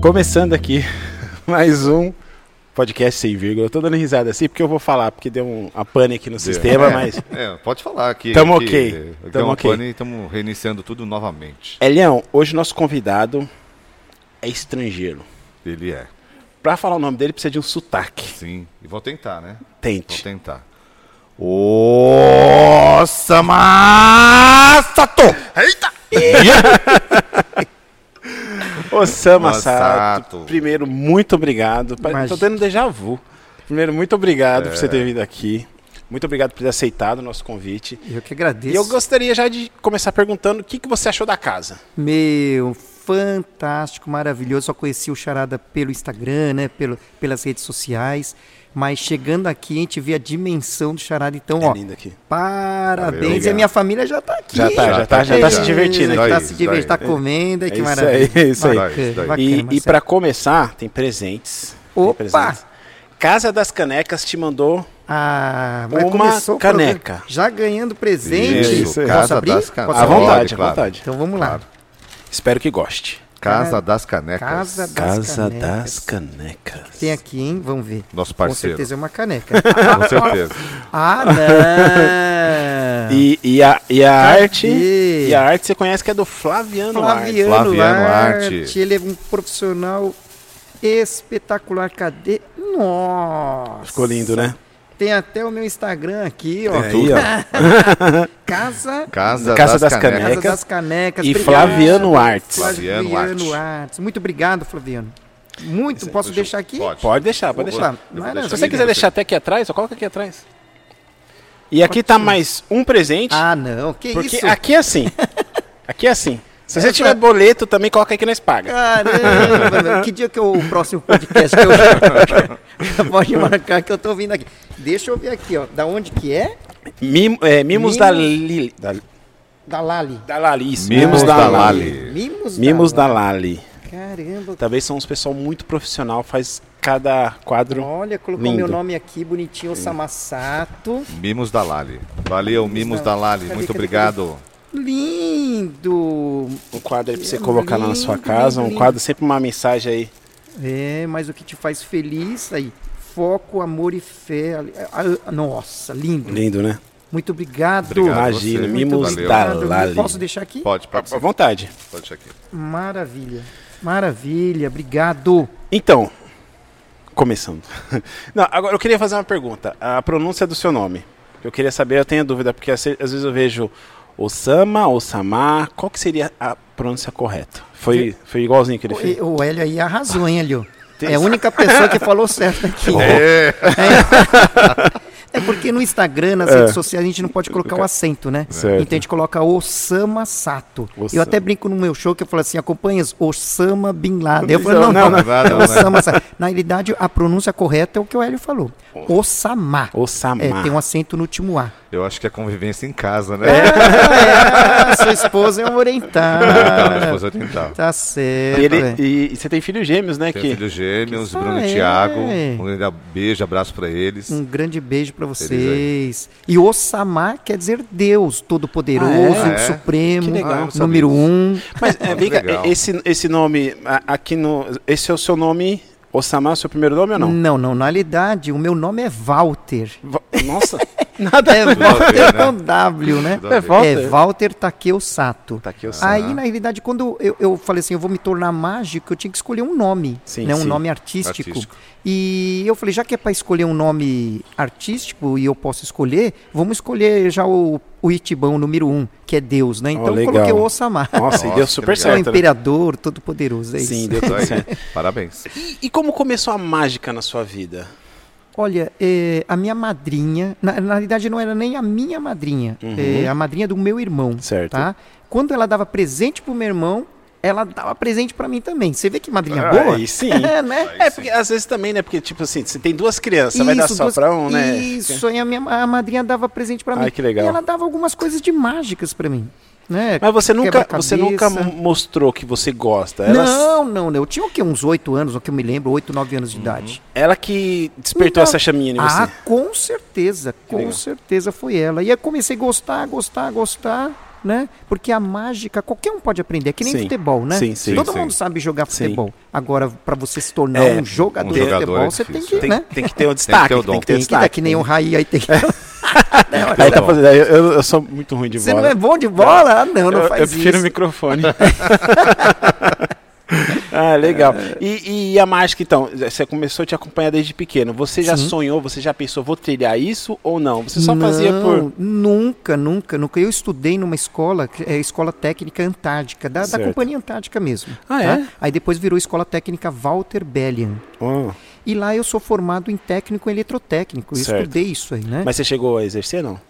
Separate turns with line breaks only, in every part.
Começando aqui mais um podcast sem vírgula. Eu tô dando risada assim porque eu vou falar, porque deu um, uma pane aqui no sistema,
é,
mas.
é, pode falar aqui.
Tamo
aqui,
ok,
eh, deu
tamo
uma
ok.
pane e Estamos reiniciando tudo novamente.
Elião, é, hoje nosso convidado é estrangeiro.
Ele é.
Pra falar o nome dele precisa de um sotaque.
Sim. E vou tentar, né? Vou
Tente.
tentar. Nossa, Massato! Eita!
Osama
Nossa,
Sato,
Sato.
primeiro, muito obrigado. Pa-
Imagina.
Tô dando déjà vu. Primeiro, muito obrigado por você
É.
ter vindo aqui. Muito obrigado por ter aceitado o nosso convite.
Eu que
E
agradeço.
eu gostaria já de começar perguntando o que, que você achou da casa.
Meu, fantástico, maravilhoso. Só conheci o Charada pelo Instagram, né? Pelo, pelas redes sociais. Mas chegando aqui, a gente vê a dimensão do Charada. Então,
É
ó,
linda aqui.
Tá
parabéns.
legal.
e a minha família já tá aqui.
Já tá, já tá, já tá se
Ei,
divertindo
aqui.
Tá
Isso
se
aí,
divertindo,
isso aí.
tá comendo.
É
que
isso
maravilha.
aí, é isso aí.
Isso aí, isso aí.
Bacana,
E, e
Marcelo.
para começar, tem presentes. Tem
Opa!
Casa das Canecas te mandou
Ah, mas
Uma
começou o
caneca.
programa Já ganhando presente.
Isso,
Posso
Casa
abrir?
das Canecas.
Posso
à
Nossa,
abrir?
vontade,
pode, claro.
à vontade.
Então vamos lá.
Espero que goste.
Casa das Canecas.
Casa das
Casa
Canecas.
das Canecas.
Tem aqui, hein? Vamos ver.
Nosso
Com
parceiro.
certeza é uma caneca.
Com certeza.
ah, não!
E, e a, e a
Cadê?
arte. E a arte você conhece que é do Flaviano, Arte.
Flaviano,
Flaviano
Arte.
Arte.
Ele é um profissional espetacular. Cadê? Nossa!
Ficou lindo, né?
Tem até o meu Instagram aqui, ó.
É aí, ó.
Casa,
Casa,
Casa
das,
das
Canecas.
Canecas.
Casa das Canecas.
E
Obrigado,
Flaviano Artes.
Flaviano
Flaviano
Arte.
Arte. Muito obrigado, Flaviano. Muito.
Deixa
Posso
eu-
deixar aqui?
Pode.
Pode deixar, pode
Opa,
deixar.
maravilha.
Se você quiser deixar até aqui atrás, só coloca aqui atrás. E aqui tá mais um presente.
Ah, não. Que
Porque
isso?
aqui é assim. Aqui é assim. Se você
Essa- Ah.
tiver boleto, também coloca aí que nós paga.
Caramba, meu. que dia que eu, o próximo podcast que eu pode marcar que eu tô vindo aqui. Deixa eu ver aqui, ó. Da onde que é?
Mim- é, mimos
Mimos-
da Lili. Da,
Da Lali.
da Lali, isso. né?
Mimos da Lali.
Mimos,
Mimos da Lali.
Caramba,
Talvez são uns pessoal muito profissional, faz cada quadro.
olha, colocou
Lindo.
meu nome aqui, bonitinho, Osama Sato.
Mimos da Lali. Valeu, Mimos da Lali.
Cadê,
Muito
cadê,
obrigado.
Lindo!
Um quadro aí pra você
É
colocar lá na sua
lindo,
casa.
lindo,
Um
lindo.
quadro, sempre uma mensagem aí.
É, mas o que te faz feliz aí? Foco, amor e fé. Ah, Nossa, lindo.
Lindo, né?
Muito obrigado.
Obrigado.
Imagina,
você.
mimos
Valeu.
da
Obrigado.
Lali.
Posso deixar aqui?
Pode, pode,
À
ser.
vontade.
pode ser aqui.
Maravilha. Maravilha, obrigado.
Então, começando. Não, agora eu queria fazer uma pergunta. A pronúncia do seu nome. Eu queria saber, eu tenho dúvida, porque às às vezes eu vejo Osama, Osama, qual que seria a pronúncia correta? Foi, foi igualzinho que ele fez.
O, o Hélio aí arrasou, hein, Hélio? É a única pessoa que falou certo aqui.
É.
É porque no Instagram, nas redes sociais, a gente não pode colocar o acento, né?
Certo.
Então a gente coloca Osama Sato.
Osama.
Eu até brinco no meu show que eu falo assim, acompanhas Osama Bin Laden. Eu falo,
Não,
não,
não,
não,
não, nada,
é
não,
Osama Sato. Na realidade, a pronúncia correta é o que o Hélio falou. Osama.
Osama.
É, tem um acento no último A.
Eu acho que é convivência em casa, né?
Ah, é, sua esposa é uma
Ah,
orientada.
depois eu tentar.
Tá certo.
E, ele-
é.
e- e você tem filhos gêmeos, né?
Tem
que-
filhos gêmeos,
que
Bruno
só
e
é.
Thiago. Um grande beijo, abraço pra eles.
Um grande beijo pra
Feliz
vocês. E Osama quer dizer Deus Todo-Poderoso,
Ah, é?
Que
Supremo,
legal. Ah, eu não
sabia
número
disso.
um.
Mas é,
Ah,
vem cá,
legal.
esse, esse nome a- aqui no. Esse é o seu nome, Osama, é o seu primeiro nome ou não?
Não, não. Na realidade, o meu nome é Walter.
Va- Nossa, nada.
É
Walter,
Walter
né?
com W, né?
Tudo a ver.
Walter.
É Walter Takeo Sato.
Takeo Sato.
Aí, na realidade, quando eu, eu falei assim, eu vou me tornar mágico, eu tinha que escolher um nome,
Sim,
né? Um
sim.
nome artístico.
Artístico.
E eu falei, já que é para escolher um nome artístico e eu posso escolher, vamos escolher já o, o Itibão número um, que é Deus, né? Então eu
legal.
coloquei o Osama.
Nossa, e
Nossa,
deu
que
super
legal.
É o
certo. né?
imperador todo-poderoso, é
Sim,
isso.
deu
Isso
tudo
aí.
certo.
Parabéns.
E, e como começou a mágica na sua vida?
Olha, é, a minha madrinha, na, na realidade não era nem a minha madrinha, é, a madrinha do meu irmão,
Uhum. Certo.
tá? Quando ela dava presente pro meu irmão, ela dava presente pra mim também. Você vê que madrinha
Ah,
boa?
aí sim.
é, né?
É, porque às vezes também, né? Porque, tipo assim, você tem duas crianças, vai dar só
duas-
pra um, né?
Isso, aí a minha a madrinha dava presente pra mim.
Ai, que legal.
E ela dava algumas coisas de mágicas pra mim. né?
Mas você nunca, você
Quebra-cabeça.
nunca mostrou que você gosta. Ela,
Não, não, não. Eu tinha o quê? Uns oito anos, o que eu me lembro, oito, nove anos de
Uhum.
idade.
ela que despertou
Então-
essa chaminha em você.
Ah, com certeza, com
legal.
certeza foi ela. E eu comecei a gostar, gostar, gostar, né? Porque a mágica, qualquer um pode aprender, é que nem
Sim.
futebol, né?
Sim, sim,
Todo
sim.
mundo sabe jogar
Sim.
futebol. Agora, para você se tornar
É,
um jogador
um
de
jogador
futebol,
é
você tem
difícil,
que,
Tem,
né?
tem que ter um destaque. Tem
o
que ter,
dom.
um
Tem que
destaque. É,
dar que nem um raí aí tem que. Não,
Aí tá fazendo- eu, eu- eu sou muito ruim de
Você
bola.
não é bom de bola? Ah, não, não
eu,
faz
eu prefiro o
isso.
microfone. ah, legal. E, e a mágica, então? Você começou a te acompanhar desde pequeno. Você já
Sim.
sonhou, você já pensou, vou trilhar isso ou não? Você só fazia por.
Não, Nunca, nunca, nunca. Eu estudei numa escola, é, Escola Técnica Antártica, da, da
Certo.
Companhia Antártica mesmo.
Ah,
tá?
é?
Aí depois virou Escola Técnica Walter Bellian.
Oh,
E lá eu sou formado em técnico eletrotécnico. Eu
Certo.
estudei isso aí, né?
Mas você chegou a exercer, não?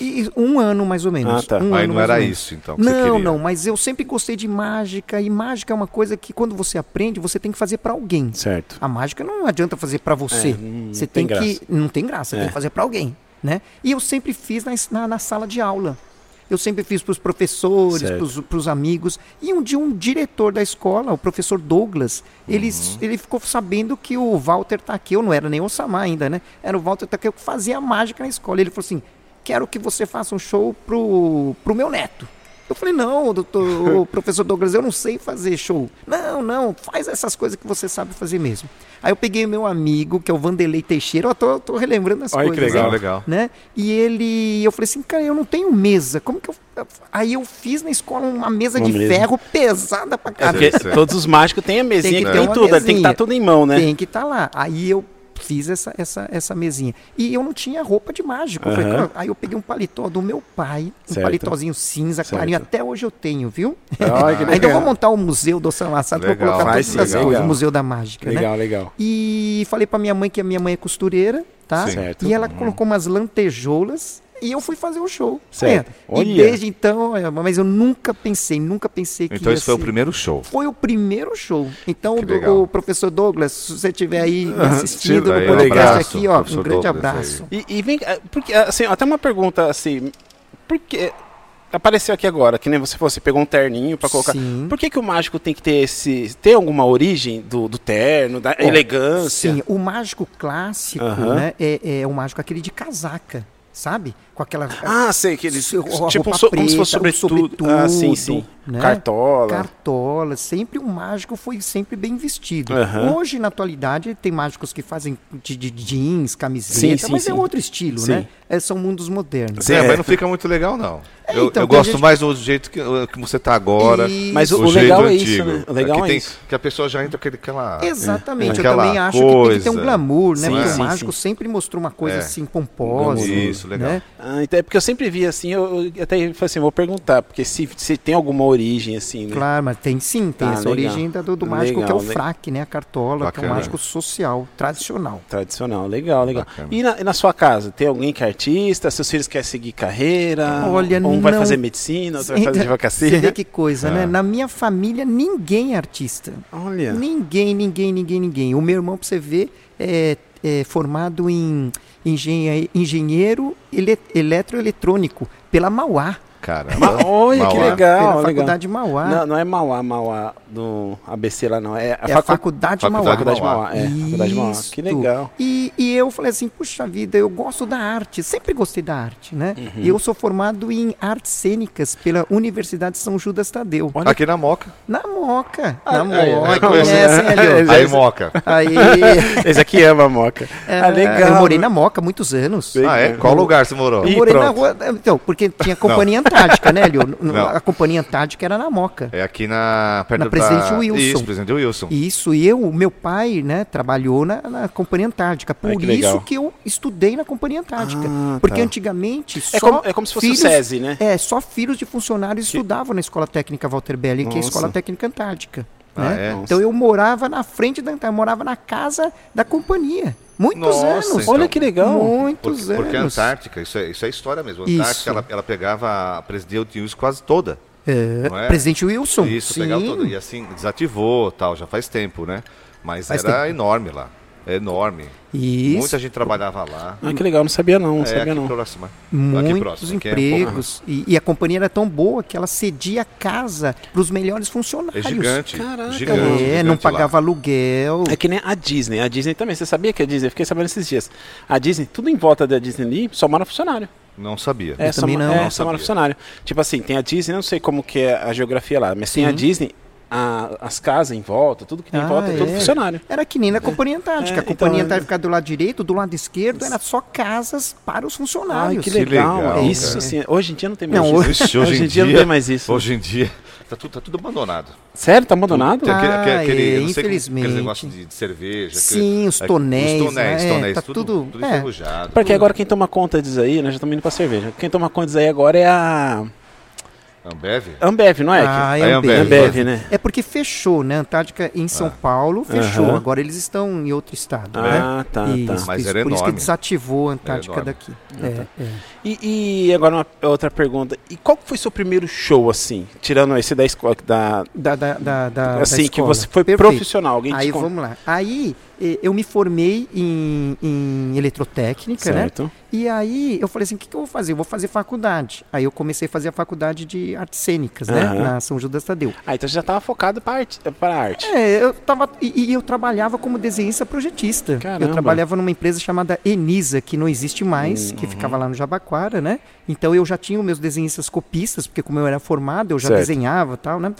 E um ano mais ou menos.
Ah, tá.
Um
Aí não
ano mais ou
era
menos.
isso, então, que você
Não,
queria.
não, é mas eu sempre gostei de mágica. E mágica é uma coisa que quando você aprende, você tem que fazer pra alguém.
Certo.
A mágica não adianta fazer pra você.
É, não
você
tem
tem, que. Não tem graça,
É.
tem que fazer pra alguém. Né? E eu sempre fiz na, es- na, na sala de aula. Eu sempre fiz pros professores,
Certo.
pros pros amigos. E um dia um diretor da escola, o professor Douglas, ele, s- ele ficou sabendo que o Walter Takeu, não era nem o Samar ainda, né? Era o Walter Takeu que fazia a mágica na escola. Ele falou assim: quero que você faça um show pro, pro meu neto. Eu falei, não, doutor, ô, professor Douglas, eu não sei fazer show. Não, não, faz essas coisas que você sabe fazer mesmo. Aí eu peguei meu amigo, que é o Vanderlei Teixeira, eu tô, tô relembrando as
Olha que
coisas.
legal.
Legal, legal.
hein? né? E ele, eu falei assim, cara, eu não tenho mesa. Como que eu. Aí eu fiz na escola uma mesa
Uma
de
mesa.
ferro pesada pra
É porque
caralho.
Certo.
todos os mágicos têm a mesinha
Tem
que,
que ter
tem
uma
tudo. né? Tem que estar
mesinha.
tudo em mão, né?
Tem que estar lá. Aí eu fiz essa, essa, essa mesinha. E eu não tinha roupa de mágico. Eu falei,
Aham.
"Cara", aí eu peguei um paletó do meu pai, um
Certo.
paletózinho cinza,
Certo.
clarinho. Até hoje eu tenho, viu?
Olha que
Ainda
legal.
vou montar o museu do São Lassado pra
Legal.
colocar
Vai
todas
sim,
as
legal.
coisas, o museu da mágica, né?
Legal, legal.
E falei pra minha mãe que a minha mãe é costureira, tá?
Sim. Certo.
E ela colocou umas lantejoulas e eu fui fazer o show.
Certo.
É.
Olha.
E desde então, olha, mas eu nunca pensei, nunca pensei que assim
Então
ia
esse foi o
ser.
primeiro show.
Foi o primeiro show. Então,
Que
o do-
legal.
o professor Douglas, se você estiver aí me assistindo
Aí,
no
um
podcast
abraço,
aqui, ó, um
professor
grande
Douglas
abraço.
E, e vem, cá, porque, assim, até uma pergunta assim, porque apareceu aqui agora, que nem você falou, você pegou um terninho pra colocar.
Sim.
Por que, que o mágico tem que ter esse, tem alguma origem do, do terno, da elegância?
Sim, o mágico clássico,
Aham.
né, é, é o mágico aquele de casaca, sabe? Com aquela...
Ah, sei que ele
Su- roupa
tipo um so- como se fosse
preta, um
sobretudo. ah, sim,
sobretudo,
sim.
né?
Cartola.
Cartola, sempre um mágico foi sempre bem vestido.
Aham.
Hoje, na atualidade, tem mágicos que fazem de, de jeans, camiseta,
Sim, sim,
mas
sim.
é outro estilo,
Sim.
né? É, são mundos modernos.
Certo.
É, mas não fica muito legal, não.
É,
eu
então,
eu
tem
gosto
gente-
mais do jeito que, que você tá agora.
E-
Mas o,
O,
o
jeito
legal é
antigo.
isso, né? O legal
que
é,
tem-
isso.
Que a pessoa já entra com aquele- aquela.
Exatamente, eu
Aquela
também acho que tem que ter um
coisa.
glamour,
é.
né?
Sim,
Porque
sim,
o mágico sempre mostrou uma coisa
É.
assim pomposa.
Isso, legal.
né?
Ah, então é porque eu sempre vi assim, eu, eu até falei assim, vou perguntar, porque se, se tem alguma origem assim, né?
Claro, mas tem sim, tem
Ah,
essa
legal.
origem da- do, do mágico
Legal,
que é
le-
o fraque, né? A cartola, que é
Bacana.
um mágico social, tradicional.
Tradicional, legal, legal.
Bacana.
E na, e na sua casa, tem alguém que é artista? Seus filhos querem seguir carreira?
Olha,
um vai
não-
fazer medicina, outro vai
Então,
fazer
Você vê
advocacia? Ah.
que coisa, né? Na minha família, ninguém é artista.
Olha,
Ninguém, ninguém, ninguém, ninguém. O meu irmão, pra você ver, é, é formado em engenhe- engenheiro ele, eletroeletrônico pela Mauá.
Caramba.
Ma- olha que
Mauá.
legal,
pela
legal.
faculdade Mauá.
Não, não é Mauá, Mauá do ABC lá, não. É a,
é a
facu-
faculdade, Mauá.
faculdade Mauá.
Mauá.
É, a faculdade Mauá.
Isto.
Que legal.
E, e eu falei assim, puxa vida, eu gosto da arte, sempre gostei da arte, né?
Uhum.
E eu sou formado em artes cênicas pela Universidade São Judas Tadeu.
né?
Aqui na Moca.
Na Moca,
Ah,
na
aí,
Moca,
aí,
conhecem
aí,
É, assim, ali, ó.
Aí, Moca.
Aí,
Esse aqui ama a Moca.
é,
ah, legal.
eu morei na Moca muitos anos.
Bem-
Ah, é? Qual lugar você morou?
Eu
Ih,
morei na
pronto.
rua, então, porque tinha a Companhia Antártica, né, Elio? N-
Não.
A Companhia Antártica era na Moca.
É aqui na. Perto
Na
da-
Presidente Wilson.
Isso, Presidente
Então.
Wilson.
Isso, e eu, meu pai, né, trabalhou na, na Companhia Antártica. Por
Ai, que legal.
isso que eu estudei na Companhia Antártica.
Ah,
porque
tá.
antigamente só
É como, é como se fosse
filhos,
o SESI, né?
É, só filhos de funcionários estudavam na Escola Técnica Walter Belli, que é a
Nossa.
Escola Técnica Antártica.
Ah,
né?
é?
Então eu morava na frente da Antártica, eu morava na casa da companhia. Muitos
Nossa,
anos.
então.
Olha que legal.
Muitos
Porque, porque a
anos.
Antártica, isso é, isso é história mesmo. A
Isso.
Antártica, ela, ela pegava a Presidente Wilson quase toda.
É,
não é?
Presidente Wilson.
Isso,
sim.
pegava toda. E assim, desativou tal, já faz tempo, né? Mas
Faz
era
tempo.
enorme lá. É enorme.
Isso.
Muita gente trabalhava lá.
Ah, que legal, não sabia não, não
é
sabia
aqui
não.
próximo. aqui
Muitos
próximo. aqui é um pouco-
empregos. e, e a companhia era tão boa que ela cedia a casa para os melhores
É
funcionários.
gigante.
Caraca,
gigante,
mano.
é,
gigante
não
lá.
pagava aluguel.
É que nem a Disney, a Disney também. Você sabia que a Disney? Eu fiquei sabendo esses dias. A Disney, tudo em volta da Disney ali, só mora funcionário.
Não sabia.
É,
Eu
só,
também
ma-
não.
é,
Não
só mora
sabia.
funcionário. Tipo assim, tem a Disney, não sei como que é a geografia lá, mas tem a
Sim.
Disney, a- as casas em volta, tudo que tem em
Ah,
volta é tudo
é.
funcionário.
Era que nem na Companhia Antártica.
É,
a Companhia
então, é.
Antártica do lado direito, do lado esquerdo, era só casas para os
Ai,
funcionários.
que
Que
legal.
legal,
mano. isso
cara.
assim, hoje em dia não tem mais
Não,
isso.
Vixe, hoje,
Hoje em dia não tem mais isso.
Hoje em dia tá tudo, tá tudo abandonado.
Sério, tá abandonado?
Tem aquele,
Ah,
aquele, aquele-
é,
eu não sei como-
infelizmente.
Aqueles negócios de, de cerveja.
Sim, os
aquele-
tonéis,
Os tonéis,
né?
tonéis,
Tá
tudo,
tudo-
tudo,
é.
enferrujado.
Porque agora quem toma conta disso aí, nós já estamos indo pra cerveja. Quem toma conta disso aí agora é a
Ambev?
Ambev, não é?
Ah,
Eike?
é
Aí é Ah.
Ambev.
Ambev, né?
É porque fechou, né? A Antártica em São Paulo fechou.
Aham.
Agora eles estão em outro estado, né?
Ah, tá, tá.
Isso,
Mas
isso,
era
por isso que
enorme.
desativou a Antártica
Era enorme.
daqui.
Ah,
É, é.
E, e agora uma outra pergunta. E qual que foi seu primeiro show, assim? Tirando esse da escola, da,
Da, da, da, da, da
assim, que
Tá, escola.
você foi
Perfeito.
profissional. Alguém
Aí
te conta.
vamos lá. Aí eh, eu me formei em, em eletrotécnica, né?
Certo.
E aí eu falei assim, o que, que eu vou fazer? Eu vou fazer faculdade. Aí eu comecei a fazer a faculdade de artes cênicas, né?
Aham.
Na São Judas Tadeu.
Ah, então você já estava focado para arte. Pra arte.
É, eu tava. E, e eu trabalhava como desenhista projetista.
Caramba.
Eu trabalhava numa empresa chamada Enisa, que não existe mais,
Hum, uhum.
que ficava lá no Jabaquara, né? Então eu já tinha os meus desenhistas copistas, porque como eu era formado, eu já
Certo.
desenhava e tal, né?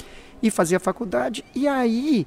E fazia faculdade. E aí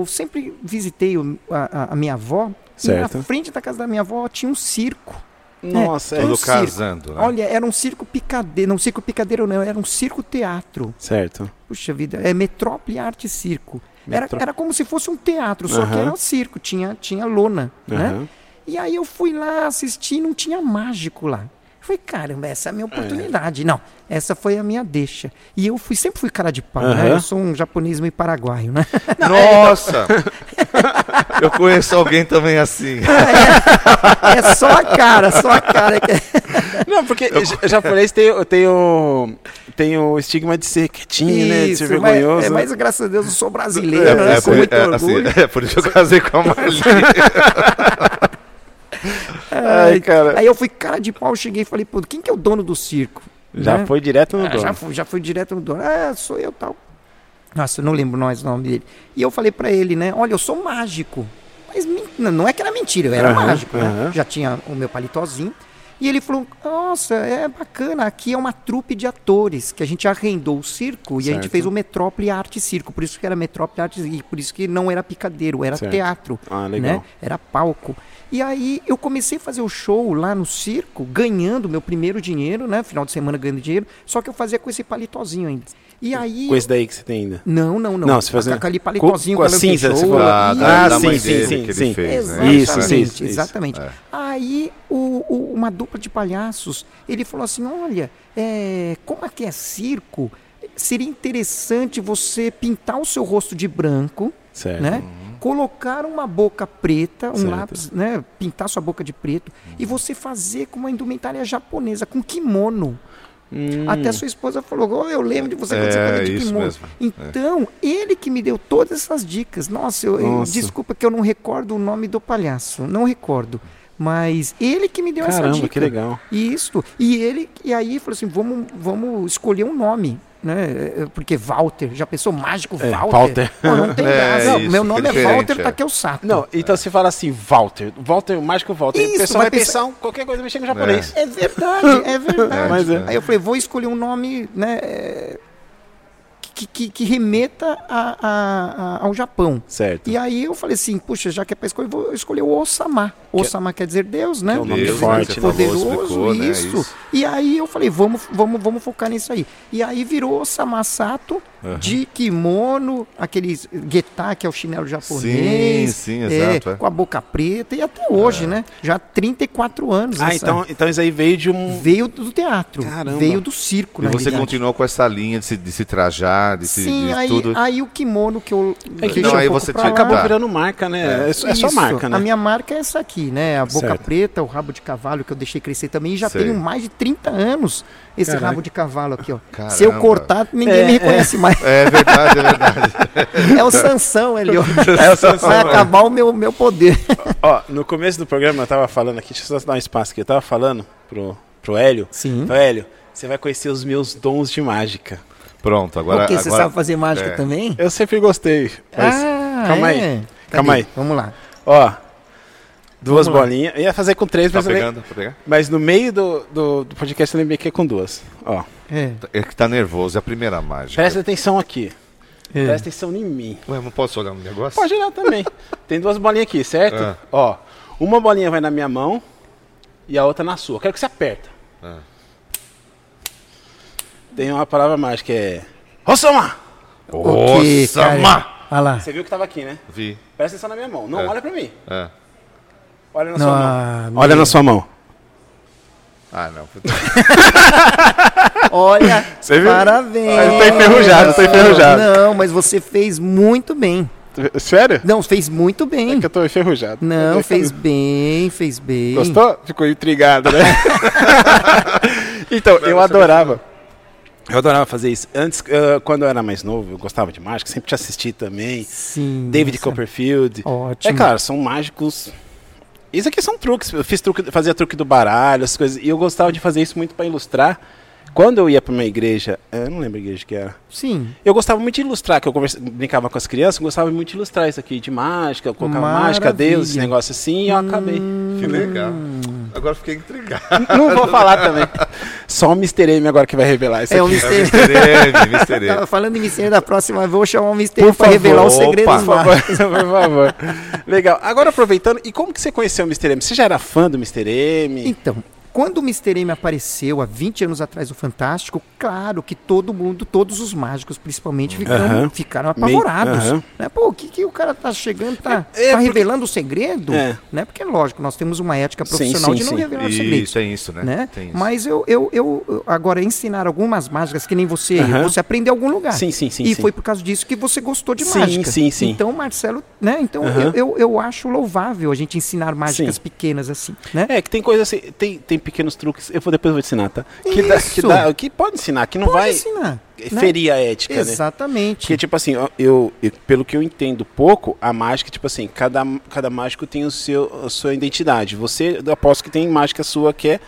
eu sempre visitei o- a, a- a minha avó. E
Certo.
na frente da casa da minha avó tinha um circo.
Nossa, é.
Tudo
Tudo
um circo.
casando, né?
Olha, era um circo picadeiro, não um circo picadeiro não, era um circo teatro.
Certo.
Puxa vida, é Metrópole Arte e Circo. Era,
Metró-
era como se fosse um teatro, só que
Aham.
era um circo, tinha, tinha lona, né?
Aham.
E aí eu fui lá assistir e não tinha mágico lá. Eu falei, caramba, essa é a minha oportunidade. Não, essa foi a minha deixa. E eu fui, sempre fui cara de pau, né?
Aham.
Eu sou um japonês meio paraguaio, né?
Nossa! eu conheço alguém também assim.
É só a cara, só a cara. que- é
Não, porque j- japonês tem, o- tem, o, tem o estigma de ser quietinho, né? De ser
mas-
vergonhoso. né?
é, mas graças a Deus eu sou brasileiro, né? sou
por-
muito
é, assim,
orgulho.
é por isso que eu casei com a Marli.
Ai, cara.
Aí eu fui cara de pau, cheguei e falei, pô, quem que é o dono do circo?
Já
Né?
foi direto no
Ah, já,
dono.
fui, já fui direto no dono. Ah, sou eu tal. Nossa, eu não lembro mais o nome dele. E eu falei pra ele, né? Olha, eu sou mágico. Mas men- não não é que era mentira, eu era
Aham,
mágico, né?
aham.
Já tinha o meu palitozinho. E ele falou: Nossa, é bacana. Aqui é uma trupe de atores que a gente arrendou o circo e a gente
Certo.
fez o Metrópole Arte Circo. Por isso que era Metrópole Arte e por isso que não era picadeiro, era
Certo.
teatro
Ah, legal.
né? Era palco. E aí eu comecei a fazer o show lá no circo, ganhando meu primeiro dinheiro, né? Final de semana ganhando dinheiro, só que eu fazia com esse palitozinho ainda. E aí.
Com esse daí que você tem ainda.
Não, não, não.
Não, você fazia-
Aquele palitozinho
com- com a
ela
cinza,
fechou,
você falou.
ela-
Ah,
Isso.
tá,
da
sim,
mãe
sim,
dele
sim,
que ele
sim.
fez, né?
Exato. Isso,
Exatamente,
sim, isso.
exatamente.
É.
Aí o- o- uma dupla de palhaços, ele falou assim, olha, é, como aqui é circo, seria interessante você pintar o seu rosto de branco,
Certo.
né? Colocar uma boca preta, um
É. Certo.
lápis, né? Pintar sua boca de preto e você fazer com uma indumentária japonesa, com kimono.
Hum,
Até sua esposa falou: "Oh, Eu lembro de você quando
É,
você fazia de
isso
kimono.
mesmo.
É.
Então, ele que me deu todas essas dicas. Nossa, eu, eu-
Nossa.
desculpa que eu não recordo o nome do palhaço, não recordo. Mas ele que me deu essa
Caramba,
dica.
que legal.
Isso. E ele, e aí falou assim: vamos, vamos escolher um nome. Né? Porque Walter, já pensou mágico
É,
Walter?
Walter.
Pô, não tem
É,
graça. Não,
isso,
meu nome é
diferente,
Walter, tá
é.
aqui o saco.
Não, então se fala assim, Walter. Walter, o mágico Walter. o
Isso,
pessoal vai
vai pensar-
pensar em qualquer coisa mexendo no japonês.
É verdade, é verdade.
Mas é.
Aí eu falei, vou escolher um nome, né? é, Que, que, que remeta a- a- a- ao Japão.
Certo.
E aí eu falei assim, puxa, já que é pra escolher, eu vou escolher o Osama.
é
Osama quer dizer Deus, né?
que é o nome
Deus,
forte,
né?
poderoso,
Falou, explicou, né?
isso.
Isso.
E aí eu falei, vamos, vamos, vamos focar nisso aí. E aí virou Osama Sato de kimono, aquele guetá, que é o chinelo japonês.
Sim, sim,
é,
exato, é.
Com a boca preta e até hoje, né? Já há 34 anos.
Ah,
essa-
então, então isso aí veio de um.
Veio do teatro,
Caramba.
veio do circo,
E
na
você
realidade.
continuou com essa linha de se, de se trajar, de se
Sim,
de
aí,
tudo.
aí o kimono que eu
É que
deixei
não,
aí
pouco
você
pra
tinha-
lá.
Acabou
Tá.
virando marca, né? É, só- é só
Isso,
marca, né?
A minha marca é essa aqui, né? A boca
Certo.
preta, o rabo de cavalo que eu deixei crescer também. E já
Sei.
tenho mais de 30 anos esse
Caraca.
rabo de cavalo aqui, ó.
Caramba.
Se eu cortar, ninguém
É,
me reconhece mais.
É verdade, é verdade.
É o Sansão, Helio.
É o Sansão,
Vai
é.
acabar o meu, meu poder.
Ó, no começo do programa eu tava falando aqui, deixa eu só dar um espaço aqui, eu tava falando pro, pro Hélio.
Sim.
Então, Hélio, você vai conhecer os meus dons de mágica.
Pronto, agora.
Porque você
agora-
sabe fazer mágica
é.
também?
Eu sempre gostei. Mas...
Ah,
É calma aí.
é?
Calma
Cadê?
aí.
Vamos lá.
Ó, duas
Vamos lá.
bolinhas. Eu ia fazer com três,
Tá
mas, eu lembrei-
pegando? Tá pegando?
mas no meio do, do, do podcast eu lembrei que é com duas. Ó,
É,
É que tá nervoso, é a primeira mágica.
presta atenção aqui.
é.
Presta atenção em mim.
Ué, não posso olhar no negócio?
Pode olhar também. É. Tem duas bolinhas aqui, certo?
Ah.
Ó, uma bolinha vai na minha mão e a outra na sua. Quero que você aperta.
Ah.
Tem uma palavra mágica, é... Rossoma!
Ok,
Nossa,
cara.
má!
Olha lá.
Você viu que tava aqui, né?
Vi.
Presta atenção na minha mão. Não
É.
olha pra mim.
É.
Olha na
Não,
sua
ah,
mão. Olha na sua mão.
Ah, não.
Olha,
Você viu?
parabéns.
Ah, eu tô enferrujado, eu tô enferrujado.
Não, mas você fez muito bem.
Sério? É
Não, fez muito bem.
eu tô enferrujado.
Não, fez bem, fez bem.
Gostou? Ficou intrigado, né? então, eu adorava. Eu adorava fazer isso. Antes, ah, quando eu era mais novo, eu gostava de mágica, sempre te assisti também.
Sim.
David
nossa.
Copperfield. É
Ótimo.
claro, são mágicos. Isso aqui são truques. Eu fiz truque, fazia truque do baralho, as coisas. E eu gostava de fazer isso muito para ilustrar. Quando eu ia para uma igreja, eh, eu não lembro a igreja que era.
Sim.
Eu gostava muito de ilustrar, que eu conversa, brincava com as crianças, eu gostava muito de ilustrar isso aqui de mágica, eu colocava mágica, Deus, esse
Maravilha. Hum,
negócio assim, e eu acabei.
Que legal. Agora fiquei intrigado.
Não vou falar também. Só o Mr. M agora que vai revelar isso
É o
aqui.
É o
mistério.
Mr. M, Mr. M.
Tava Tá, falando em mistério da próxima, eu vou chamar o mistério pra revelar os
opa.
segredos
Por
lá.
favor, por favor. Legal. Agora aproveitando, e como que você conheceu o Mr. M? Você já era fã do Mr. M?
Então, quando o Mr. M apareceu há 20 anos atrás no Fantástico, claro que todo mundo, todos os mágicos principalmente, ficaram,
Aham.
ficaram
Meio-
apavorados.
aham.
né? Pô, o que, que o cara tá chegando, tá,
É, é
tá
porque-
revelando o segredo?
É.
Né? Porque, lógico, nós temos uma ética
Sim,
profissional
sim,
de não
sim.
revelar os segredos.
Isso, é isso, né?
Né?
Tem isso.
Mas eu, eu, eu, eu- agora ensinar algumas mágicas que nem você,
Aham.
você aprendeu em algum lugar.
Sim, sim, sim,
E
sim.
foi por causa disso que você gostou de
Sim,
mágica.
sim, sim.
Então, Marcelo, né? Então
Aham.
eu, eu, eu acho louvável a gente ensinar mágicas
Sim.
pequenas assim, né?
É, que tem coisa assim, tem, tem pequenos truques, eu vou, depois eu vou te ensinar, tá? Que, dá- que,
Isso.
dá- que pode ensinar, que não
Pode
vai
ensinar. né?
ferir a ética, né?
Exatamente.
Porque, tipo assim, ó, eu, eu- pelo que eu entendo pouco, a mágica, tipo assim, cada, cada mágico tem o seu, a sua identidade. Você, eu aposto que tem mágica sua que é.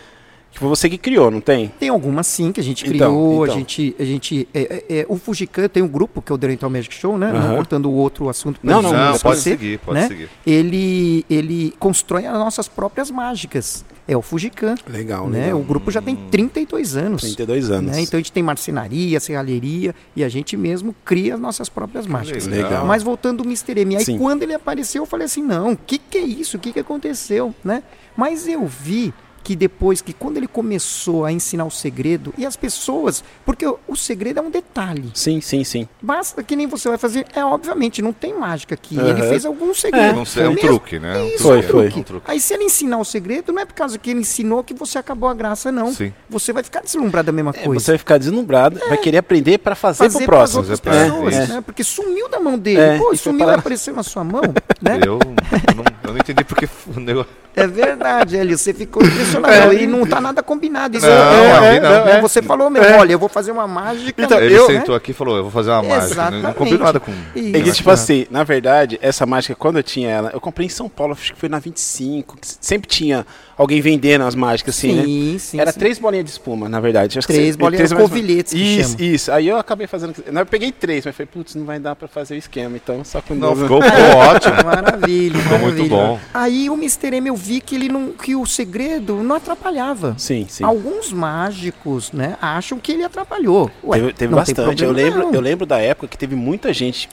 Que foi você que criou, não tem?
Tem algumas sim que a gente
Então,
criou,
então.
a gente. A gente é, é, é, o Fujikan tem um grupo que é o Dental Magic Show, né?
Aham.
Não cortando o outro assunto pra
Não,
gente
não, mas
pode
esquecer,
seguir, pode
né?
seguir.
Ele, ele constrói as nossas próprias mágicas. É o Fujikan.
Legal, Hum.
Né? O grupo já tem 32 anos.
32 anos.
né? Então a gente tem marcenaria, serralheria e a gente mesmo cria as nossas próprias mágicas.
Legal.
Mas voltando ao Mr. M, aí
Sim.
quando ele apareceu, eu falei assim: não, o que, que é isso? O que, que aconteceu? Né? Mas eu vi que depois que quando ele começou a ensinar o segredo e as pessoas, porque o, o segredo é um detalhe.
Sim, sim, sim.
Basta que nem você vai fazer, é obviamente, não tem mágica aqui. Ele
Aham.
fez algum segredo.
Não sei, é um
Mesmo-
truque, né? Um
Isso,
Foi,
foi,
truque,
foi.
Um truque.
Aí se ele ensinar o segredo, não é por causa que ele ensinou que você acabou a graça, não.
Sim.
Você vai ficar deslumbrado da mesma coisa.
É, Você vai ficar deslumbrado,
É.
vai querer aprender pra fazer, pro
pras
próximo.
outras
fazer pra-
pessoas,
é.
né? Porque sumiu da mão dele.
É,
Pô,
e
sumiu,
separaram.
apareceu na sua mão, né?
Eu, não, eu não entendi porque o negócio.
É verdade, Hélio. Você ficou impressionado.
É.
E não tá nada combinado. Isso
Não,
é,
ali não.
né? Você falou mesmo, olha, eu vou fazer uma mágica.
É.
né?
Então,
Ele
eu,
sentou aqui e falou: eu vou fazer uma mágica. né? Não combinou nada com.
Exatamente.
É que,
Isso.
tipo assim, na verdade, essa mágica, quando eu tinha ela, eu comprei em São Paulo, acho que foi na 25. que sempre tinha alguém vendendo as mágicas, assim, né?
Sim, sim,
Era
sim.
três bolinhas de espuma, na verdade. Acho que
Três
você-
bolinhas com
bolinhas de
bilhetes que
Isso,
chama.
isso. Aí eu acabei fazendo. Eu peguei três, mas falei, putz, não vai dar pra fazer o esquema, então só com
Não,
duas.
ficou ficou ótimo.
Maravilha,
Ficou muito
maravilha.
bom.
Aí o Mr. M eu vi que ele não, que o segredo não atrapalhava.
Sim, sim.
Alguns mágicos, né, acham que ele atrapalhou. Ué,
teve teve
não tem
bastante. Eu
problema,
lembro,
não.
eu lembro da época que teve muita gente.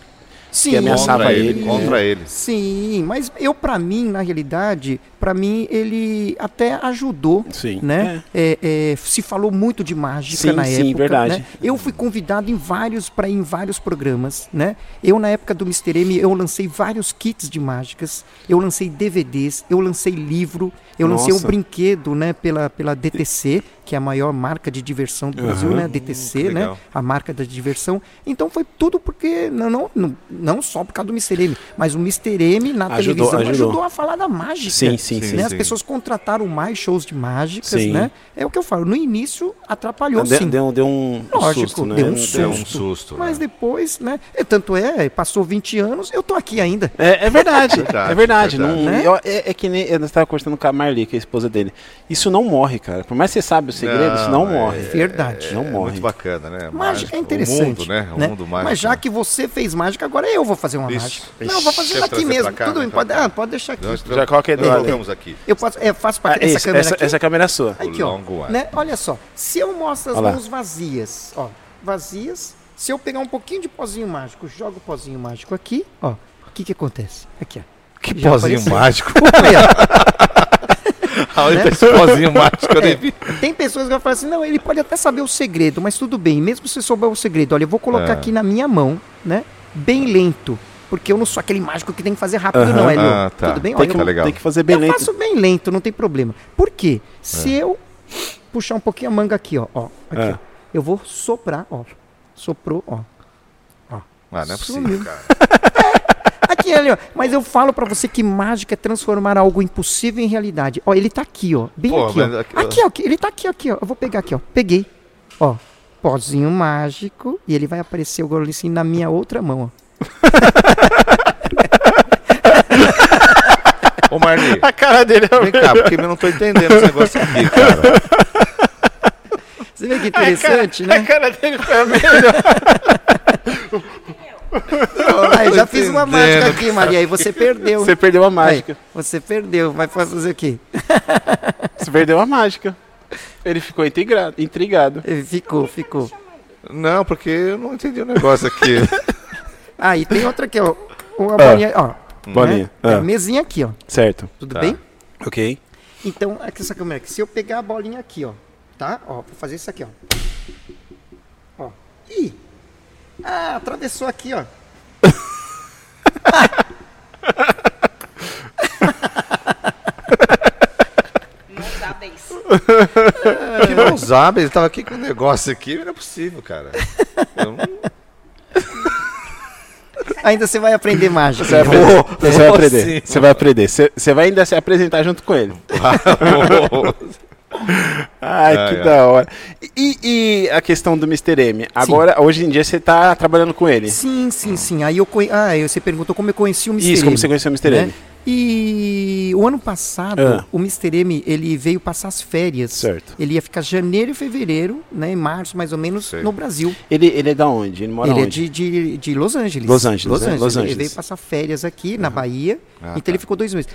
Sim,
ameaçava
Contra
ele,
ele. Contra ele.
Sim, mas eu pra mim, na realidade, pra mim ele até ajudou,
Sim.
né? É, é, se falou muito de mágica
Sim,
na
sim,
época.
verdade.
né? Eu fui convidado em vários para em vários programas, né? Eu na época do Mr. M eu lancei vários kits de mágicas, eu lancei DVDs, eu lancei livro, eu lancei um
Nossa.
brinquedo, né? Pela pela DTC, que é a maior marca de diversão do Brasil, né? DTC, né?
legal.
a marca da diversão. Então foi tudo porque, não, não, não, não só por causa do Mr. M, mas o Mr. M na
Ajudou,
televisão
ajudou.
ajudou a falar da mágica.
Sim, sim, sim,
Sim.
sim.
né? As pessoas contrataram mais shows de mágicas,
Sim.
né? É o que eu falo. No início atrapalhou
Deu,
sim.
deu, deu um
Lógico,
susto, né?
deu um
Deu um
susto.
susto.
Mas
né?
depois, né? E tanto é, passou 20 anos, eu tô aqui ainda.
É, é verdade,
Verdade,
é verdade.
verdade.
não-
Né?
eu- é, é que nem eu estava conversando com a Marli, que é a esposa dele. Isso não morre, cara. Por mais que você sabe o segredo, isso não
Não,
morre.
é-
Verdade.
não
É
morre.
muito bacana, né?
Mágica é
O
interessante.
mundo, né? O mundo mágico.
Mas já que você fez mágica, agora eu vou fazer uma
Isso.
mágica. Não, eu vou fazer
Quer
daqui
trazer
mesmo.
pra cá?
Tudo bem,
Então
pode,
tá.
ah, pode deixar aqui.
Nós tra-
Já coloca aí do
nós
lado.
colocamos aqui.
Eu faço, é, faço pra
Ah,
essa
isso,
câmera
essa,
aqui.
essa câmera é sua.
Aqui, ó.
Longo ar.
Né? Olha só. Se eu mostro as
Olha lá.
mãos vazias, ó, vazias, se eu pegar um pouquinho de pozinho mágico, jogo o pozinho mágico aqui, ó, o que que acontece? Aqui, ó.
Que
Já
pozinho
apareceu.
mágico.
Aí, ó.
Olha esse pozinho mágico, eu nem vi.
É, Tem pessoas que vão falar assim, não, ele pode até saber o segredo, mas tudo bem, mesmo se souber o segredo, olha, eu vou colocar
É.
aqui na minha mão, né, bem lento, porque eu não sou aquele mágico que tem que fazer rápido,
Aham.
não, é
Ah,
louco.
tá.
Tudo bem?
Tem
Olha,
que
eu-
legal.
Tem que fazer bem
eu
lento.
faço bem lento, não tem problema. Por quê? Se eu puxar um pouquinho a manga aqui, ó, ó, aqui,
É.
ó, eu vou soprar, ó, soprou, ó.
Ah, não é
Sumiu.
possível, cara.
Aqui, ali, ó. Mas eu falo pra você que mágica é transformar algo impossível em realidade. Ó, ele tá aqui, ó. Bem
Pô,
aqui, ó.
mas aqui, ó.
Aqui, ó. Ele tá aqui, aqui, ó. Eu vou pegar aqui, ó. Peguei. Ó, pozinho mágico. E ele vai aparecer agora ali, assim, na minha outra mão, ó.
Ô, Marli,
A cara dele é
vem cá, porque eu não tô entendendo esse negócio aqui, cara.
Você vê que interessante, né?
cara dele foi
tá
a melhor.
Ah, eu já fiz uma mágica
entendendo.
aqui, Maria. E você perdeu.
Você perdeu a
Aí,
mágica.
você perdeu. Vai fazer o quê?
Você perdeu a mágica. Ele ficou intrigado. intrigado.
Ele Ficou, ficou.
Não, porque eu não entendi o negócio aqui.
Ah, e tem outra aqui, ó. Uma bolinha, ó.
Ah. Bolinha.
Né? Tem a
Ah,
mesinha aqui, ó.
Certo.
Tudo
Tá.
bem?
Ok.
Então, aqui essa câmera aqui. Se eu pegar a bolinha aqui, ó, tá? Ó, vou fazer isso aqui, ó. Ó. Ih! Ah, atravessou aqui, ó.
Mãos
Que não usava, ele tava aqui com um negócio aqui, não é possível, cara. Eu não-
Ainda você vai aprender mágica.
Você vai
ainda.
aprender. Você vai
vou
aprender.
sim.
Você vai aprender. Você- Você vai ainda se apresentar junto com ele. Ai,
Ai,
que
ai.
da hora. E, e a questão do Mr. M? Agora, hoje em dia, você tá trabalhando com ele.
Sim, sim, sim. Aí eu conhe... Ah, aí você perguntou como eu conheci o Mr.
Isso, como
M,
você conheceu o Mr.
né?
M.
E o ano passado,
Ah.
o Mr. M, ele veio passar as férias.
Certo.
Ele ia ficar janeiro e fevereiro, né? Em março, mais ou menos,
Sei.
no Brasil.
Ele, ele é da onde? Ele mora
ele é
onde?
de, de, de Los Angeles.
Los Angeles, né? Los
Ele
Angeles.
veio passar férias aqui na Bahia.
Ah,
então
tá.
ele ficou dois meses.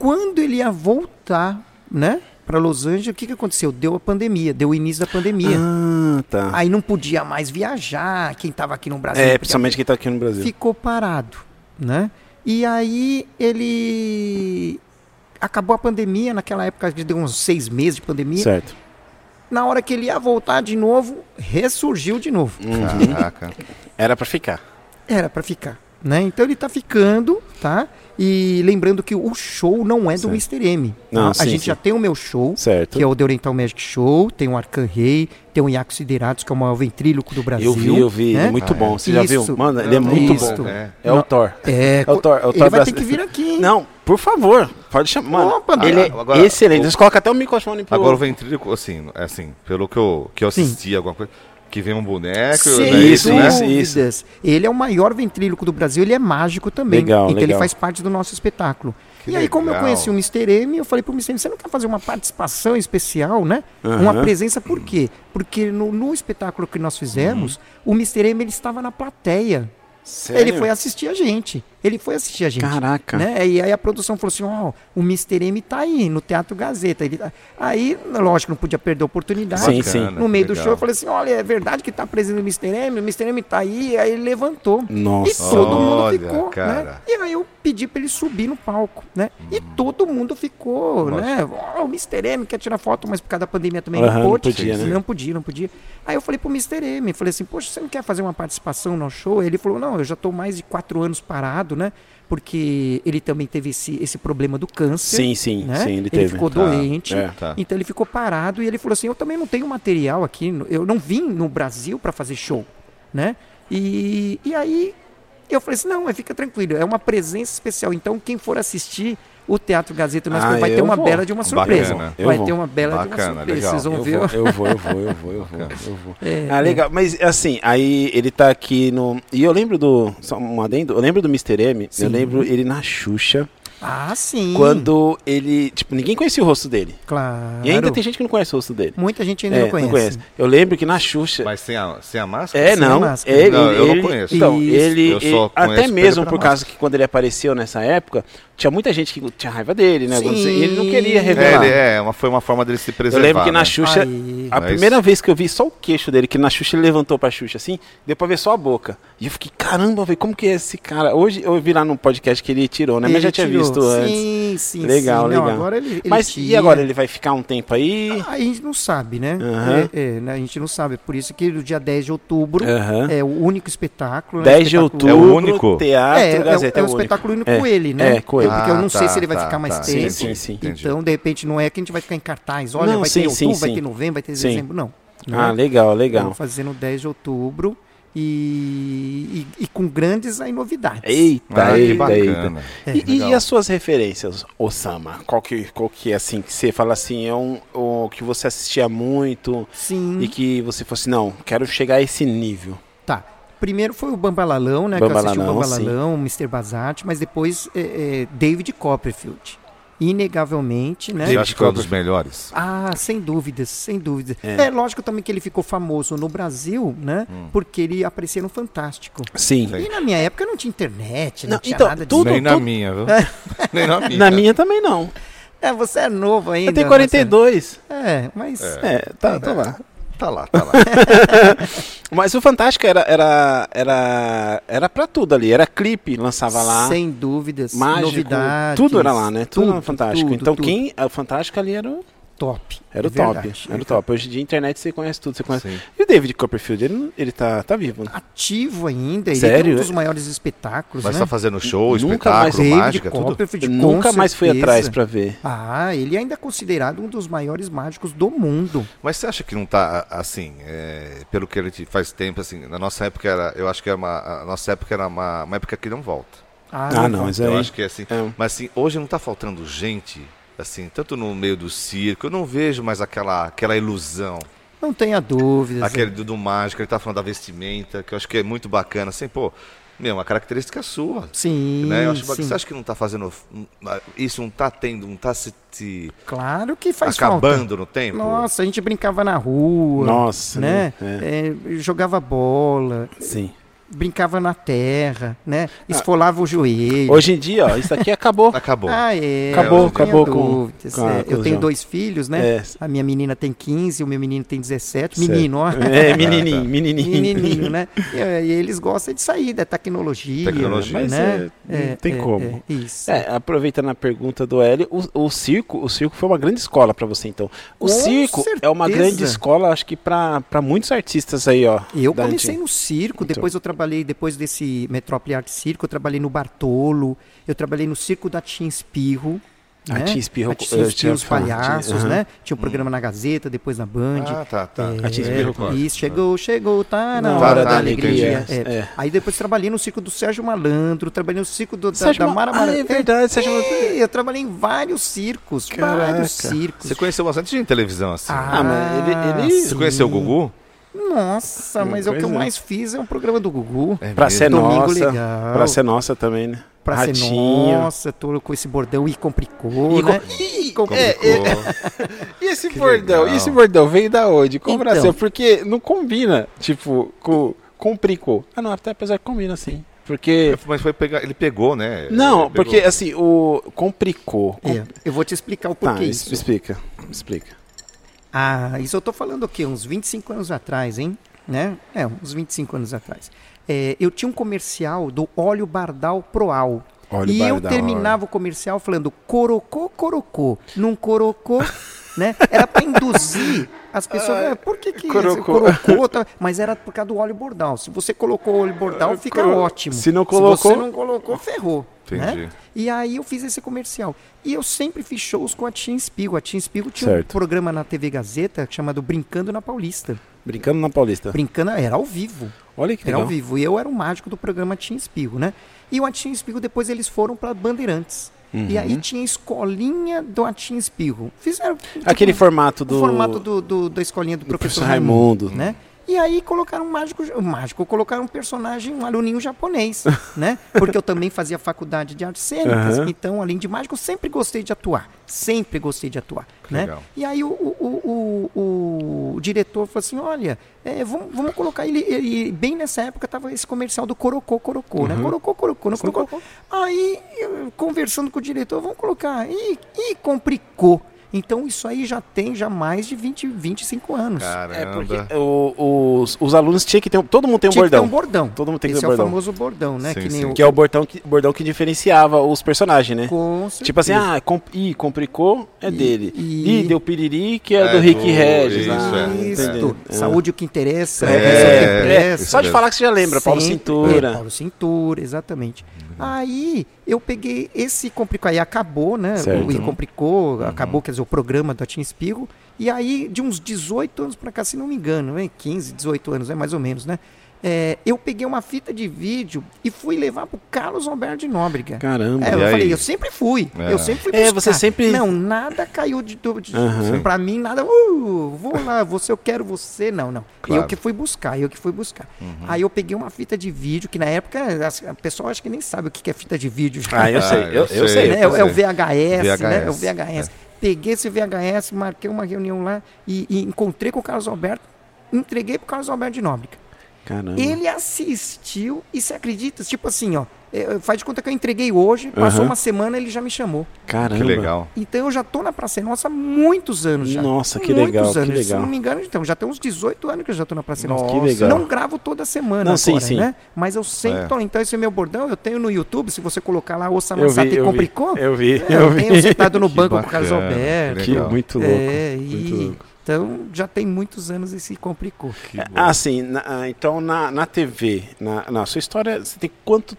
Quando ele ia voltar, né? Pra Los Angeles, o que, que aconteceu? Deu a pandemia, deu o início da pandemia.
Ah, tá.
Aí não podia mais viajar, quem tava aqui no
é,
Brasil. não podia-
principalmente quem tá aqui no Brasil.
Ficou parado, né? E aí ele... Acabou a pandemia, naquela época acho que deu uns seis meses de pandemia.
Certo.
Na hora que ele ia voltar de novo, ressurgiu de novo.
Hum.
Caraca.
Era pra ficar.
Era pra ficar, né? Então ele tá ficando, tá? E lembrando que o show não é do Mr. M.
Não,
tá? a
sim,
gente
sim.
já tem o meu show,
Certo.
que é o The Oriental Magic Show, tem o Arcan Rei, tem o Iaco Sideratos, que é o maior ventríloco do Brasil.
Eu vi, eu vi. Ele
né?
é muito
Ah,
bom.
é.
Você já viu?
Isso.
Mano, ele é muito
Isso.
bom.
É.
É o
Não.
Thor.
É,
É o Thor. É o Thor
ele vai ter
brasileiro.
que vir aqui, hein?
Não, por favor. Pode chamar. Mano,
Opa,
ele é
agora-
excelente.
o-
Eles colocam até o microfone pro...
Agora o ventríloco, assim, é assim, pelo que eu, que eu
Sim.
assisti, alguma coisa. Que vem um boneco,
Sem
né?
isso, né?
dúvidas.
Isso,
Ele é o maior ventríloco do Brasil, ele é mágico também.
Legal,
então ele
legal.
faz parte do nosso espetáculo.
Que
e aí, como eu
legal.
conheci o Mr. M, eu falei pro Mr. M, você não quer fazer uma participação especial, né? Uma presença, por quê? Porque no, no espetáculo que nós fizemos, o Mr. M ele estava na plateia.
Hum. Sério?
Ele foi assistir a gente. Ele foi assistir a gente.
Caraca.
Né? E aí a produção falou assim: ó, o Mr. M tá aí no Teatro Gazeta. Ele tá- Aí, lógico, não podia perder a oportunidade.
Sim,
Bacana,
sim.
que
No meio do
legal.
show, eu falei assim: olha, é verdade que tá presente o Mr. M, o Mr. M tá aí, aí ele levantou. E
Nossa.
todo mundo
Olha,
ficou, né?
cara. Hum.
E aí eu pedi pra ele subir no palco, né? E todo mundo ficou,
Lógico.
né? Ó, o Mr. M quer tirar foto, mas por causa da pandemia também
Aham,
não
não
pôde.
podia, né?
Não podia, não podia. Aí eu falei pro Mr. M, falei assim, poxa, você não quer fazer uma participação no show? Ele falou, não, eu já tô mais de quatro anos parado, né? Porque ele também teve esse, esse problema do câncer.
Sim, sim,
né?
sim, ele teve.
ficou
Tá,
doente,
é,
tá.
então ele ficou parado e ele falou assim: Eu também não tenho material aqui, no- eu não vim no Brasil para fazer show, né? E, e aí eu falei assim: Não, mas fica tranquilo, é uma presença especial. Então quem for assistir o Teatro Gazeta nós
Ah,
vai ter
eu
uma
vou.
bela de uma surpresa.
Bacana.
Eu
Vai
vou.
ter uma bela de uma
Bacana,
surpresa.
legal.
Vocês vão
Eu
ver.
vou, eu vou, eu vou, eu vou, eu vou, eu vou.
É,
ah, legal. Mas assim, aí ele tá aqui no. E eu lembro do. Só um adendo, eu lembro do Mr. M,
Sim.
eu lembro ele na Xuxa.
Ah, sim.
Quando ele. Tipo, ninguém conhecia o rosto dele.
Claro.
E ainda tem gente que não conhece o rosto dele.
Muita gente ainda
É,
não conhece.
Eu lembro que na Xuxa.
Mas sem a, sem a máscara?
É,
sem
não.
máscara.
Ele,
Não, eu não
ele-
conheço.
Então,
Isso.
ele,
Eu só
ele- é
conheço
até
pelo
mesmo
pela
por causa que quando ele apareceu nessa época, tinha muita gente que tinha raiva dele, né?
Sim.
E ele não queria
É,
revelar.
ele é uma, foi uma forma dele se
Eu
preservar.
lembro que na
né?
Xuxa,
Aí.
a
Mas-
primeira vez que eu vi só o queixo dele, que na Xuxa ele levantou pra Xuxa assim, deu pra ver só a boca. E eu fiquei, caramba, velho, como que é esse cara? Hoje eu vi lá no podcast que ele tirou, né? Mas
Ele
já tinha
tirou.
visto antes.
Sim, sim,
legal,
sim. Não,
legal.
agora ele, ele
Mas e
tira. Ah,
agora? Ele vai ficar um tempo aí?
A gente não sabe, né?
Aham.
É, é, né? A gente não sabe. Por isso que no dia 10 de outubro
Aham.
é o único espetáculo. né?
10 de
Espetáculo-
outubro,
É o único?
Teatro
É, é, é,
Gazeta.
um
o único.
espetáculo único
É,
com ele, né?
é, com ele.
Porque eu não
Ah,
sei se ele vai
tá,
ficar mais
tá.
Sim,
tempo.
sim, sim.
Entendi.
Então, de repente, não é que a gente vai ficar em cartaz. Olha,
Não,
vai
sim,
ter
sim,
outubro, vai
sim.
ter novembro, vai ter
Sim.
dezembro. Não. não
Ah,
é?
legal,
Vamos
legal.
fazer no 10 de outubro e, e, e com grandes aí, novidades.
Eita,
Ah, que
eita, eita.
bacana.
É,
E- E,
legal.
as suas referências, Osama? Qual que, qual que é assim, que você fala assim, é um, o que você assistia muito
Sim.
e que você fosse, não, quero chegar a esse nível.
Tá. Primeiro foi o Bambalalão, né? que eu assisti o
Bambalalão, sim.
Bambalalão, o Mr. Bazarte, mas depois é, é, David Copperfield. Inegavelmente, né?
Você acha que é um dos melhores?
Ah, sem dúvidas, sem dúvidas.
É. Hum.
É. lógico também que ele ficou famoso no Brasil, né? Porque ele apareceu no Fantástico.
Sim.
Sim.
E na minha época não tinha internet, não,
É. Não,
tinha
então,
nada disso.
tudo-
Nem na
tudo- É.
minha, viu? Nem na minha.
Na minha também não.
É, você é novo ainda.
Eu tenho 42.
Marcelo. É, mas...
É, tá, tá lá.
Tá lá, tá lá.
É. Mas o Fantástico era, era, era, era pra tudo ali. Era clipe, lançava lá.
Sem dúvidas,
Mágico,
novidades.
tudo era lá, né? Tudo, era no
tudo,
Fantástico.
tudo,
então
tudo.
quem. O Fantástico ali era o,
Top.
era o
é
top.
verdade.
Era o top. Hoje em dia a internet você conhece tudo. Você conhece.
Sim.
E o David Copperfield, ele, não- ele tá, tá vivo,
Ah,
né?
Ativo ainda, ele
Sério?
é um dos maiores espetáculos,
Mas
né?
tá fazendo show,
Nunca mais
espetáculo,
vi
David
mágica, tudo?
Copperfield,
Eu
com
nunca mais fui
certeza.
atrás pra ver.
Ah, ele ainda é considerado um dos maiores mágicos do mundo.
Mas você acha que não tá a- assim, é, pelo que ele te- faz tempo, assim, na nossa época era, eu acho que era uma, a nossa época era uma, uma época que não volta.
Ah, não, mas
Eu
aí.
acho que é assim.
É.
Mas assim, hoje não tá faltando gente, assim, tanto no meio do circo, eu não vejo mais aquela, aquela ilusão,
Não tenha dúvidas.
aquele do, do mágico, ele tá falando da vestimenta, que eu acho que é muito bacana, assim, pô, meu, uma característica sua.
Sim,
Né? Eu acho bacana.
sim.
Você acha que não tá fazendo. Isso não tá tendo, não tá se, se
Claro que faz
acabando
falta.
no tempo?
Nossa, a gente brincava na rua,
Nossa,
né?
né? É.
É, jogava bola,
Sim.
brincava na terra, né? Esfolava o joelho.
Hoje em dia, ó, isso aqui acabou.
Acabou.
Ah, é.
Acabou,
não tenha
acabou com-
dúvidas,
com a-
é.
com
Eu
o
tenho
João.
dois filhos, né?
É.
A minha menina tem 15, o meu menino tem 17. Menino, ó.
É, menininho, menininho.
Ah, tá. Menininho, né? E, é, e eles gostam de sair da tecnologia.
Tecnologia.
Mas
né?
é, não tem como.
é, isso.
É, aproveitando a pergunta do Hélio, o, o circo, o circo foi uma grande escola pra você então. O
Com
circo é uma
certeza.
grande escola, acho que pra pra muitos artistas aí, ó.
Eu
da
comecei
antiga.
no circo,
Então.
depois eu trabalhei, depois desse Metrópole Arte Circo, eu trabalhei no Bartolo, eu trabalhei no circo da Tim Espirro.
A
né?
Tia Ah, Espirro-
A Tia
eu
Espirro,
tinha
os
falado,
palhaços,
aham.
né? Tinha um programa na Gazeta, depois na Band.
Ah, tá, tá.
É,
A Tia Espirro com-
isso, chegou, chegou, tá na
Na
hora
hora
da
da
alegria.
alegria,
é.
é.
Aí depois trabalhei no circo do Sérgio Malandro, trabalhei no circo do, da,
Sérgio
da
Ma-
Mara Mara.
Ah, é verdade, Sérgio Malandro.
É, eu trabalhei em vários circos,
Caraca.
vários circos.
Você conheceu bastante gente em televisão, assim.
Ah, mas ele- ele-
Você conheceu o Gugu?
Nossa, mas é o que eu
Pois é.
mais fiz é um programa do Gugu.
É
Pra
mesmo?
ser
Domingo
nossa,
Legal.
pra ser nossa também, né?
Pra ser
Ratinho.
nossa, tô com esse bordão e complicou,
E
né?
com-
E
Complicou.
é, é,
E esse
Que
bordão?
legal.
E esse bordão veio da onde? Qual
Então.
Brasil? Porque não combina, tipo, com, com Pricô. Ah, não, até apesar que combina sim. Porque.
Mas foi pegar, ele pegou, né?
Não,
Ele pegou.
porque assim, o. Com Pricô. Com...
é, eu vou te explicar o
Tá,
porquê
es-
isso.
explica. Explica.
Ah, isso eu tô falando o quê? Uns 25 anos atrás, hein? Né? É, uns 25 anos atrás. É, eu tinha um comercial do óleo Bardal Proal.
Óleo
e eu
Bardal,
terminava o comercial falando corocô, corocô, num corocô, né? Era pra induzir as pessoas. "Ah, por que que
corocô."
esse corocô tá-" Mas era por causa do óleo bordal. Se você colocou o óleo bordal, fica
coro-
ótimo.
Se não colocou-
você não colocou, ferrou.
Entendi.
né? E aí eu fiz esse comercial. E eu sempre fiz shows com a Tim Spigo. A Tim Spigo tinha
Certo.
um programa na TV Gazeta chamado Brincando na Paulista.
Brincando na Paulista.
Brincando era ao vivo.
Olha Tá. que
Era
legal.
É ao vivo. E eu era o mágico do programa Tim Spigo, né? E o Tim Spigo, depois eles foram para Bandeirantes. E aí
Uhum.
tinha a escolinha do Atim Espirro. Fizeram tipo,
Aquele formato
o
do.
formato do, do- da escolinha do, professor
professor
Raimundo,
Raimundo.
né? E aí colocaram um mágico, um mágico, colocaram um personagem, um aluninho japonês, né? Porque eu também fazia faculdade de artes cênicas,
Aham.
então além de mágico, eu sempre gostei de atuar, sempre gostei de atuar, né?
legal.
E aí o, o- o- o- o diretor falou assim, olha, é, vamos, vamos colocar ele, ele- bem nessa época tava esse comercial do Corocô, Corocô,
Uhum.
né? Corocô, Corocô, não colocou. Aí, eu, conversando com o diretor, vamos colocar, e, e complicou. Então isso aí já tem já mais de 20, 25 anos.
É, porque
Caramba.
o- os, os alunos tinham que ter. um- Todo mundo tem um
Tinha que ter
bordão.
um bordão.
Todo mundo tem que
Esse
ter
é
um
o
bordão.
famoso bordão, né?
Sim,
que nem
sim.
o...
Que é o bordão que, bordão que diferenciava os personagens, né?
Com
Tipo assim,
certeza.
ah, com, ih, complicou é dele.
e-
Ih, deu piriri que é,
É
do Rick
do-
Regis.
isso,
ah,
é.
entendi.
Isto.
É.
Saúde o que interessa.
É,
isso o que
é,
interessa.
Só de
mesmo.
falar que você já lembra, Paulo
Sempre. É,
Cintura.
Paulo Cintura, exatamente. Aí eu peguei esse complicou, aí acabou, né?
Certo. Uhum.
O E complicou, acabou, quer dizer, o programa da Tim Espirro. E aí, de uns 18 anos pra cá, se não me engano, né? 15, 18 anos, é mais ou menos, né? É, eu peguei uma fita de vídeo e fui levar pro Carlos Alberto de Nóbrega.
Caramba.
É, eu
E aí?
falei, eu sempre fui.
É.
Eu sempre fui.
É,
buscar.
você sempre-
Não, nada caiu de. do- de assim
Aham.
Pra mim, nada. Uh, vou lá, você, eu quero você. Não, não.
Claro.
Eu que fui buscar, eu que fui buscar. Aí eu peguei uma fita de vídeo, que na época, as- a pessoa acho que nem sabe o que que é fita de vídeo. já.
Ah, eu sei, eu, eu
eu
sei.
sei.
Né? É, o- é o
sei.
VHS, né? É o
VHS,
VHS. Peguei esse VHS, marquei uma reunião lá e, e encontrei com o Carlos Alberto, entreguei pro Carlos Alberto de Nóbrega.
Caramba.
Ele assistiu e se acredita, tipo assim, ó, eh, faz de conta que eu entreguei hoje, passou
Aham.
uma semana ele já me chamou.
Caramba.
Que legal.
Então eu já tô na Praça Nossa há muitos anos já.
Nossa, que
muitos
legal, que
anos. Se
legal.
não me engano, então, já tem uns 18 anos que eu já tô na Praça
Nossa,
Nossa.
que legal.
Não gravo toda semana
Não,
agora,
sim, sim.
né? Mas eu sempre
É.
tô. Então esse é meu bordão, eu tenho no YouTube, se você colocar lá Ossa
Eu vi,
Massata e
eu vi.
Complicou,
Eu vi,
é,
eu vi.
tenho sentado no
Que
banco com o Carlos
bacana,
Alberto.
Que
Legal.
muito louco.
É,
muito
e...
louco.
Então já tem muitos anos esse Complicou.
Que bom.
Ah, sim. na- ah, então, na, na TV, na, na sua história, você tem quantos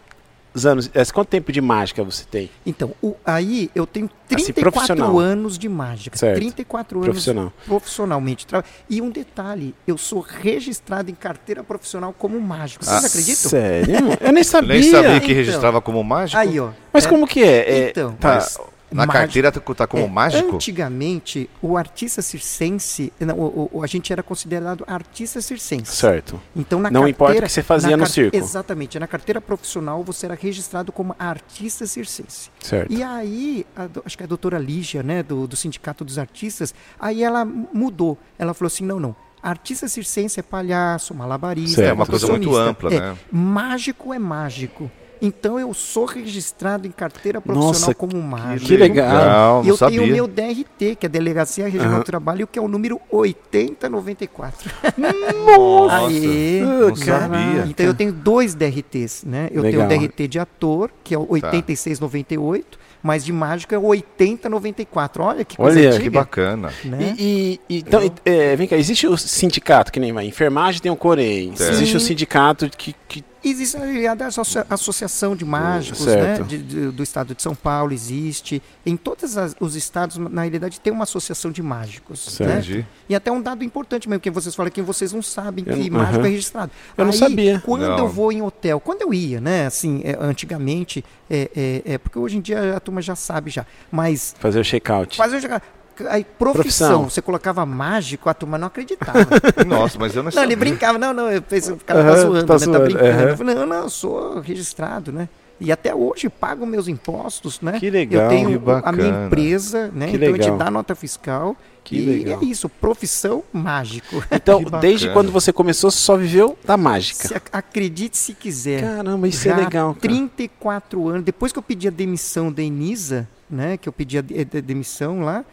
anos? eh, Quanto tempo de mágica você tem?
Então, o- aí eu tenho
Assim,
34
profissional.
anos de mágica.
Certo.
34 anos
Profissional.
profissionalmente. Tra- E um detalhe, eu sou registrado em carteira profissional como mágico. Vocês
Ah,
acreditam?
Sério? Eu nem
Eu
sabia.
nem sabia que
Então.
registrava como mágico.
Aí, ó.
Mas
É,
como que é? É,
Então,
tá.
Mas na
mágico-
carteira tá- tá como
é,
mágico?
Antigamente, o artista circense, não, o- o- o- a gente era considerado artista circense.
Certo.
Então, na
Não
carteira,
importa o que você fazia
na
no
car-
circo.
Exatamente. Na carteira profissional, você era registrado como artista circense.
Certo.
E aí, a do- acho que é a doutora Lígia, né, do, do Sindicato dos Artistas, aí ela mudou. Ela falou assim: não, não. Artista circense é palhaço, malabarista,
Certo. É uma
coisa muito
percussionista.
ampla, né?
Mágico é mágico. Então eu sou registrado em carteira profissional
Nossa,
como mágico.
Que legal.
Não,
E
não
eu
sabia.
tenho o meu DRT, que é a Delegacia Regional
Aham.
do Trabalho, que é o número 8094.
Nossa,
Aê,
não
caraca.
sabia.
Então eu tenho dois DRTs, né? Eu
Legal. Tá.
tenho o DRT de ator, que é o 8698, mas de mágica é o 8094. Olha que coisa
Olha,
antiga,
Que bacana.
né?
E, e- e- então, e- é, vem cá, existe o sindicato, que nem vai, enfermagem tem o Corém,
Certo.
existe o sindicato que, que-
Existe aliás, a asso- Associação de Mágicos, né?
certo.
de- de- do estado de São Paulo existe. Em todos as- os estados, na realidade, tem uma associação de mágicos.
Certo.
Né?
Entendi.
E até um dado importante mesmo, que vocês falam que vocês não sabem que
Eu não-
mágico
Aham.
é registrado.
Eu não
Aí,
sabia.
Quando
Não.
eu vou em hotel, quando eu ia, né, assim, é, antigamente, é, é, é, porque hoje em dia a turma já sabe já, mas
fazer o check-out.
fazer chegar, aí profissão,
Profissão.
você colocava mágico, a turma não acreditava.
Nossa, mas eu não
não, ele
sabia.
brincava, não, não, eu pensei, o cara
Aham,
tá zoando,
tá
né,
zoando,
tá brincando.
aham.
Eu falei, não, não, eu sou registrado, né. E até hoje pago meus impostos, né?
Que legal,
Eu
que
tenho a minha
bacana.
empresa, né?
Que
então a
legal.
gente dá nota fiscal.
Que
e
legal.
é isso, profissão mágico.
Então,
Que
desde
bacana.
quando você começou, você só viveu da mágica.
Se ac- acredite se quiser.
Caramba, isso
já
é legal. cara.
34 anos. Depois que eu pedi a demissão da Enisa, né? Que eu pedi a de- de- demissão lá,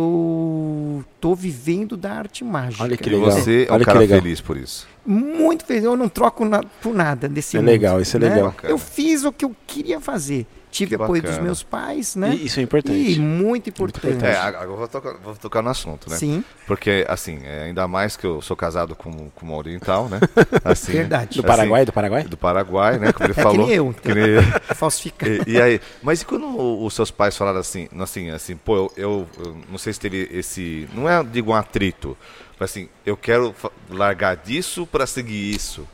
eu tô vivendo da arte mágica.
Olha que legal.
Você é
Olha
um
que
cara
legal.
feliz por isso.
Muito feliz. Eu não troco na, por nada desse
É
mundo,
legal, isso é
né?
legal.
Bacana.
Eu fiz o que eu queria fazer. Tive
Que
apoio
bacana.
dos meus pais, né?
E isso é importante.
E muito importante.
importante.
É, agora eu vou tocar, vou tocar no assunto, né?
Sim,
Porque, assim, é, ainda mais que eu sou casado com, com uma oriental, né? Assim,
Verdade.
Do
assim,
Paraguai, do Paraguai?
do Paraguai, né? Como ele
É. que
falou.
nem eu, então.
Que nem eu.
falsificar.
E, e aí, mas e quando o- os seus pais falaram assim, no- assim, assim, pô, eu, eu- eu não sei se teve esse, não é digo um atrito, mas assim, eu quero fa- largar disso pra seguir isso.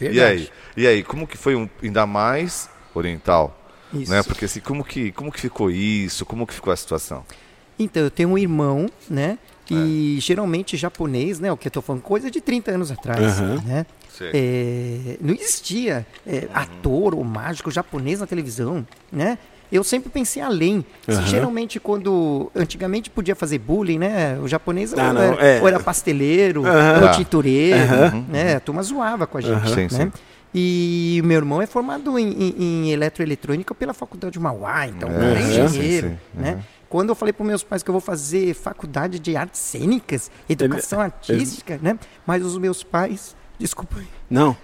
E aí, e aí, como que foi um, ainda mais oriental?
é
Isso.
Né? Porque assim, como que, como que ficou isso? Como que ficou a situação?
Então, eu tenho um irmão, né?
É.
E geralmente japonês, né? O que eu tô falando, coisa de 30 anos atrás,
Aham. Uhum.
né? É, não existia é, ator ou mágico japonês na televisão, né? Eu sempre pensei além. Se
Aham.
geralmente, quando. Antigamente podia fazer bullying, né? O japonês
Ah,
ou,
não,
era,
é.
ou era pasteleiro,
Aham.
ou
Tá.
tintureiro, né? A turma zoava com a gente.
Sim,
né?
sim.
E meu irmão é formado em, em, em eletroeletrônica pela faculdade de Mauá, então
É,
é,
sim,
engenheiro,
sim, sim.
né? Quando eu falei para meus pais que eu vou fazer faculdade de artes cênicas, educação artística, né? Mas os meus pais, desculpa,
Não.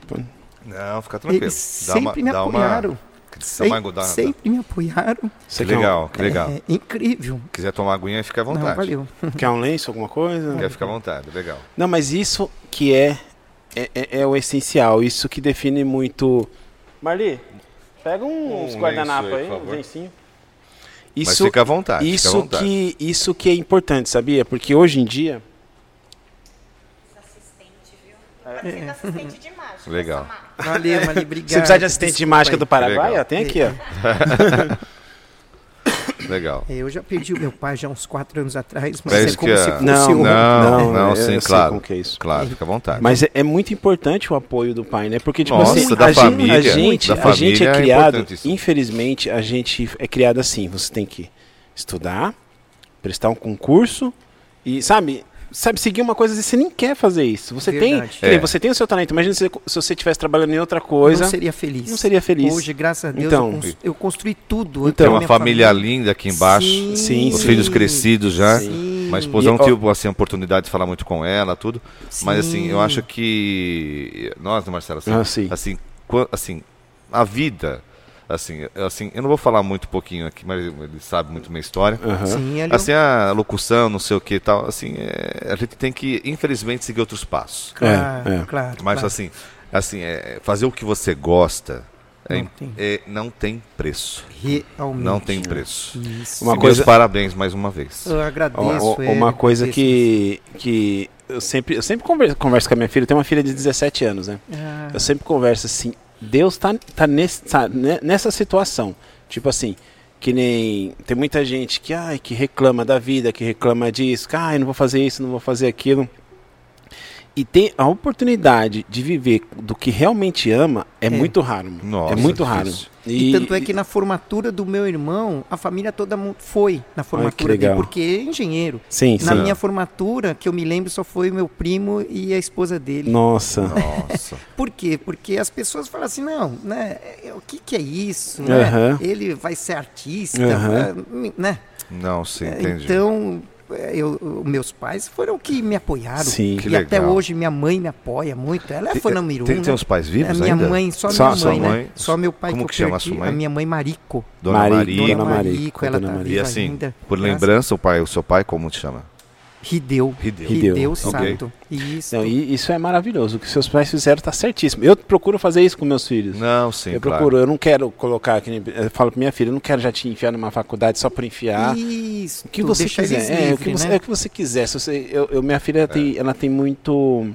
Não, fica tranquilo.
eles sempre me
é dá
apoiaram.
Dá uma
Sempre,
engordada.
sempre me apoiaram.
Você
Que
quer um-
legal, que legal.
É incrível.
Quiser tomar aguinha, fica à vontade.
Não, valeu.
Quer um lenço, alguma coisa?
Quer ficar à vontade, legal.
Não, mas isso que é, é, é- é o essencial, isso que define muito. Marli, pega
Um
uns
lenço
guardanapos
aí,
aí,
por favor.
um lencinho.
Mas fica à vontade. fica à
isso,
vontade.
que, isso que é importante, sabia? Porque hoje em dia.
Assistente, viu? Pode ser assistente de mágica.
Legal.
Samara.
Valeu, Mali, obrigado.
Você precisa de assistente de
Desculpa
mágica
aí.
do Paraguai?
É Legal.
Ó, tem aqui, ó.
Legal.
É, Eu já perdi o meu pai já uns quatro anos atrás, mas
É isso
é como
que
se
é.
fosse
Não,
Não,
um.
Não,
não,
eu- eu
sim,
sei
claro.
como que é isso.
Claro, fica à vontade.
Mas é, é muito importante o apoio do pai, né? Porque, tipo
Nossa,
assim,
da
a,
família,
gente, a, gente,
da
a gente é
família é
criado,
importantíssimo.
infelizmente, a gente é criado assim. Você tem que estudar, prestar um concurso e, sabe, sabe seguir uma coisa e você nem quer fazer isso. Você tem,
Verdade.
quer dizer,
É.
você tem o seu talento. Imagina se, se você estivesse trabalhando em outra
não
coisa.
seria feliz.
Não seria feliz.
Hoje, graças a Deus,
Então.
eu, cons- eu construí tudo. Eu
Então.
Tem
tenho
uma
minha
família, linda aqui embaixo.
Sim,
Sim,
Os
sim.
filhos crescidos já.
Sim.
Minha esposa não
E, ó-
tive assim, a oportunidade de falar muito com ela, tudo. Mas assim, eu
Sim.
acho que. Nós, né, Marcelo, assim,
Ah, sim.
assim, qua- assim, a vida. Assim, eu- assim, eu não vou falar muito pouquinho aqui, mas ele sabe muito minha história.
Aham.
Sim, ali,
Assim, a locução, não sei o que e tal, assim, é, a gente tem que, infelizmente, seguir outros passos.
claro,
É, é.
claro.
Mas
claro.
assim, assim, é, fazer o que você gosta é,
Não
im-
tem.
é, não tem preço.
Realmente.
Não tem preço.
Isso.
Uma
Uma
coisa-
coisa... parabéns mais uma vez.
Eu agradeço.
Ó, ó,
ele
uma
por
coisa
ter
que, que eu sempre, eu sempre converso, converso com a minha filha. Eu tenho uma filha de 17 anos, né?
sido- Ah,
Eu sempre converso assim, Deus tá, tá, nesse, tá ne- nessa situação. Tipo assim, que nem. Tem muita gente que, ai, que reclama da vida, que reclama disso, que ai, não vou fazer isso, não vou fazer aquilo. E ter a oportunidade de viver do que realmente ama é, muito raro. mano.
Nossa,
é muito
difícil.
raro.
E, tanto é que na formatura do meu irmão, a família toda mu- foi na formatura dele,
legal.
porque é engenheiro.
Sim,
Na
sim.
minha formatura, que eu me lembro, só foi o meu primo e a esposa dele.
Nossa.
Nossa.
Por quê? Porque as pessoas falam assim, não, né? é, O que, que é isso? né?
Aham.
Ele vai ser artista,
Aham.
né?
Não, sim,
É,
entendi.
Então, é, eu, o- meus pais foram que me apoiaram.
Sim.
Que
e até
legal.
hoje minha mãe me apoia muito. Ela é
Tem-
fã número um.
tem, tem
né?
os pais
a
vivos
minha
ainda?
mãe, só,
Só-
minha
só
mãe, né?
mãe?
Só meu pai
Como
que
que
eu
chama
perdi,
sua mãe?
A minha mãe Marico.
Dona
Mari-
Maria.
Dona
Dona
Marico,
Marico, ela
Dona
tá
Marico.
E
viva
assim,
ainda.
por
graças-
lembrança, o pai, o seu pai, como te chama?
Rideu.
Rideu.
Rideu,
Rideu
ok.
Sato. Isso.
Não, e isso é maravilhoso. O que seus pais fizeram tá certíssimo. Eu procuro fazer isso com meus filhos.
Não, sim,
eu
claro.
procuro, eu não quero colocar que nem- Eu falo pra minha filha, eu não quero já te enfiar numa faculdade só por enfiar.
Isso.
O que você
deixa
quiser.
eles
é, o
livres,
que você,
né?
é o que você quiser. Se você- eu, eu- minha filha
É.
tem, ela tem muito.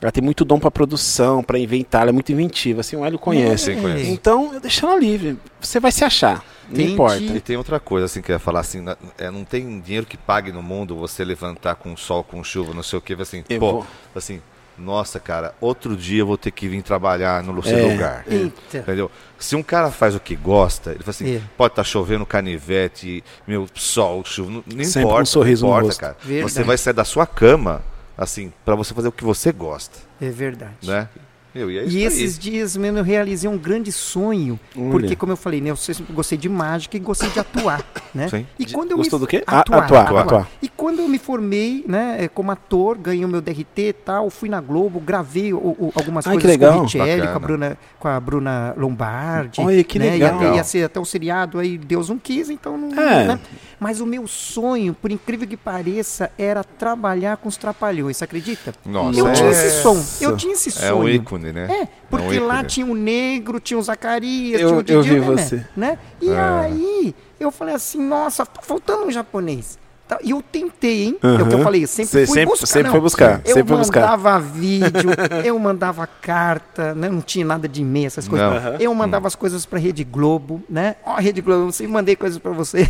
Ela tem muito dom pra produção, pra inventar, ela é muito inventiva, assim, o Hélio conhece.
É,
Sim, conheço.
Então, eu deixo ela livre. Você vai se achar. Não
Entendi.
importa.
E tem outra coisa assim que eu ia falar assim, na- é, não tem dinheiro que pague no mundo você levantar com sol, com chuva, não sei o que, assim,
Eu
pô,
vou.
assim, nossa, cara, outro dia eu vou ter que vir trabalhar no seu
É.
lugar.
Eita.
Entendeu? Se um cara faz o que gosta, ele fala assim,
É.
pode estar chovendo canivete, meu sol, chuva, não, não
Sempre um
importa,
sorriso no
não importa,
rosto.
cara.
Verdade.
Você vai sair da sua cama, assim, pra você fazer o que você gosta,
É verdade.
né? Meu, e é isso
E
aí.
esses dias mesmo eu realizei um grande sonho.
Olha.
Porque, como eu falei, né, eu sempre gostei de mágica e gostei de atuar. Né?
Sim.
E quando eu
Gostou
me...
do quê? Ah,
Atuar,
atuar,
atuar.
atuar.
E quando eu me formei né, eh, como ator, ganhei o meu DRT e tal, fui na Globo, gravei o- o- algumas
Ai, que
coisas com
legal.
o Richelli, com a,
Bacana.
Bruna, com a Bruna Lombardi.
Olha, que
né?
legal.
Ia, ia ser até um seriado, aí Deus não quis, então não...
É.
né? Mas o meu sonho, por incrível que pareça, era trabalhar com os Trapalhões, você acredita?
Nossa,
eu
é,
tinha esse som, eu tinha esse
é um
sonho.
ícone, né?
É, porque
É um
lá
ícone.
tinha o negro, tinha o Zacarias,
Eu-
tinha o Didi,
eu vi
né,
você. Ah.
né? E aí eu falei assim, nossa, tá faltando um japonês. Tá, E eu tentei, hein? É o que eu
Aham.
falei, eu sempre
Você
fui
sempre-
buscar.
sempre
não.
foi buscar,
Eu
sempre foi buscar.
mandava vídeo, eu mandava carta, né? não tinha nada de e-mail, essas coisas.
Não.
Eu mandava as coisas pra Rede Globo, né? Ó, Rede Globo, eu sempre mandei coisas pra você.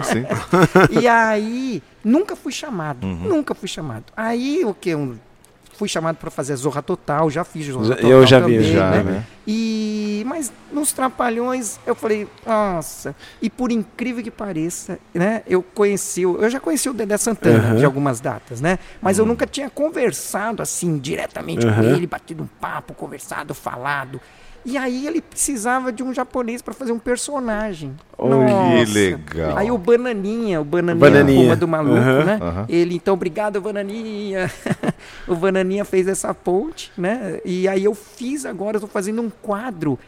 sim.
E aí, nunca fui chamado.
Uhum.
Nunca fui chamado. Aí, o que? Um, fui chamado para fazer a Zorra Total, já fiz Zorra
Já-
Total.
eu já vi,
também,
já,
né?
né?
E, mas nos Trapalhões, eu falei, nossa. E por incrível que pareça, né? Eu conheci, o- eu já conheci o Dedé Santana
Aham. Uhum.
de algumas datas, né? Mas eu nunca tinha conversado assim, diretamente com
Aham.
ele, batido um papo, conversado, falado. E aí ele precisava de um japonês para fazer um personagem.
Que
Nossa.
legal.
Aí o Bananinha, o Bananinha,
Bananinha.
Puma do maluco,
Aham.
né?
Aham.
Ele, então, obrigado, Bananinha. o Bananinha fez essa ponte, né? E aí eu fiz agora, eu tô fazendo um quadro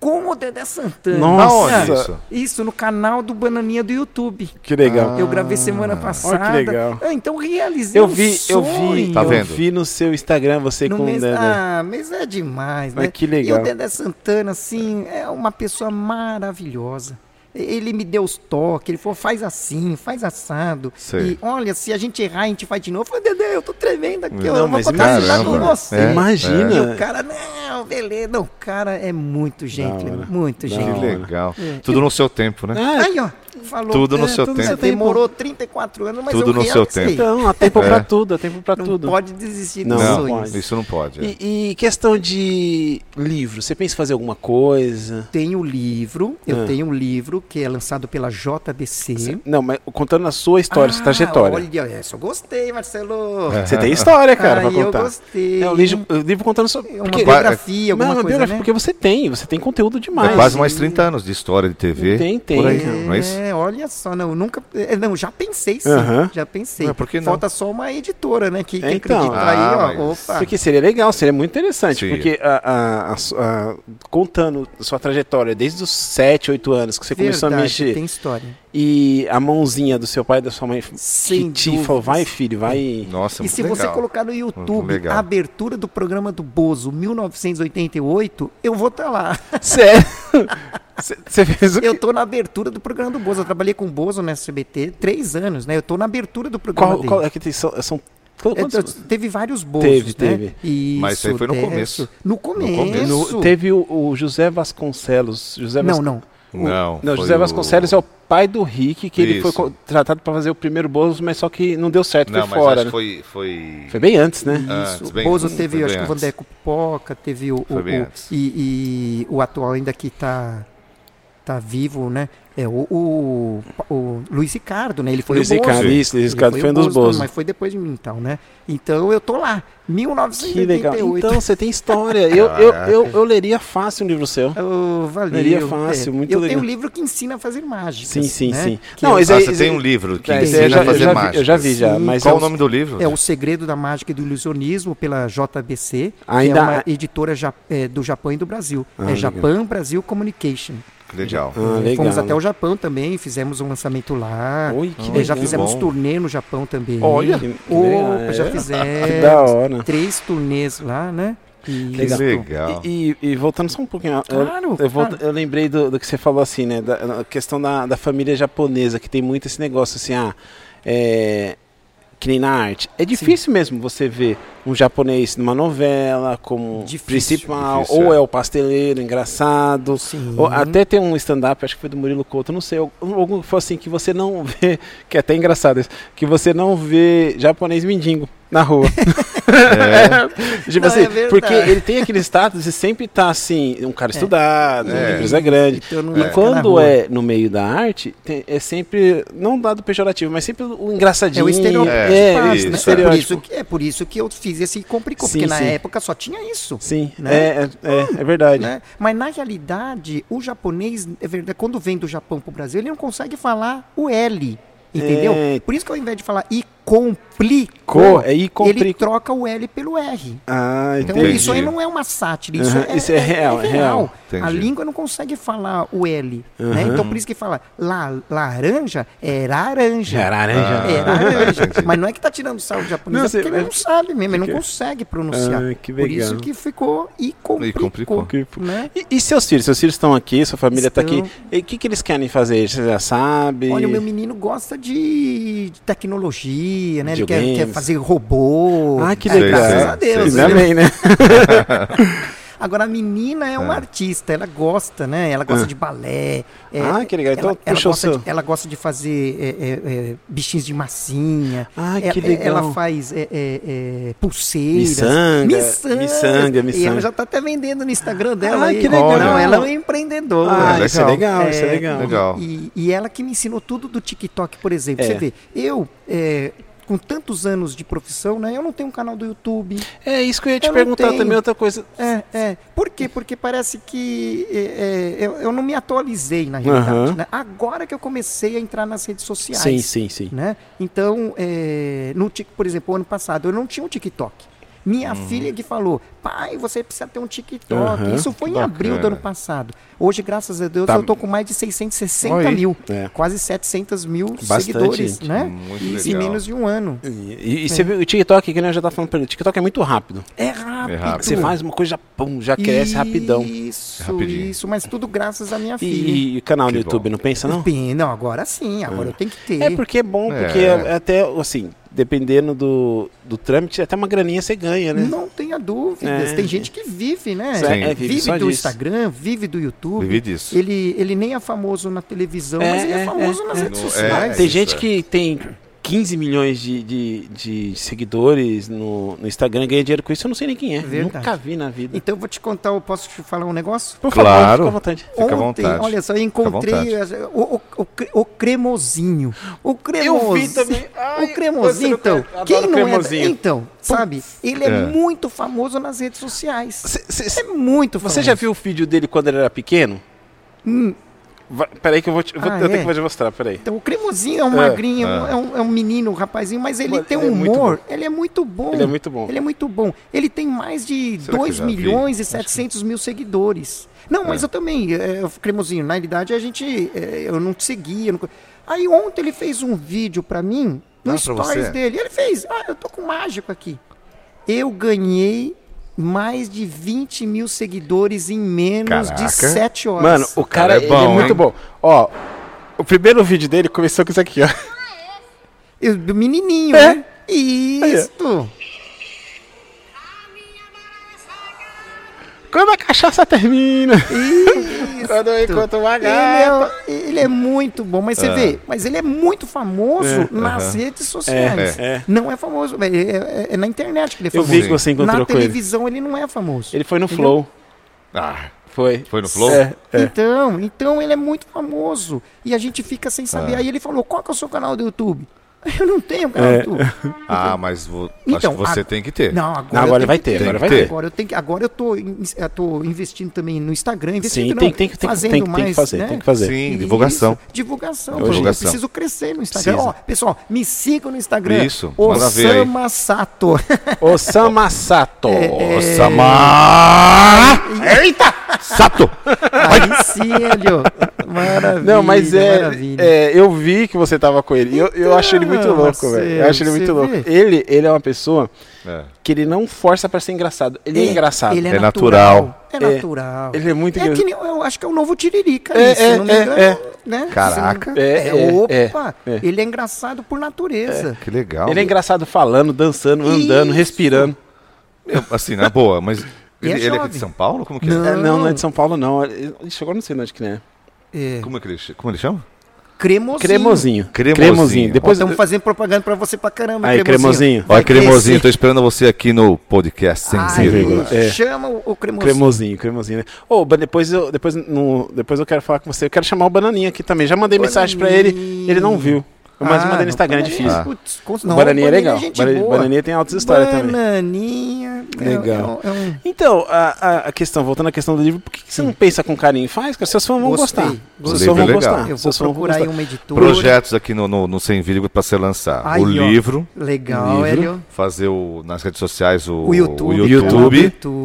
com o Dedé Santana.
Nossa!
Aonde isso?
Isso, no canal do Bananinha do YouTube.
Que legal.
Ah. Eu gravei semana passada.
Ah, Olha que legal.
Ah, Então realizei
Eu
um
vi, eu vi,
sonho.
Tá
eu
vendo?
vi no seu Instagram você
No
com o
né,
mês,
Dedé.
ah, mas é demais,
Mas
né?
que legal.
E o Dedé Santana, assim, é uma pessoa maravilhosa. E- Ele me deu os toques, ele falou, faz assim, faz assado.
Sei.
E olha, se a gente errar, a gente faz de novo. Eu falei, Dedé, eu tô tremendo aqui,
Não,
eu não vou
mas
botar esse
caramba,
tá com você.
é,
Imagina.
E o cara, não, beleza. Não, o cara é muito gentleman,
hora.
muito
é. Que
hora.
gentleman.
legal. Tudo no seu tempo, né?
Ah,
Aí, ó, falou.
Tudo no
é,
seu tempo.
Demorou 34 anos, mas
Tudo
eu
no seu
realizei.
tempo.
então, há tempo
É.
pra tudo, há tempo pra
Não
tudo.
pode desistir
Não,
dos
não
Não,
sonhos.
pode.
isso não pode. é.
E, e questão de livro, você pensa em fazer alguma coisa?
tenho o livro, eu
Ah.
tenho um livro que é lançado pela JBC.
Não, mas contando a sua história, sua
Ah,
trajetória.
Olha, essa eu gostei, Marcelo.
Você tem história, cara,
Ai,
pra contar.
Ah, eu gostei.
É um livro, um livro contando sua.
Uma
porque-
biografia, alguma
não, uma
coisa,
biografia,
né?
porque você tem, você tem conteúdo demais.
É quase mais 30 anos de história de TV.
Tem, tem.
Por aí,
É.
não é isso?
É, olha só, não, nunca. é, Não, já pensei sim.
Aham.
Já pensei.
Mas por que não?
Falta só uma editora, né? Que, que
É, então.
acredita
Ah,
aí, ó.
mas-
Opa.
Porque seria legal, seria muito interessante.
Sim.
Porque a- a- a su- a- contando sua trajetória desde os 7, 8 anos que você começou a
Verdade,
mexer
Tem história.
e a mãozinha do seu pai e da sua mãe
Sem
que te falou,
dúvidas.
vai filho, vai.
Nossa,
E
muito
se você
legal.
colocar no
Muito
YouTube
legal.
a abertura do programa do Bozo 1988, eu vou estar lá.
Sério? Você fez o quê?
Eu tô na abertura do programa do Bozo. Eu trabalhei com o Bozo na SBT três anos, né? Eu tô na abertura do programa
Qual,
dele.
qual é que tem, são, são quantos-
É, t- teve vários Bozos,
Teve,
né?
teve.
Isso,
Mas isso aí foi no
dessa.
começo.
No começo.
No- teve né? o, o José Vasconcelos. José
Não,
Vas-
não.
Não,
Não,
foi
José
o-
Vasconcelos é o pai do Rick, que ele foi
Isso.
co- tratado para fazer o primeiro Bozo, mas só que não deu certo,
Não,
foi
mas
fora. né?
acho que
Foi...
foi, foi...
bem antes, né?
antes,
Isso.
bem-
Bozo
foi
teve,
bem
acho que o
antes.
Vandeco Pipoca, teve o. o,
Foi bem
o-
antes.
e, e o atual ainda que tá, tá vivo, né? É o, o, o Luiz Ricardo, né? Ele foi
Luiz
o Bozo.
Ricardo, isso, Luiz
Ele
Ricardo foi um dos
Bozo,
Bozos.
Mas foi depois de mim, então, né? Então eu tô lá,
Que legal.
1988.
Então, você tem história. Eu, eu,
Ah, é.
eu, eu leria fácil um livro seu.
Ô,
Leria
valeu.
fácil, muito
eu
legal.
tenho um livro que ensina a fazer mágicas.
Sim, sim,
né?
sim.
Que
Não,
é,
esse
Ah,
aí-
você
esse-
tem um livro que
É, esse aí eu
ensina
já-
a fazer
eu já vi-
mágicas.
eu já vi já,
Sim,
mas
Qual
eu-
o nome do livro?
é O Segredo da Mágica e do Ilusionismo pela JBC,
Ainda-
que é uma editora ja- é, do Japão e do Brasil. é Japan Brasil Communication.
Legal.
Ah, legal.
Fomos até o Japão também, fizemos um lançamento lá.
Ui, que
É,
legal.
já fizemos
Bom.
turnê no Japão também.
Olha, que- que
Opa,
legal,
já
é?
fizemos.
Que da hora.
Três turnês lá, né? E
Que
Legal.
legal.
E, e- e voltando só um pouquinho, eu-
Claro,
eu, vou-
claro.
eu lembrei do, do que você falou assim, né? Da da questão da, da família japonesa, que tem muito esse negócio assim, ah, é, que nem na arte. É difícil mesmo você ver um japonês numa novela como
Difícil.
principal,
Difícil,
ou
é.
é o pasteleiro, engraçado.
Sim.
Ou até tem um stand-up, acho que foi do Murilo Couto, não sei, algum que foi assim, que você não vê, que é até engraçado isso, que você não vê japonês mendigo na rua. tipo
Não,
assim,
é verdade.
porque ele tem aquele status e sempre tá assim, um cara estudado, uma
É.
empresa grande.
Então não
e
vai ficar na
quando
rua.
é no meio da arte, tem- é sempre, não dado pejorativo, mas sempre o engraçadinho.
É o estereótipo.
É,
É,
é,
isso,
o
é.
É por,
estereótipo.
isso que, é por isso que eu fiz esse complicou,
Sim,
porque na
sim.
época só tinha isso.
Sim,
Né?
é, é, é, é verdade.
né? Mas na realidade, o japonês, é verdade, quando vem do Japão pro Brasil, ele não consegue falar o L, entendeu?
É.
Por isso que ao invés de falar e complica,
Icô, é Icô
ele
Trico.
troca o L pelo R.
Ah,
Então
Entendi.
isso aí não é uma sátira, isso,
Aham,
é,
isso é real, é real.
A
Entendi.
língua não consegue falar o L. Né?
Aham.
Então por isso que fala la- laranja é laranja.
É laranja.
É laranja.
entendi.
Mas não é que tá tirando sal do japonês,
Não,
é porque
você-
ele não sabe mesmo, ele
que-
não consegue pronunciar.
Ah, que
Por isso
legal.
que ficou e complicou.
complicou.
né?
E, e seus filhos? Seus filhos estão aqui, sua família está aqui.
Estão.
E o que, que eles querem fazer? Você já sabe?
Olha, o meu menino gosta de de tecnologia, né? Ele quer,
Videogames.
quer fazer robô.
Ah, que
É,
legal.
graças
Sei,
a Deus.
sei,
Ainda
né?
bem, né?
Agora, a menina é uma
É.
artista, ela gosta, né? Ela gosta
Ah.
de balé. é,
Ah, que legal. Então,
ela, ela
puxa o
gosta
seu.
de, ela gosta de fazer é, é, é, bichinhos de massinha.
Ah,
É-
que
é-
legal.
Ela faz é, é, é, pulseiras.
Miçanga, miçanga,
E
miçanga.
ela já tá até vendendo no Instagram dela.
Ah,
aí.
que legal.
Não, ela é uma empreendedora.
Ah,
legal.
isso é legal, isso é
É,
legal.
Legal.
E, e ela que me ensinou tudo do TikTok, por exemplo.
É.
Você vê, eu, é, com tantos anos de profissão, né? Eu não tenho um canal do YouTube.
É isso que eu ia te
Eu não
perguntar
tenho.
também, outra coisa.
É, é. Por quê? Porque parece que é, é, eu, eu não me atualizei na realidade.
Aham.
né? Agora que eu comecei a entrar nas redes sociais.
Sim, sim, sim.
Né? Então, é, no, Tik- por exemplo, ano passado eu não tinha um TikTok. Minha filha que falou, pai, você precisa ter um TikTok.
Hum. Aham,
Isso foi em
que
abril do
bacana.
ano passado. Hoje, graças a Deus,
Tá-
eu tô com mais de 660
Olha aí.
mil.
É.
Quase 700 mil
Bastante
seguidores,
gente.
né?
Muito
e em
legal.
menos de um ano.
E, e- e você viu o TikTok, que nem eu já tava falando pra ele, o TikTok é muito rápido.
É rápido.
rápido.
Você faz uma coisa, já, pum, já cresce rapidão. E,
Isso,
Rapidinho.
isso. Mas tudo graças à minha filha.
e, o canal do
Que
YouTube,
bom.
não pensa não?
Bem, não, agora sim, agora eu tenho que ter.
É porque é bom, porque
É.
é até, assim, dependendo do, do trâmite, até uma graninha você ganha, né?
Não tenha dúvidas.
É.
Tem gente que vive, né?
Sim.
É,
vive
vive
só
do
disso.
Instagram, vive do YouTube.
Vive disso.
Ele, ele nem é famoso na televisão,
É,
mas ele
é,
é famoso nas
é.
redes
No- é,
sociais.
tem
isso,
gente
é.
que tem 15 milhões de, de, de seguidores no, no Instagram e ganha dinheiro com isso, eu não sei nem quem é.
Verdade.
Nunca vi na vida.
Então eu vou te contar, eu posso te falar um negócio?
Por
Claro.
favor, fica à vontade.
Fica à
Ontem,
vontade.
olha só, eu encontrei as- o, o, o, cre- o cremosinho. O cremosinho.
também. Ai,
o cremosinho,
você não-
então.
eu adoro
Quem não
cremosinho.
é. Então, sabe? Ele é,
É.
muito famoso nas redes sociais.
Cê- cê-
É muito famoso.
Você já viu o vídeo dele quando ele era pequeno? Vai- peraí que eu vou te. eu vou-
Hum. Ah,
eu tenho
é?
que vou te mostrar, peraí.
Então, o Cremosinho é um
É,
magrinho, é um- é um, é um menino, um rapazinho, mas ele
Mas
tem um
ele é muito
humor, ele é muito bom.
Ele é muito bom.
Ele é muito bom. Ele tem mais de
Será que eu
2
já vi?
milhões e 700 mil seguidores. Não, mas eu também, é, eu- Cremosinho, na realidade a gente, é, eu não te seguia. eu não co- Aí ontem ele fez um vídeo pra mim,
Ah,
no
pra
stories
você?
dele. Ele fez, ah, eu tô com mágico aqui. Eu ganhei mais de 20 mil seguidores em menos
Caraca.
de 7 horas.
Mano, o cara,
cara é
ele é
bom,
muito
hein?
bom. Ó, o primeiro vídeo dele começou com isso aqui, ó.
Eu- do menininho,
É.
né? Isso!
Quando a cachaça termina.
Isso!
Quando eu encontro uma
Ele
gata.
é, ele é muito bom, mas
Ah.
você vê, mas ele é muito famoso
É,
nas redes sociais.
É, é.
Não é famoso, é, é- é na internet que ele é
Eu
famoso.
vi que você encontrou
na
com ele.
televisão ele. não é famoso.
Ele foi no Flow.
Ah,
Foi.
Foi no Flow?
É, é.
Então, então ele é muito famoso. E a gente fica sem saber.
Ah.
Aí ele falou: qual que é o seu canal do YouTube? Eu não tenho canal
É.
do YouTube.
ah mas vo- acho
Então,
que você
a-
tem que ter.
Não,
Não,
agora,
agora
eu tenho
vai
que
ter, agora
vai ter.
Agora eu, tenho que, agora eu tô, in- eu tô investindo também no Instagram, investindo
Sim,
não,
tem, tem, que- tem, que-
fazendo
tem, que- tem
mais,
que fazer,
né?
tem que fazer.
Sim,
Isso,
divulgação. É
divulgação.
Hoje-
pô, Eu
Divulgação.
preciso crescer no Instagram.
Precisa.
Ó, pessoal, me sigam no Instagram.
Isso, manda ver aí.
Osama Sato.
Osama Sato.
É,
Osama!
Eita!
Sato!
aí sim, Helio. Maravilha,
Não, mas é,
maravilha.
é, Eu vi que você tava com ele. E Eu, eu acho ele muito
Então,
louco, velho. Eu
Marcelo,
acho ele muito
você
louco.
vê?
Ele, ele é uma pessoa
É.
que ele não força pra ser engraçado. Ele é, engraçado.
Ele é,
É
natural. É
É,
natural.
ele é muito
é
engra-
que nem- Eu acho que é o novo Tiririca.
É,
ali, se
é,
não me
é,
engano,
é.
né?
Caraca.
Se não-
É,
É,
é,
opa.
é, é.
Ele é engraçado por natureza.
Que legal.
Ele é engraçado falando, dançando, andando,
Isso.
respirando.
Eu- assim, na boa, mas
E é
ele, ele é
jovem.
de São Paulo? Como que é?
Não.
É, não, não é de São Paulo, não. Ele ele chegou, não sei de onde que é.
É.
Como, é que ele, ch- como ele chama?
Cremosinho. um
Cremosinho.
Cremosinho.
Depois
Depois
estamos fazendo propaganda pra você pra caramba,
Aí, cremosinho.
Vai
Olha, Cremosinho,
crescer.
tô esperando você aqui no podcast sem
Ai,
vírgula. É.
Chama o, o cremosinho.
Cremosinho, cremosinho, né? Ô, Ban- depois eu, depois, no, depois eu quero falar com você. Eu quero chamar o Bananinha aqui também. Já mandei mensagem pra ele,
Bananinha.
ele não viu. Mas
Ah,
mandei no
não,
Instagram é
Bananinha,
difícil.
putz, cons-
Não,
não,
Bananinha é legal.
gente
Bana-
boa.
Bananinha tem altas histórias também.
Bananinha é-
Legal.
É, um- é um-
Então, a, a- a questão, voltando à questão do livro, por que, que você não pensa com carinho? Faz, cara. Seus fãs vão
Gostei.
gostar. Seus
Gostei.
fãs vão
Livro é legal.
gostar.
Eu vou
Seus fãs vão
procurar aí
gostar.
uma editora.
Projetos aqui no, no, no Sem Vírgula para ser lançado.
Aí,
o
ó.
livro,
Legal,
Livro.
Hélio.
fazer o, nas redes sociais o,
O YouTube.
O
YouTube.
YouTube.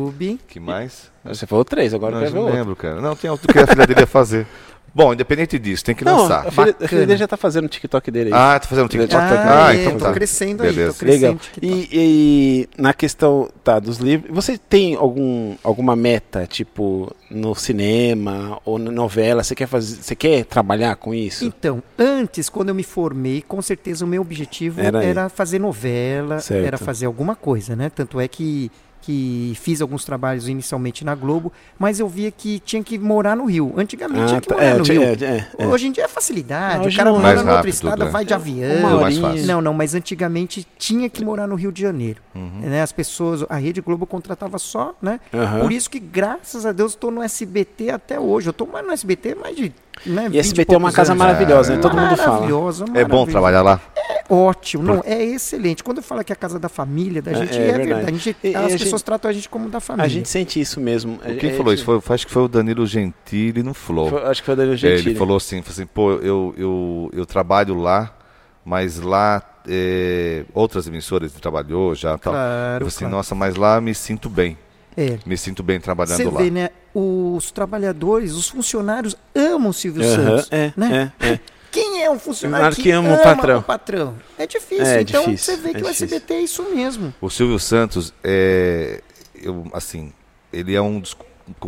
YouTube.
que mais?
um-
Você falou três, agora eu
Não, eu
quero ver
não
outro.
lembro, cara. Não, tem outro que a filha dele ia fazer. Bom, independente disso, tem que
Não,
lançar.
a filha, a
Bacana.
filha dele já tá fazendo o TikTok dele aí.
Ah, tá fazendo TikTok.
Ah,
Ah,
é,
então
tô
tá.
crescendo aí, tô
Beleza.
crescendo.
Legal. E, e na questão tá, dos livros, você tem algum, alguma meta, tipo, no cinema ou na novela? Você quer fazer. Você quer trabalhar com isso?
Então, antes, quando eu me formei, com certeza o meu objetivo
Era
era,
aí.
fazer novela,
Certo.
era fazer alguma coisa, né? Tanto é que, que fiz alguns trabalhos inicialmente na Globo, mas eu via que tinha que morar no Rio. Antigamente tinha que
tá,
morar
é,
no
ti-
Rio.
é, é, é.
Hoje em dia é facilidade,
Não,
o
hoje
cara
não é.
mora
Mais
no outro
rápido,
estado,
né?
vai de avião.
Uma
mais
horinha.
fácil.
Não, não, mas antigamente tinha que morar no Rio de Janeiro.
Uhum.
né? As pessoas, a Rede Globo contratava só, né?
Aham.
Por isso que, graças a Deus, estou no SBT até hoje. Eu estou no SBT mais de. Né,
E
20
SBT é uma
poucos
casa
anos.
maravilhosa, né? Todo mundo fala.
Maravilhosa,
É bom
maravilhosa.
trabalhar lá.
É ótimo, não, é excelente. Quando eu falo que é a casa da família, da gente,
é
é,
verdade.
verdade. A gente-
E- e a
as
gente-
pessoas tratam a gente como da família.
A gente sente isso mesmo. É-
Quem
é-
falou isso? Foi, acho que foi o Danilo Gentili no Flow.
Foi- acho que foi o Danilo
É,
Gentili.
Ele falou assim, falou assim pô, eu, eu, eu trabalho lá, mas lá é, outras emissoras ele trabalhou já tal.
Claro,
eu falei assim,
claro.
nossa, mas lá me sinto bem.
É.
Me sinto bem trabalhando
Você
lá.
vê, né? Os trabalhadores, os funcionários amam o Silvio
Aham,
Santos.
é,
né?
é, é.
Quem é um funcionário
Claro
que,
que ama
ama,
o patrão.
o patrão? É difícil.
É
então
difícil,
você vê
é
que o
difícil.
SBT é isso mesmo.
O Silvio Santos é, eu, assim, ele é um dos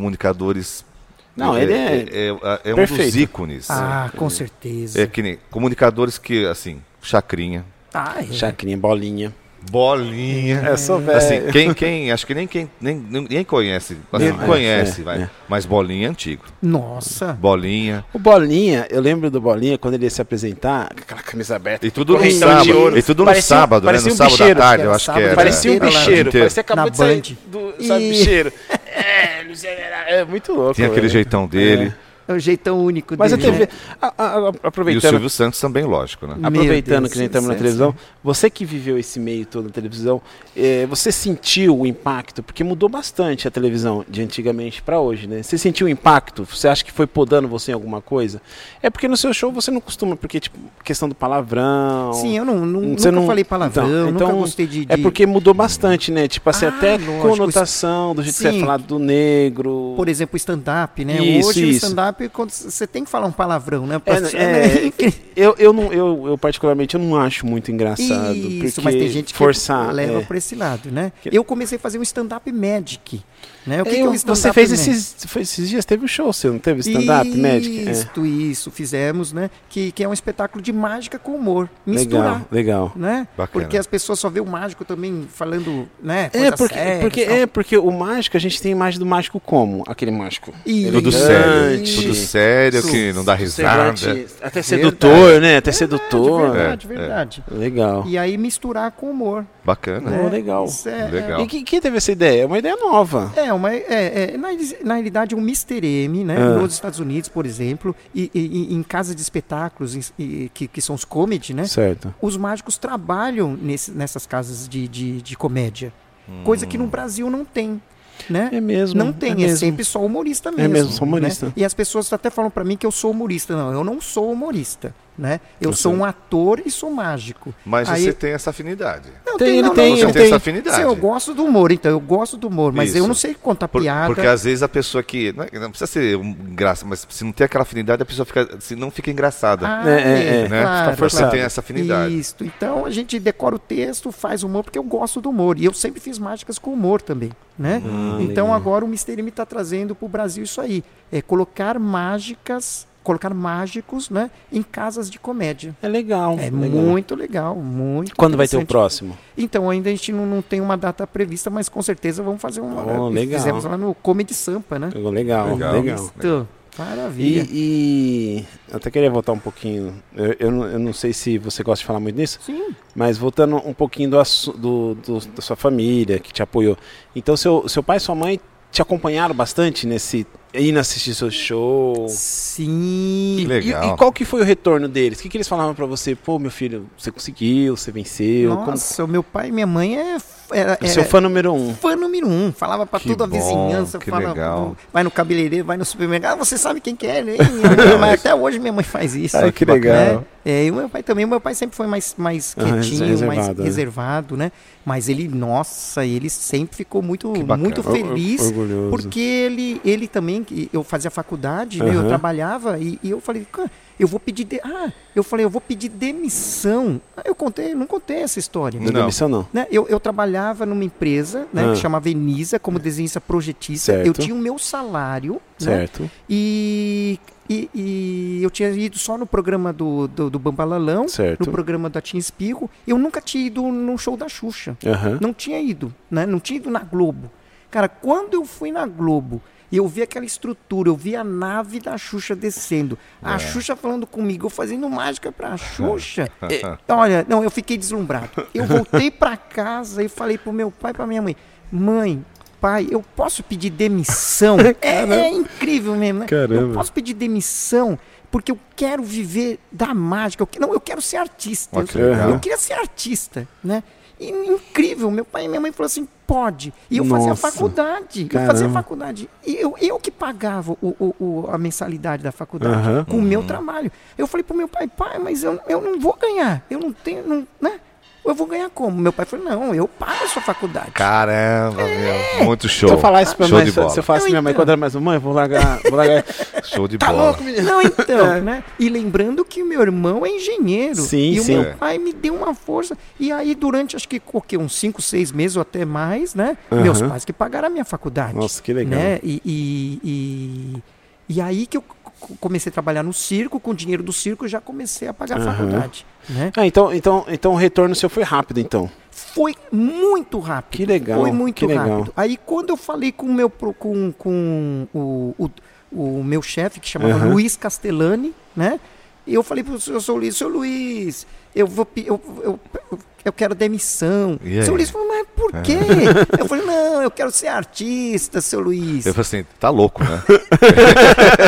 comunicadores.
Não, ele é
é, é um dos
perfeito.
ícones.
Ah, com certeza.
É que nem comunicadores que assim, chacrinha,
Ah, é.
Chacrinha, bolinha.
bolinha.
É, só velho.
Assim, quem, quem, acho que nem quem, nem, nem nem conhece, assim,
Não, é,
conhece,
é,
vai.
é.
Mas bolinha é antigo.
Nossa.
Bolinha.
O Bolinha, eu lembro do Bolinha quando ele ia se apresentar, com aquela camisa aberta.
E tudo no
correntão de ouro.
sábado. E tudo no
Parecia um-
sábado, né?
parecia
No
um
sábado à
bicheiro.
tarde, eu acho que
Sábado,
era.
Parecia um
Era lá,
bicheiro,
o dia
parecia acabou
Na
de sair
Band.
do, sabe,
E-
bicheiro. É, Luiz Gerardo, é muito louco.
Tinha aquele
velho.
jeitão dele.
É o jeitão único
Mas a
dele.
TV,
né?
a- a- a-
E o
aproveitando,
Silvio Santos também, lógico, né?
Meu
aproveitando
Deus,
que a gente estamos na
sim,
televisão, você que viveu esse meio todo na televisão, eh, você sentiu o impacto? Porque mudou bastante a televisão de antigamente para hoje, né? Você sentiu o impacto? Você acha que foi podando você em alguma coisa? É porque no seu show você não costuma, porque tipo, questão do palavrão.
Sim, eu não, não,
Você
nunca falei palavrão,
Então,
nunca
então,
gostei de,
É
de-
porque mudou bastante, né? Tipo assim,
Ah,
até
lógico,
conotação, do jeito que você
Sim.
é falado do negro.
Por exemplo, stand-up, né?
Isso,
Hoje o
isso.
stand-up, quando c- você tem que falar um palavrão, né?
É, é,
incrível.
eu, eu, não, eu, eu particularmente eu não acho muito engraçado.
Isso,
porque
mas tem gente que
forçar,
leva
é.
pra esse lado, né?
Que-
Eu comecei a fazer um stand-up magic, né? O que,
Eu-
que é um stand-up
você fez
magic?
esses, foi esses dias, teve um show seu, não teve stand-up médico? É.
Isto, isso, fizemos, né? Que, que é um espetáculo de mágica com humor, misturar,
Legal, legal.
né?
Bacana.
Porque as pessoas só vê o mágico também falando, né?
É
coisas
porque,
sérias,
porque,
tal.
é porque o mágico, a gente tem a imagem do mágico como? Aquele mágico.
Ih,
Tudo
elegante,
sério.
Elegante.
Tudo sério, que não dá risada.
semblante- Até sedutor, né? Até sedutor.
Verdade,
É, é.
verdade.
Legal.
E aí misturar com humor.
Bacana.
Pô, legal.
Isso é,
Legal.
E que- quem teve essa ideia? É uma ideia nova.
É, uma, é, é, na, na realidade, um Mr. M, né?
Ah.
Nos Estados Unidos, por exemplo, e, e- e em casa de espetáculos, em- e- que, que são os comedy, né?
Certo.
Os mágicos trabalham nesse- nessas casas de, de, de comédia. Coisa que no Brasil não tem, né?
Hum. É mesmo.
Não tem,
é
é,
mesmo. É
sempre só humorista mesmo.
mesmo, só humorista.
né? E as pessoas até falam pra mim que eu sou humorista. Não, eu não sou humorista, né? Eu
Você-
sou um ator e sou mágico.
Mas
Aí-
você tem essa afinidade.
Não,
Tem,
tem,
ele
não,
tem,
não,
ele
não.
Você tem essa afinidade.
Sim, eu gosto do humor, então, eu gosto do humor, mas
Isso.
eu não sei contar
Por-
piada.
Porque às vezes a pessoa que. Não, é- não precisa ser um graça, mas se não tem aquela afinidade, a pessoa fica, se não fica engraçada.
Ah,
É, é, é.
né?
claro,
Porque você
claro.
tem essa afinidade.
Isso, então a gente decora o texto, faz humor, porque eu gosto do humor. E eu sempre fiz mágicas com humor também, né?
Ah,
então agora o Mr. M está trazendo para o Brasil isso aí. É colocar mágicas, colocar mágicos, né? Em casas de comédia.
É legal.
É
legal.
muito legal, muito
Quando vai ter o
interessante.
próximo?
Então, ainda a gente não, não tem uma data prevista, mas com certeza vamos fazer uma.
Oh, legal.
Fizemos lá no Comedy Sampa, né?
Legal, legal.
Legal.
Isto, maravilha.
E, e eu até queria voltar um pouquinho. Eu, eu não, eu não sei se você gosta de falar muito nisso,
Sim.
mas voltando um pouquinho do, assu- do, do- da sua família que te apoiou. Então, seu, seu pai e sua mãe te acompanharam bastante nesse indo assistir seu show.
Sim.
E-
legal.
E, e qual que foi o retorno deles? O que, que eles falavam pra você? Pô, meu filho, você conseguiu, você venceu.
Nossa, o meu pai e minha mãe é, era,
Como... Seu
era-
fã número um.
fã número um. Falava pra
Que
toda a
bom,
vizinhança.
que
falava,
legal.
Vai no cabeleireiro, vai no supermercado. Ah, você sabe quem que é, né? Mas até hoje minha mãe faz isso.
Ai, que legal.
Né? É, e o meu pai também. O meu pai sempre foi mais, mais
Ah, res-
quietinho, mais
reservado, né?
reservado, né? Mas ele, nossa, ele sempre ficou muito,
bacana.
muito feliz.
Orgulhoso.
Porque ele, ele também, que eu fazia faculdade, né? eu
Aham.
trabalhava e, e eu falei, "Cara, eu vou pedir. de- Ah, eu falei, eu vou pedir demissão. Ah, Eu contei, não contei essa história.
Não
Não.
deu missão, não.
Né, Eu, eu trabalhava numa empresa né,
Ah.
que chamava Enisa como desenhista projetista.
Certo.
Eu tinha o meu salário né,
Certo.
e, e, e eu tinha ido só no programa do, do, do Bambalalão,
Certo.
no programa da Tim Espirro. Eu nunca tinha ido num show da Xuxa.
Aham.
Não tinha ido, né? Não tinha ido na Globo. Cara, quando eu fui na Globo e eu vi aquela estrutura, eu vi a nave da Xuxa descendo,
É.
a Xuxa falando comigo, eu fazendo mágica pra Xuxa.
É.
E, olha, não, eu fiquei deslumbrado. Eu voltei pra casa e falei pro meu pai e pra minha mãe: "Mãe, pai, eu posso pedir demissão?" é, é incrível mesmo, né? Eu
Caramba.
posso pedir demissão porque eu quero viver da mágica. Eu que- não, eu quero ser artista.
Ó,
Eu-
que legal.
eu queria ser artista, né? E incrível, meu pai e minha mãe falaram assim, pode. E eu fazia
Nossa,
faculdade, eu fazia
caramba.
faculdade. E eu, eu que pagava o, o- o- a mensalidade da faculdade
Aham.
com o meu trabalho. Eu falei pro meu pai, pai, mas eu, eu não vou ganhar, eu não tenho, não, né? Eu vou ganhar como? Meu pai falou, não, eu pago a sua faculdade.
Caramba, meu. Muito show.
É. Se eu falar isso pra
show
mãe,
de
se eu-
bola.
se eu falasse pra minha mãe quando era mais uma, mãe, eu vou largar. Vou largar.
Show de
tá
bola.
louco, menino? É.
Não, então, né? E lembrando que o meu irmão é engenheiro.
Sim,
e
sim.
o meu pai me deu uma força. E aí, durante acho que o quê? uns 5, 6 meses ou até mais, né?
Aham.
Meus pais que pagaram a minha faculdade.
Nossa, que legal.
Né? E, e, e, e aí que eu c- comecei a trabalhar no circo, com o dinheiro do circo eu já comecei a pagar a
Aham.
faculdade. Né?
Ah, então, então, então o retorno seu foi rápido, então.
Foi muito rápido.
Que legal,
Foi muito
que legal.
rápido. Aí quando eu falei com o meu pro- com, com o, o, o meu chefe, que chamava
Aham.
Luiz Castellani, né? Eu falei pro seu, seu Luiz, seu Luiz, eu vou pe- eu, eu, eu, eu quero demissão.
E aí?
Seu Luiz falou, mas por quê? Eu falei, não, eu quero ser artista, seu Luiz.
Eu falei assim, tá louco, né?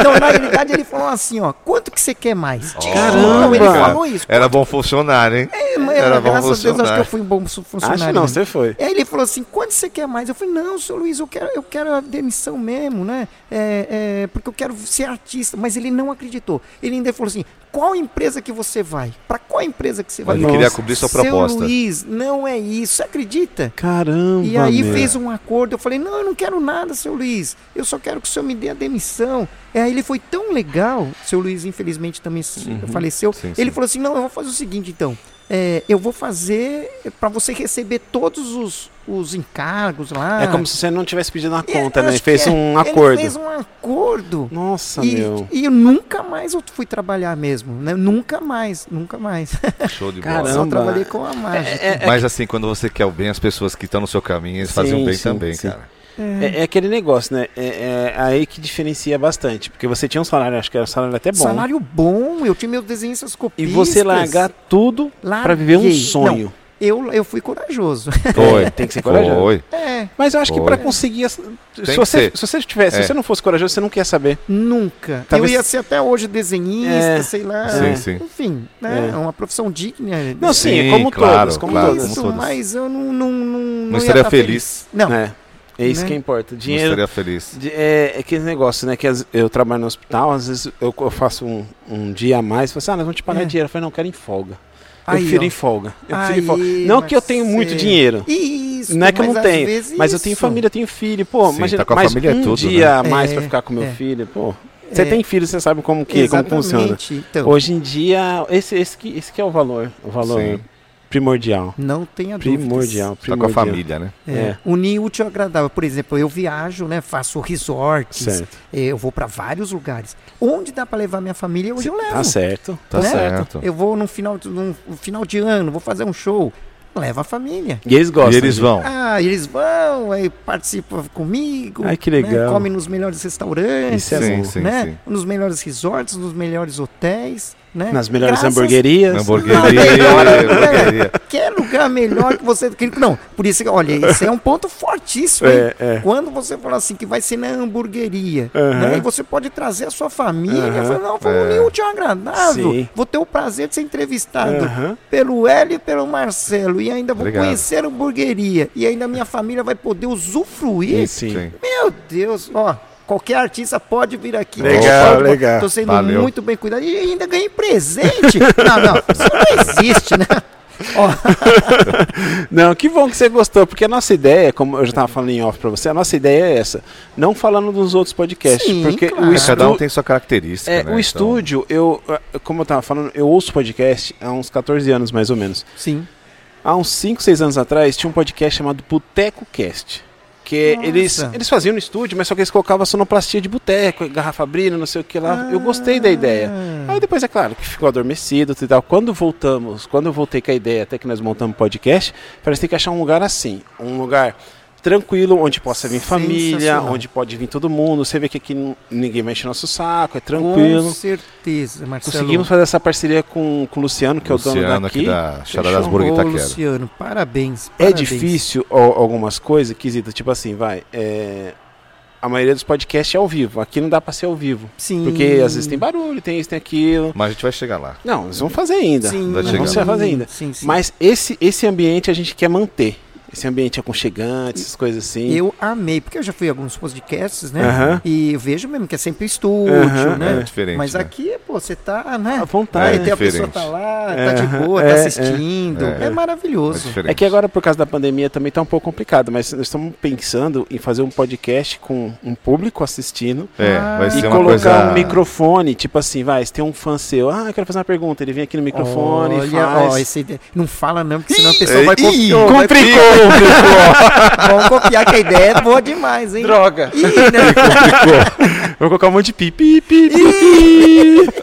Não, na realidade ele falou assim, ó, quanto que você quer mais?
Caramba!
Não, ele falou isso.
Era bom funcionário, hein?
É, mas
Era bom
graças a Deus, acho que eu
funcionário.
fui um bom su- funcionário.
Acho não,
né?
você foi.
E aí ele falou assim, quanto você quer mais? Eu falei, não, seu Luiz, eu quero, eu quero a demissão mesmo, né? É, é, porque eu quero ser artista. Mas ele não acreditou. Ele ainda falou assim, qual empresa que você vai? Pra qual empresa que você vai?
Ele
Nossa.
queria cobrir sua
Seu
proposta.
Luiz, não é isso. Você acredita?
Caramba.
E aí
meu.
fez um acordo, eu falei, não, eu não quero nada, seu Luiz, eu só quero que o senhor me dê a demissão. E aí ele foi tão legal, seu Luiz infelizmente também se-
Uhum.
faleceu,
Sim,
ele
sim.
falou assim, não, eu vou fazer o seguinte então, é, eu vou fazer para você receber todos os, os encargos lá.
É como se você não tivesse pedido uma conta,
Acho
né?
que
Fez
é.
um acordo.
Ele fez um acordo.
Nossa,
E,
meu.
e eu nunca mais eu fui trabalhar mesmo, né? Nunca mais, nunca mais.
Show de
Caramba.
Só
bola.
trabalhei com a
É,
mágica.
Mas assim, quando você quer o bem, as pessoas que estão no seu caminho, eles fazem
Sim,
o bem
sim,
também,
sim.
cara.
É, é aquele negócio, né? É, é aí que diferencia bastante. Porque você tinha um salário, acho que era um salário até bom.
Salário bom, eu tinha meus desenhos
e
copistas.
você largar tudo
Larguei.
pra viver um
Não,
sonho.
eu, eu fui corajoso.
É, tem que ser corajoso.
Foi.
É,
Mas eu acho que
Foi.
pra conseguir. essa- Se
que
você,
ser.
se você tivesse,
É.
se você não fosse corajoso, você não quer saber.
nunca.
Talvez-
Eu ia ser até hoje desenhista,
Tá É.
sei lá.
Sim, sim.
Enfim, né?
É.
É uma profissão digna.
Não, sim,
Sim,
como
claro,
todos, como
claro,
todos.
como
isso,
todas.
mas eu não. Não, não, não ia
estaria
tá
feliz.
Não.
É, é isso
Né?
que importa.
Não
Dinheiro
estaria feliz. Tá
De- É, é aquele negócio, né? Que as- eu trabalho no hospital, às vezes eu, eu faço um, um dia a mais, falo assim, ah, nós vamos te pagar
É.
dinheiro. Eu falei, não, eu quero ir em folga. Eu
Aí,
prefiro
ó.
ir em folga. Eu prefiro ir em
Aí,
folga. Não que eu tenho muito
Marcelo.
dinheiro.
Isso.
não é que eu
mas
não
às
tenho,
vezes
mas eu tenho
isso.
família, eu tenho filho, pô,
Sim,
imagina,
tá com a
mais
família é
um
tudo,
dia a mais
É,
pra ficar com meu
é.
filho, pô. Você
É.
tem filho, você sabe como que, como funciona.
Exatamente, Então,
Hoje em dia, esse, esse, que, esse que é o valor, o valor
Sim.
primordial.
Não tenha dúvidas.
Primordial, primordial.
Só Tá com a família, né?
É.
É.
Unir útil ao agradável. Por exemplo, eu viajo, né? Faço resorts.
Tá Certo.
É, Eu vou para vários lugares. Onde dá para levar minha família, hoje eu levo.
Tá certo.
Tá
Né?
certo.
Eu vou num final, de- num final de ano, vou fazer um show. Leva a família.
E eles gostam.
E eles
né?
vão.
Ah, eles vão, aí participam comigo.
Ai, que legal.
Né? Comem nos melhores restaurantes,
Isso é
sim,
bom,
sim,
né?
sim.
Nos melhores resorts, nos melhores hotéis, né?
Nas melhores
Graças-
hamburguerias.
Hamburgueria,
Não,
hamburgueria.
Quer é, lugar melhor que você. que- Não, por isso, que, olha, esse é um ponto fortíssimo. hein?
É, é.
Quando você fala assim que vai ser na hamburgueria,
Aham.
né? E você pode trazer a sua família.
Aham. É.
Fala, não, foi um minuto agradável.
Sim.
Vou ter o prazer de ser entrevistado
Aham.
pelo Hélio e pelo Marcelo. E ainda vou
Obrigado.
conhecer a hamburgueria. E ainda minha família vai poder usufruir.
Sim.
Sim.
Meu Deus, ó. Qualquer artista pode vir aqui.
Legal,
Pode-
legal.
Tô sendo
Valeu.
muito bem cuidado. E ainda ganhei presente. não, não. Isso não existe, né? Ó,
Não, que bom que você gostou, porque a nossa ideia, como eu já estava falando em off para você, a nossa ideia é essa. Não falando dos outros podcasts,
Sim,
porque
claro.
o,
É, Cada um
estu-
tem sua característica.
é,
né?
o
Então,
estúdio, eu, eh, como eu estava falando, eu ouço podcast há uns 14 anos mais ou menos.
sim.
Há uns 5, 6 anos atrás, tinha um podcast chamado Boteco Cast. Que
Nossa.
eles, eles faziam no estúdio, mas só que eles colocavam sonoplastia de boteco, garrafa brilho, não sei o que lá.
Ah.
eu gostei da ideia. Aí depois, é claro, que ficou adormecido e tal. Quando voltamos, quando eu voltei com a ideia, até que nós montamos o podcast, parece que tem que achar um lugar assim. Um lugar tranquilo, onde possa vir família,
Sensacional.
onde pode vir todo mundo. Você vê que aqui n- ninguém mexe no nosso saco, é
Com
tranquilo.
certeza, Marcelo.
Conseguimos fazer essa parceria com, com o Luciano, que é o dono
Luciano
daqui.
aqui da Charadas
Fechou?
Burger tá
Ô,
Itaquera.
Luciano, parabéns.
É
parabéns.
difícil al- algumas coisas, Kizita, tipo assim, vai. é, A maioria dos podcasts é ao vivo. Aqui não dá pra ser ao vivo.
Sim.
Porque às vezes tem barulho, tem isso, tem aquilo.
Mas a gente vai chegar lá.
Não, eles vão fazer ainda.
Sim,
Vai
Eles
chegar
vão
lá.
se fazer ainda.
Sim, sim.
Mas esse, esse ambiente a gente quer manter. Esse ambiente aconchegante, essas coisas assim.
Eu amei, porque eu já fui a alguns podcasts, né?
Aham.
E eu vejo mesmo que é sempre estúdio,
Aham,
né?
é diferente,
Mas
né?
aqui, pô, você tá, né?
À vontade.
Aí
É
tem a
diferente.
pessoa tá lá, tá de
Aham,
boa,
é, é.
tá assistindo.
É.
É,
É
maravilhoso.
diferente.
É que agora, por causa da pandemia, também tá um pouco complicado, mas nós estamos pensando em fazer um podcast com um público assistindo.
É, vai
E
E
ser uma
colocar
coisa...
um microfone, tipo assim, vai, se tem um fã seu, ah, eu quero fazer uma pergunta, ele vem aqui no microfone,
Olha,
faz.
ó, esse ide- não fala não, porque senão a pessoa
Ei,
vai
ih,
copiar. vai
complicou,
Vamos copiar que a ideia é boa demais, hein?
Droga.
Ih, né?
Vou colocar um monte de pi, pi, pi, pi, pi.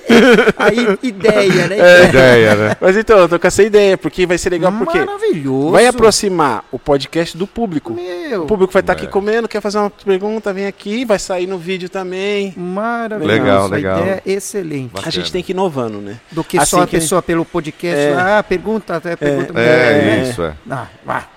Aí, ideia, né?
É Ideia, né?
Mas então, eu tô com essa ideia, porque vai ser É. legal, porque
Maravilhoso.
vai aproximar o podcast do público. O
Meu,
público vai estar aqui
É.
comendo, quer fazer uma pergunta, vem aqui, vai sair no vídeo também.
maravilhoso.
Legal,
a
legal.
ideia é excelente.
A gente tem que ir inovando, né?
Do que
Assim
só a
que-
pessoa pelo podcast.
É.
lá, Ah, pergunta, até pergunta.
É,
É.
isso, é.
Ah, vá.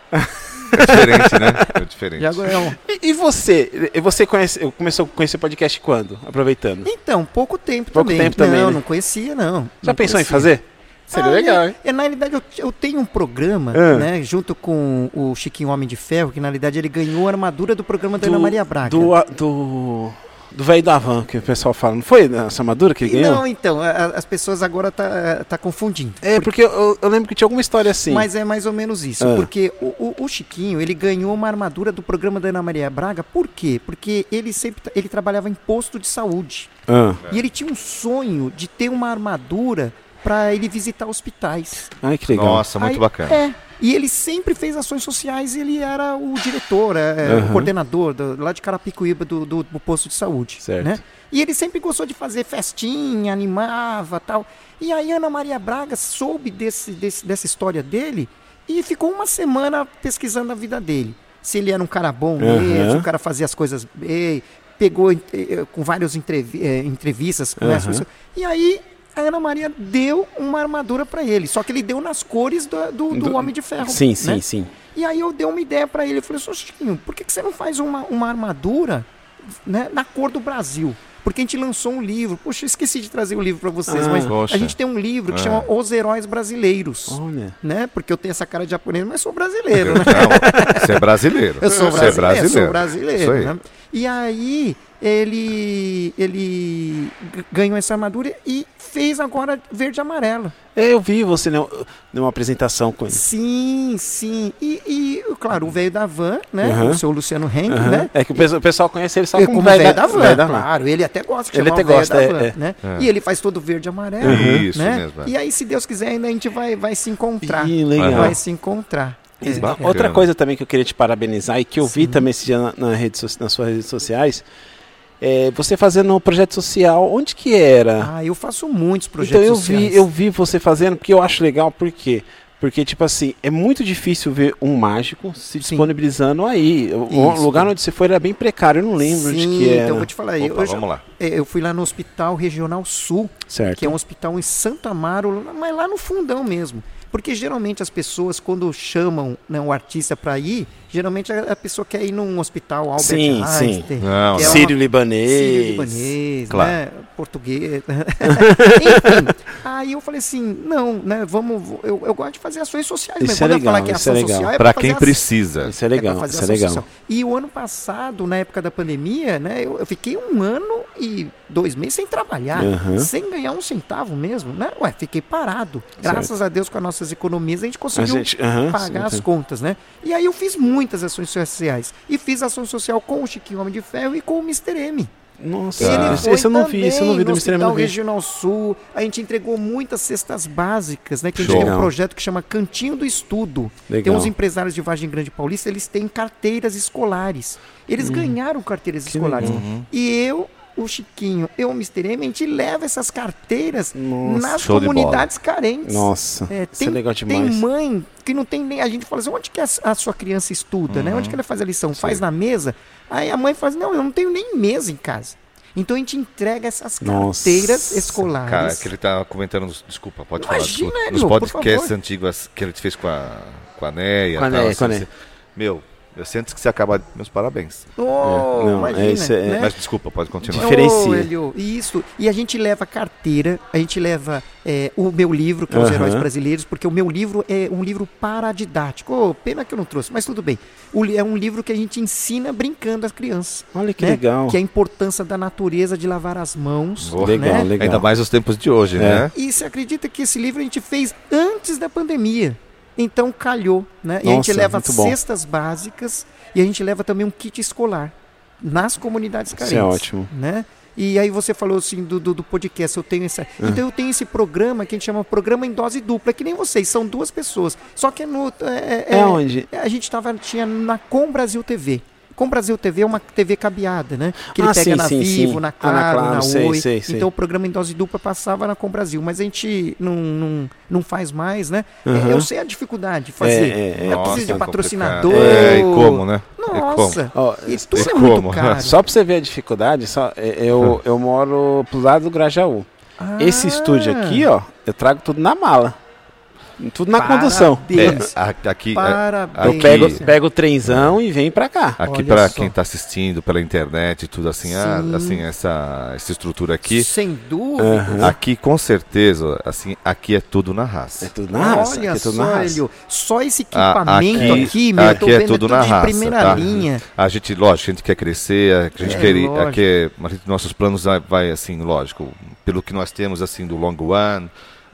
É diferente, né? É diferente.
Já agora é um-
E, e você? E Você conhece, começou a conhecer podcast quando? Aproveitando.
Então, pouco tempo
Pouco
também.
tempo também,
Não,
né?
não conhecia, não.
Já
Não
pensou em
conhecia.
fazer? Seria
Ah,
legal,
é-
hein?
É, na realidade, eu, eu tenho um programa,
Ah.
né? Junto com o Chiquinho Homem de Ferro, que na realidade ele ganhou a armadura do programa da Ana Maria Braga.
Do, a- do, do velho da van, que o pessoal fala. Não foi nessa armadura que ele
E
ganhou?
Não, então, a- a- as pessoas agora tá, tá confundindo.
É, porque eu, eu lembro que tinha alguma história assim.
Mas é mais ou menos isso,
Ah.
porque o, o- o Chiquinho, ele ganhou uma armadura do programa da Ana Maria Braga, por quê? Porque ele sempre, tra- ele trabalhava em posto de saúde,
Ah,
e ele tinha um sonho de ter uma armadura para ele visitar hospitais.
Ai, que legal.
Nossa, muito
Aí-
bacana.
É. E ele sempre fez ações sociais e ele era o diretor, é,
Aham.
o coordenador do- lá de Carapicuíba do, do- do posto de saúde.
Certo.
né? E ele sempre gostou de fazer festinha, animava tal. E aí Ana Maria Braga soube desse, desse- dessa história dele e ficou uma semana pesquisando a vida dele. Se ele era um cara bom mesmo,
Aham.
o cara fazia as coisas bem, pegou eh, eh, com várias entrevi- eh, entrevistas com essas
Aham.
pessoas. E aí a Ana Maria deu uma armadura pra ele, só que ele deu nas cores do, do, do
Do-
Homem de Ferro.
Sim,
né?
sim, sim.
E aí eu dei uma ideia pra ele, eu falei, "Seu Chiquinho, por que, que você não faz uma, uma armadura né, na cor do Brasil? Porque a gente lançou um livro, poxa, eu esqueci de trazer o livro pra vocês,
Ah, É.
mas
poxa.
a gente tem um livro que
Ah.
chama Os Heróis Brasileiros.
Olha.
Né? Porque eu tenho essa cara de japonês, mas sou brasileiro, né?
Não, você é brasileiro.
Eu sou
Você é
brasileiro. Sou
Isso
brasileiro
aí.
né? E aí ele, ele g- ganhou essa armadura e fez agora verde e amarelo.
É, eu vi você numa, numa apresentação com ele.
Sim, sim. E, e, claro, o velho da van, né?
Aham.
O seu Luciano Henk,
Aham.
né?
É que o pessoal, o pessoal conhece ele só
É
como,
como
velho
velho da van,
velho da van. Ah,
claro. Ele até gosta de
Ele
chamar
até
o velho
gosta,
da
é,
van,
é.
né?
É.
E ele faz todo verde e amarelo,
Uhum. Isso
né?
mesmo, é.
E aí, se Deus quiser, ainda a gente vai, vai se encontrar.
Ih, legal.
Aham.
Vai se encontrar. É.
E-
Bacana.
Outra coisa também que eu queria te parabenizar e que eu vi também esse dia na, na rede, so- nas suas redes sociais, é você fazendo um projeto social. Onde que era?
Ah, eu faço muitos projetos
Então eu
sociais.
vi, eu vi você fazendo, porque eu acho legal, por quê? Porque, tipo assim, é muito difícil ver um mágico se
Sim.
disponibilizando aí. O- O
Isso.
lugar onde você foi era bem precário, eu não lembro de
Sim,
que era.
então eu vou te falar. eu-
Opa,
eu, já-
vamos lá.
é, eu fui lá no Hospital Regional Sul,
Certo.
que é um hospital em Santa Amaro, lá- mas lá no fundão mesmo. Porque geralmente as pessoas, quando chamam né, o artista para ir, geralmente a, a pessoa quer ir num hospital Albert
Sim, sim.
Einstein. que
Não,
é
não.
uma-
Sírio-libanês.
Sírio-libanês,
Claro.
né? Português. Enfim, aí eu falei assim, não, né? Vamos, eu, eu gosto de fazer ações sociais.
Isso
mas
é
quando
legal,
eu falar que é
isso é
ação
legal.
social, é
Pra
fazer
quem
ação-
precisa.
Isso é
é
legal,
pra fazer
isso é
associação.
legal.
E o ano passado, na época da pandemia, né, eu, eu fiquei um ano e dois meses sem trabalhar,
Aham.
sem ganhar um centavo mesmo, né? Ué, fiquei parado. Graças a Deus, com as nossas economias, a gente
A
conseguiu
gente, aham,
pagar as
sim, tá.
contas, né? E aí eu fiz muitas ações sociais. E fiz ação social com o Chiquinho Homem de Ferro e com o Mr. M.
Nossa,
Ele
esse, esse eu não vi, esse eu não vi do
no
Mr. M, eu não
Hospital
vi.
Regional Sul. A gente entregou muitas cestas básicas, né? Que a gente
Show.
tem um
Legal.
projeto que chama Cantinho do Estudo. Tem
Legal.
uns empresários de Vargem Grande Paulista, eles têm carteiras escolares. Eles ganharam carteiras
Hum. Que
escolares.
legal. Uhum.
E eu, o Chiquinho, eu, o Mr. M, a gente leva essas carteiras
Nossa,
nas
show de bola.
comunidades carentes.
Nossa,
É,
isso é legal
tem
demais.
mãe que não tem nem. A gente fala assim: onde que a, a sua criança estuda, né?
Uhum.
Onde que ela faz a lição? Faz na mesa? Aí a mãe fala assim: não, eu não tenho nem mesa em casa. Então a gente entrega essas
Nossa,
carteiras escolares.
Cara, que ele tá comentando. nos- Desculpa, pode falar.
Ah, Imagina,
desculpa.
Hélio,
Nos
por
podcasts
favor.
antigos que ele fez com a, com a Neia.
Com a
tal,
Neia, com a
assim,
Neia.
Meu, eu sinto que você acaba. Meus parabéns.
Oh,
não, é
imagina,
isso, é-
né?
Mas desculpa, pode continuar.
Não. diferencia.
Ô, Hélio, isso. E a gente leva carteira, a gente leva é, o meu livro, que é Os
Aham.
Heróis Brasileiros, porque o meu livro é um livro paradidático. Ô, pena que eu não trouxe, mas tudo bem. O li- é um livro que a gente ensina brincando às crianças.
Olha que
né?
legal.
Que é a importância da natureza de lavar as mãos.
Boa.
Legal,
né?
legal.
Ainda mais nos tempos de
É.
hoje, né?
E você acredita que esse livro a gente fez antes da pandemia? Então calhou, né? e a gente
Nossa,
leva
muito bom.
cestas básicas e a gente leva também um kit escolar nas comunidades
é
carentes.
ótimo.
Né? E aí você falou assim do, do, do podcast, eu tenho essa.
Ah.
Então eu tenho esse programa que a gente chama Programa em Dose Dupla, que nem vocês, são duas pessoas. Só que é no. É,
É onde?
a gente tava, tinha na Com Brasil TV. Com Brasil TV é uma TV cabeada, né? Que ele
Ah,
pega
sim,
na
sim,
Vivo,
sim.
na
Ah, na
Claro, na,
Claro, sei,
Oi.
sei, sei.
Então o programa em dose dupla passava na Com Brasil, mas a gente não, não, não faz mais, né?
Uhum.
Eu sei a dificuldade de fazer.
É, é, é.
eu
Nossa,
preciso de
complicado.
patrocinador.
É, e como, né? E como?
Nossa,
Ó,
e tudo
e
é muito
como?
caro.
Só pra você ver a dificuldade, só, é,
Hum.
eu, eu moro pro lado do Grajaú. Esse
Ah.
estúdio
é,
aqui, ó, eu trago tudo na mala. Tudo na
Parabéns.
condução. É.
É,
Deus.
a- aqui, a-
Parabéns.
Eu
Aqui.
pego, pego o trenzão e venho pra cá.
aqui
Olha
para
só.
quem tá assistindo pela internet e tudo assim, a-
Sim.
assim essa, essa estrutura aqui,
Sem dúvida.
aqui com certeza, assim, aqui é tudo na
É
raça.
tudo na raça.
Olha
aqui é tudo
só,
na raça.
Hélio, só esse
A-
equipamento aqui, meu, eu tô
Ah, aqui é
vendo
tudo, na
de
raça.
primeira
tá?
linha.
A gente, lógico, a gente quer crescer, a gente
É,
quer, ir-
lógico.
aqui, é- mas nossos planos vai- vai assim, lógico, pelo que nós temos assim do Long One,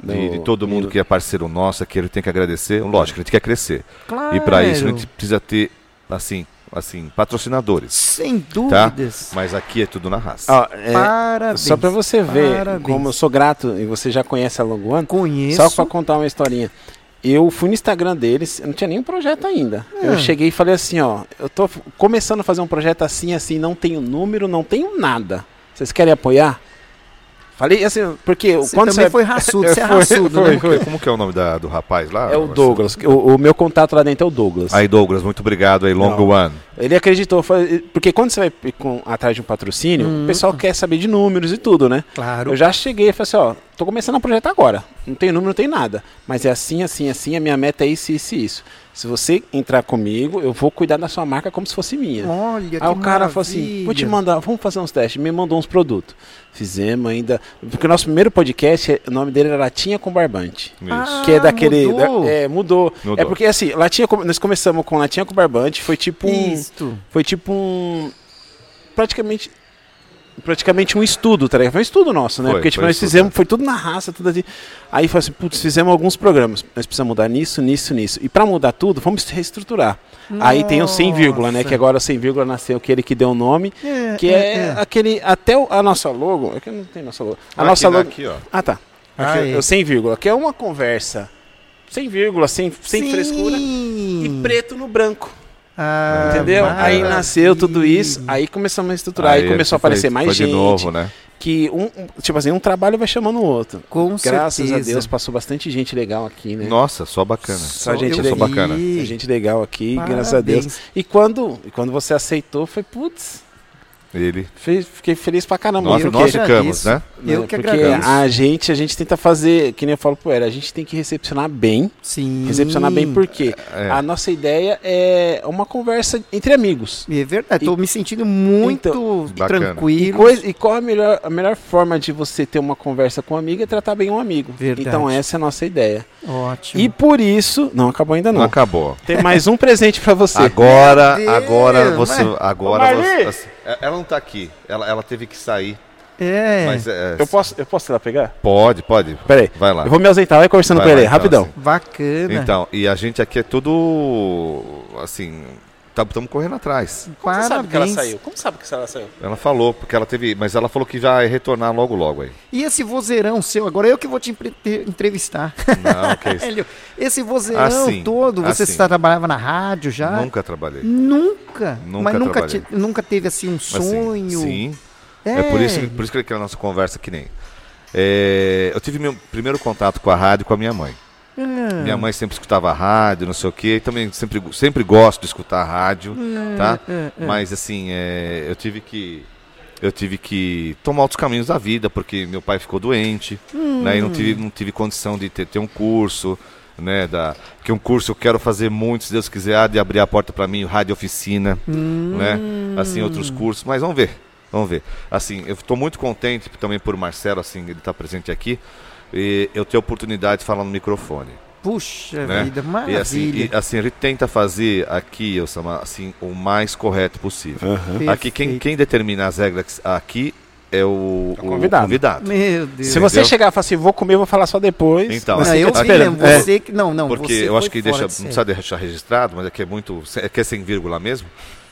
de,
Do-
de todo mundo que é parceiro nosso, que ele tem que agradecer, lógico, a gente quer crescer.
Claro.
E para isso a gente precisa ter assim, assim, patrocinadores,
Sem dúvidas.
mas aqui é tudo na raça.
Ó, é,
tá, Parabéns.
só pra você ver
Parabéns.
como eu sou grato e você já conhece a Longuan.
Conheço.
Só pra contar uma historinha. Eu fui no Instagram deles, eu não tinha nenhum projeto ainda. Eu
Ah.
cheguei e falei assim, ó, eu tô f- começando a fazer um projeto assim, assim, não tenho número, não tenho nada. Vocês querem apoiar? Falei assim, porque
Você
quando
também
você
foi raçudo,
Eu
você é
fui,
raçudo,
Como
né?
que- Como que é o nome da- do rapaz lá?
é o Douglas, o, o meu contato lá dentro é o Douglas.
Aí Douglas, muito obrigado aí, Long
Não.
One.
Ele acreditou, foi- porque quando você vai com- atrás de um patrocínio, o pessoal quer saber de números e tudo, né?
Claro.
Eu já cheguei e falei assim, ó, tô começando a projetar agora. Não tem número, não tem nada. Mas é assim, assim, assim, a minha meta é isso, isso e isso. Se você entrar comigo, eu vou cuidar da sua marca como se fosse minha.
Olha, que
Aí o cara falou assim, vou te
maravilha.
mandar, vamos fazer uns testes. Me mandou uns produtos. Fizemos ainda. Porque o nosso primeiro podcast, o nome dele era Latinha com Barbante.
Isso. Ah,
que é daquele.
mudou.
da- é, mudou.
Mudou.
É porque assim, latinha, com- nós começamos com latinha com barbante, foi tipo um.
Isto.
Foi tipo um. Praticamente. Praticamente um estudo, tá ligado? Foi um estudo nosso, né?
Foi,
Porque tipo,
foi
nós
estudo,
fizemos,
né?
foi tudo na raça, tudo assim. Aí foi assim, putz, fizemos alguns programas. Nós precisamos mudar nisso, nisso, nisso. E pra mudar tudo, vamos reestruturar. Aí tem o sem vírgula, né?
Nossa.
Que agora o sem vírgula nasceu aquele que deu o nome.
É,
que
é,
é,
é.
aquele. Até o- a nossa logo. É que não tem nossa logo. A
Aqui,
nossa
né,
logo.
aqui, ó.
Ah, tá.
Ah,
Aqui,
é.
eu- Sem vírgula, que é uma conversa sem vírgula, sem, sem
Sim.
frescura e preto no branco.
Ah,
Entendeu? Aí
maravilha.
nasceu tudo isso, aí começamos a estruturar, aí, começou a
foi-
aparecer mais
foi
gente.
de novo, né?
que um, um- tipo assim, um trabalho vai chamando o outro.
Com
Graças
certeza.
a Deus passou bastante gente legal aqui, né?
Nossa, só bacana.
Só gente
eu sou
legal.
bacana.
Tem gente legal aqui, graças a
Parabéns.
Deus. E quando, e quando você aceitou, foi putz,
Ele.
fe- fiquei feliz pra caramba.
Nós,
porque-
nós
que
ficamos,
agradeço.
né?
né,
Eu que
porque
agradeço.
a gente, a gente tenta fazer, que nem eu falo pro Era, a gente tem que recepcionar bem.
Sim.
Recepcionar bem porque
É.
a nossa ideia é uma conversa entre amigos.
É verdade, tô me sentindo muito
Então,
Bacana.
E,
tranquilo.
coisa- e qual a melhor, a melhor forma de você ter uma conversa com um amigo é tratar bem um amigo.
Verdade.
Então essa é a nossa ideia.
Ótimo.
E por isso. Não acabou ainda
Não,
não.
acabou.
Tem mais um presente pra você.
Agora,
Meu Deus,
agora você.
mas-
Agora
Ô,
você.
Marli!
assim, é- ela não tá aqui. Ela, ela teve que sair.
É.
Mas é,
Eu posso, eu posso ir lá pegar?
Pode, pode.
Pera aí.
Vai lá.
Eu vou me ausentar, vai conversando
Vai
com
lá,
ele, aí,
então,
rapidão.
assim.
Bacana.
Então, e a gente aqui é tudo. Assim. Estamos correndo atrás.
Como
Parabéns.
você sabe que ela saiu? Como sabe que ela saiu?
Ela falou, porque ela teve. Mas ela falou que já vai retornar logo, logo aí.
E esse vozeirão seu, agora eu que vou te empre- te entrevistar.
Não, que isso.
Hélio, esse vozeirão
Assim,
todo, você
assim.
trabalhava na rádio já?
Nunca trabalhei.
Nunca.
Nunca
mas nunca,
trabalhei.
te- nunca teve assim um
Mas, assim,
sonho.
Sim. É, por, isso, que- por isso que aquela nossa conversa que nem. É, eu tive meu primeiro contato com a rádio com a minha mãe. Minha mãe sempre escutava rádio, não sei o quê. e Também sempre, sempre gosto de escutar rádio, tá? Mas assim, é, eu tive que eu tive que tomar outros caminhos da vida porque meu pai ficou doente, né? E não tive não tive condição de ter, ter um curso, né? Da que um curso eu quero fazer muito, se Deus quiser, há de abrir a porta para mim, rádio oficina, né? Assim outros cursos, mas vamos ver, vamos ver. Assim, eu estou muito contente também por Marcelo, assim ele está presente aqui. E eu ter a oportunidade de falar no microfone
Puxa
né?
vida,
E assim,
maravilha.
e, assim, ele tenta fazer aqui, Osama, assim, o mais correto possível. Aqui, quem,
É. Perfeito.
quem determina as regras aqui é o,
É o convidado.
Meu Deus.
Se você
Entendeu?
chegar e falar assim, vou comer, vou falar só depois.
Então,
Não,
você
eu
fica
vi,
esperando.
né, você que. Não, não,
é, Porque
você
eu acho
foi
que deixa,
fora
não
de
precisa deixar registrado, mas aqui é muito, aqui é sem vírgula mesmo.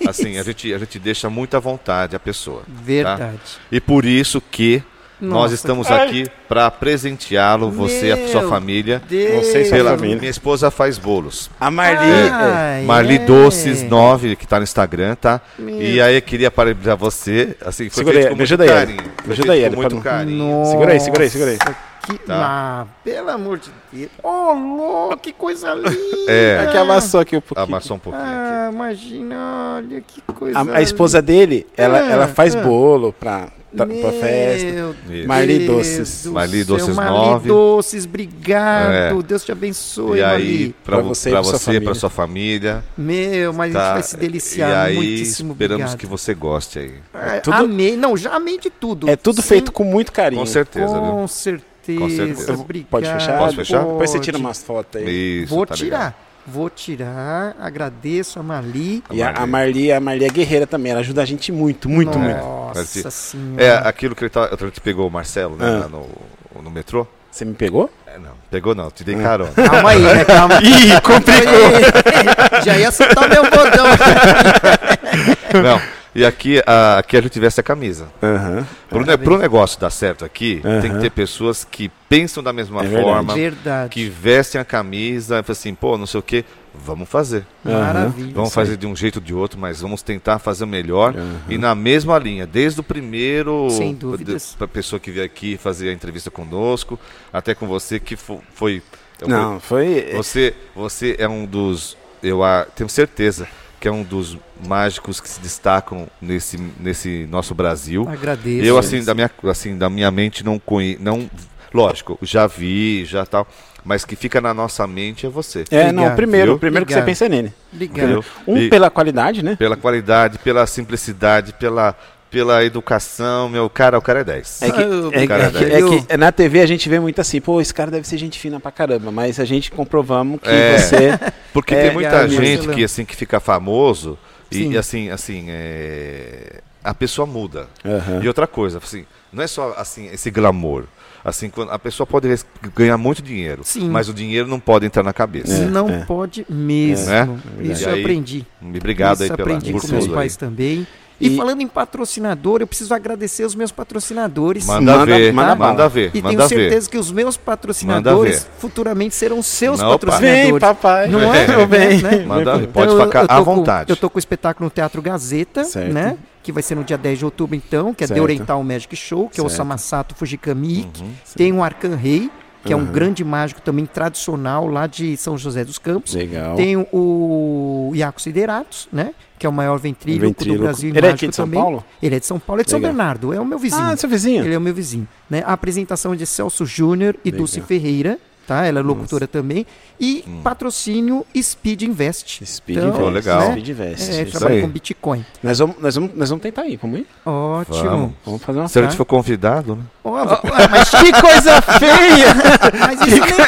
Assim, a gente, a gente deixa muito à vontade a pessoa. tá?
série. Verdade.
E por isso que nós
Nossa,
estamos
Ai.
aqui para presenteá-lo, você e a sua
Meu
família.
Não sei se
Deus.
ela-
Pela,
família.
minha esposa faz bolos.
A Marli. é.
Ai,
Marli
é.
Doces 9, que tá no Instagram, tá?
Meu.
E aí eu queria parabenizar você. Assim, foi
Segura aí,
feito com
me
muito
ajuda aí,
carinho.
Hélio. Me
Foi
ajuda
feito
aí,
com
Hélio,
muito
pra-
carinho.
um
Segura aí, segura aí, segura aí.
Nossa, Que...
Tá.
Ah, pelo amor de Deus. Oh, louco, que coisa linda.
É,
Aqui amassou aqui um pouquinho.
amassou um pouquinho aqui.
Ah, imagina, olha que coisa
A, a esposa dele, ela,
Ah,
ela faz
ah.
bolo pra, pra,
linda.
pra festa.
Meu
Isso.
Marli
Deus
Doces.
do
Marli
céu,
Doces
Marli
nove.
Doces, obrigado.
É.
Deus te abençoe,
e aí,
Marli.
pra,
Pra você
você, pra
e pra sua
você, pra
família.
sua família.
Meu, mas a gente
Tá?
vai se deliciar.
E aí,
Muitíssimo
esperamos
obrigado.
que você goste aí.
Ah,
tudo-
Amei. Não, já amei de tudo.
É tudo
Sim,
feito com muito carinho.
Com certeza, viu?
Com certeza.
Com certeza.
Obrigado.
Pode fechar?
Posso fechar?
Depois você
Pode.
tira umas fotos aí.
Isso,
Vou
tá
tirar.
legal.
Vou tirar. Agradeço a Marli.
E a, a Marli, a Marli é guerreira também, ela ajuda a gente muito, muito, muito.
Nossa
Marli.
senhora.
É, aquilo que ele tá, eu te pegou o Marcelo, né,
Ah.
lá no, no metrô.
Você me pegou?
É, não, pegou não, te dei
Ah.
carona.
Calma aí, né? Calma
Ih, complicou!
aí. Já ia soltar meu botão.
não, e aqui a, aqui a gente tivesse a camisa.
Aham.
Pro, ne- pro negócio dar certo aqui, tem que ter pessoas que pensam da mesma
É verdade.
forma,
Verdade.
que vestem a camisa, e falam assim, pô, não sei o que, vamos fazer.
Maravilha.
Vamos
isso aí.
fazer de um jeito ou de outro, mas vamos tentar fazer o melhor e na mesma linha, desde o primeiro
Sem dúvidas.
para pessoa que veio aqui fazer a entrevista conosco, até com você que fo- foi, é um eu
Não, foi.
vou- você você é um dos eu a- tenho certeza que é um dos mágicos que se destacam nesse nesse nosso Brasil.
Ah,
Agradeço.
Eu, assim, da minha, assim, da minha mente não conhe... não Lógico, já vi, já tal. Mas que fica na nossa mente é você.
É, não,
Obrigado,
o primeiro,
viu?
o primeiro que você
Obrigado.
pensa é nele.
Obrigado.
Entendeu?
Um
E
pela qualidade, né?
Pela qualidade, pela simplicidade, pela, pela educação. Meu cara, o cara é 10.
É
Ah,
que, é,
cara,
que- é que- é na TV a gente vê muito assim, pô, esse cara deve ser gente fina pra caramba, mas a gente comprovamos que
É.
você.
Porque
É,
tem muita
cara,
gente
Marcelo.
que, assim, que fica famoso e,
Sim.
e, assim, assim, é... a pessoa muda.
Aham.
E outra coisa, assim, não é só assim esse glamour. Assim, quando a pessoa pode res- ganhar muito dinheiro,
Sim.
mas o dinheiro não pode entrar na cabeça.
não
é.
pode mesmo.
É, né?
Isso
E
eu
aí,
aprendi.
Obrigado
Isso
aí pela,
aprendi
por
com meus
tudo. aí.
pais também. E,
E-
falando em patrocinador, eu preciso agradecer os meus patrocinadores.
Manda,
Manda-
ver,
manda
manda,
bala.
ver,
Tá E
manda
tenho
ver.
certeza que os meus patrocinadores futuramente serão seus
Opa.
patrocinadores.
Vem, papai.
Não
é?
Meu bem.
Né?
Manda ver,
Então,
pode
eu-
ficar
eu tô
à
com-
vontade.
eu tô com o espetáculo no Teatro Gazeta,
Certo.
né? Que vai ser no dia 10 de outubro, então, que é The
Certo.
Oriental Magic Show, que é o
Certo. Uhum,
Samasato Fujikami Ikki.
Uhum.
Tem o Arcan Rei, que é um
Aham.
grande mágico também tradicional lá de São José dos Campos.
Legal.
Tem o Iaco Sideratos, né? Que é o maior ventríloco,
Ventríloco.
do Brasil e
Ele é
mágico
aqui de São
também.
Paulo?
Ele é de São Paulo, é de
Legal.
São Bernardo, é o meu vizinho.
Ah, seu vizinho.
Ele é o meu vizinho. Né? A apresentação é de Celso Júnior e
Legal.
Dulce Ferreira. Tá? Ela é locutora também. E patrocínio Speed Invest.
Hum. Speed
Então,
Invest.
legal.
Speed Invest.
É,
isso
trabalha
aí.
com Bitcoin.
Nós, vamos, nós, vamos, nós vamos tentar ir, vamos ir?
Ótimo.
Vamos.
Vamos fazer uma
Se a gente
Tá.
for convidado, né?
Ó, vou- ah, mas,
Que coisa feia!
mas isso nem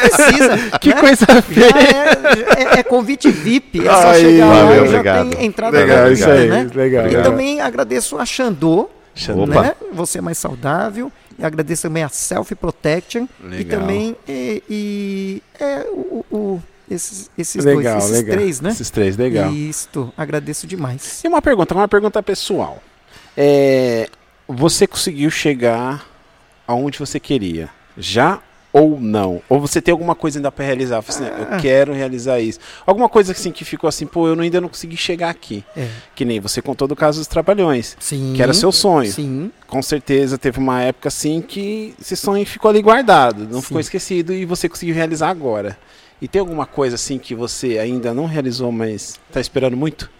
precisa.
Que
né?
coisa
Já
feia!
é, é- é convite VIP. É só
Aí,
chegar lá
valeu,
e já
obrigado.
tem entrada
Legal, isso aí.
né?
Legal.
E também agradeço a Xandô,
Xandô.
né? Você é mais saudável. E agradeço também a Self Protection. E
Legal.
também e, e- é, o, o- o- esses, esses
legal,
dois, esses
legal.
três, né?
Esses três, legal.
Isto, agradeço demais.
E uma pergunta, uma pergunta pessoal. É, você conseguiu chegar aonde você queria? Já ou não? Ou você tem alguma coisa ainda para realizar? Fala assim,
É.
eu quero realizar isso. Alguma coisa assim que ficou assim, pô, eu não- ainda não consegui chegar aqui.
É.
Que nem você contou do caso dos trapalhões.
Sim.
Que era seu sonho.
Sim.
Com certeza teve uma época assim que esse sonho ficou ali guardado, não
Sim.
ficou esquecido e você conseguiu realizar agora. E tem alguma coisa assim que você ainda não realizou, mas tá esperando muito?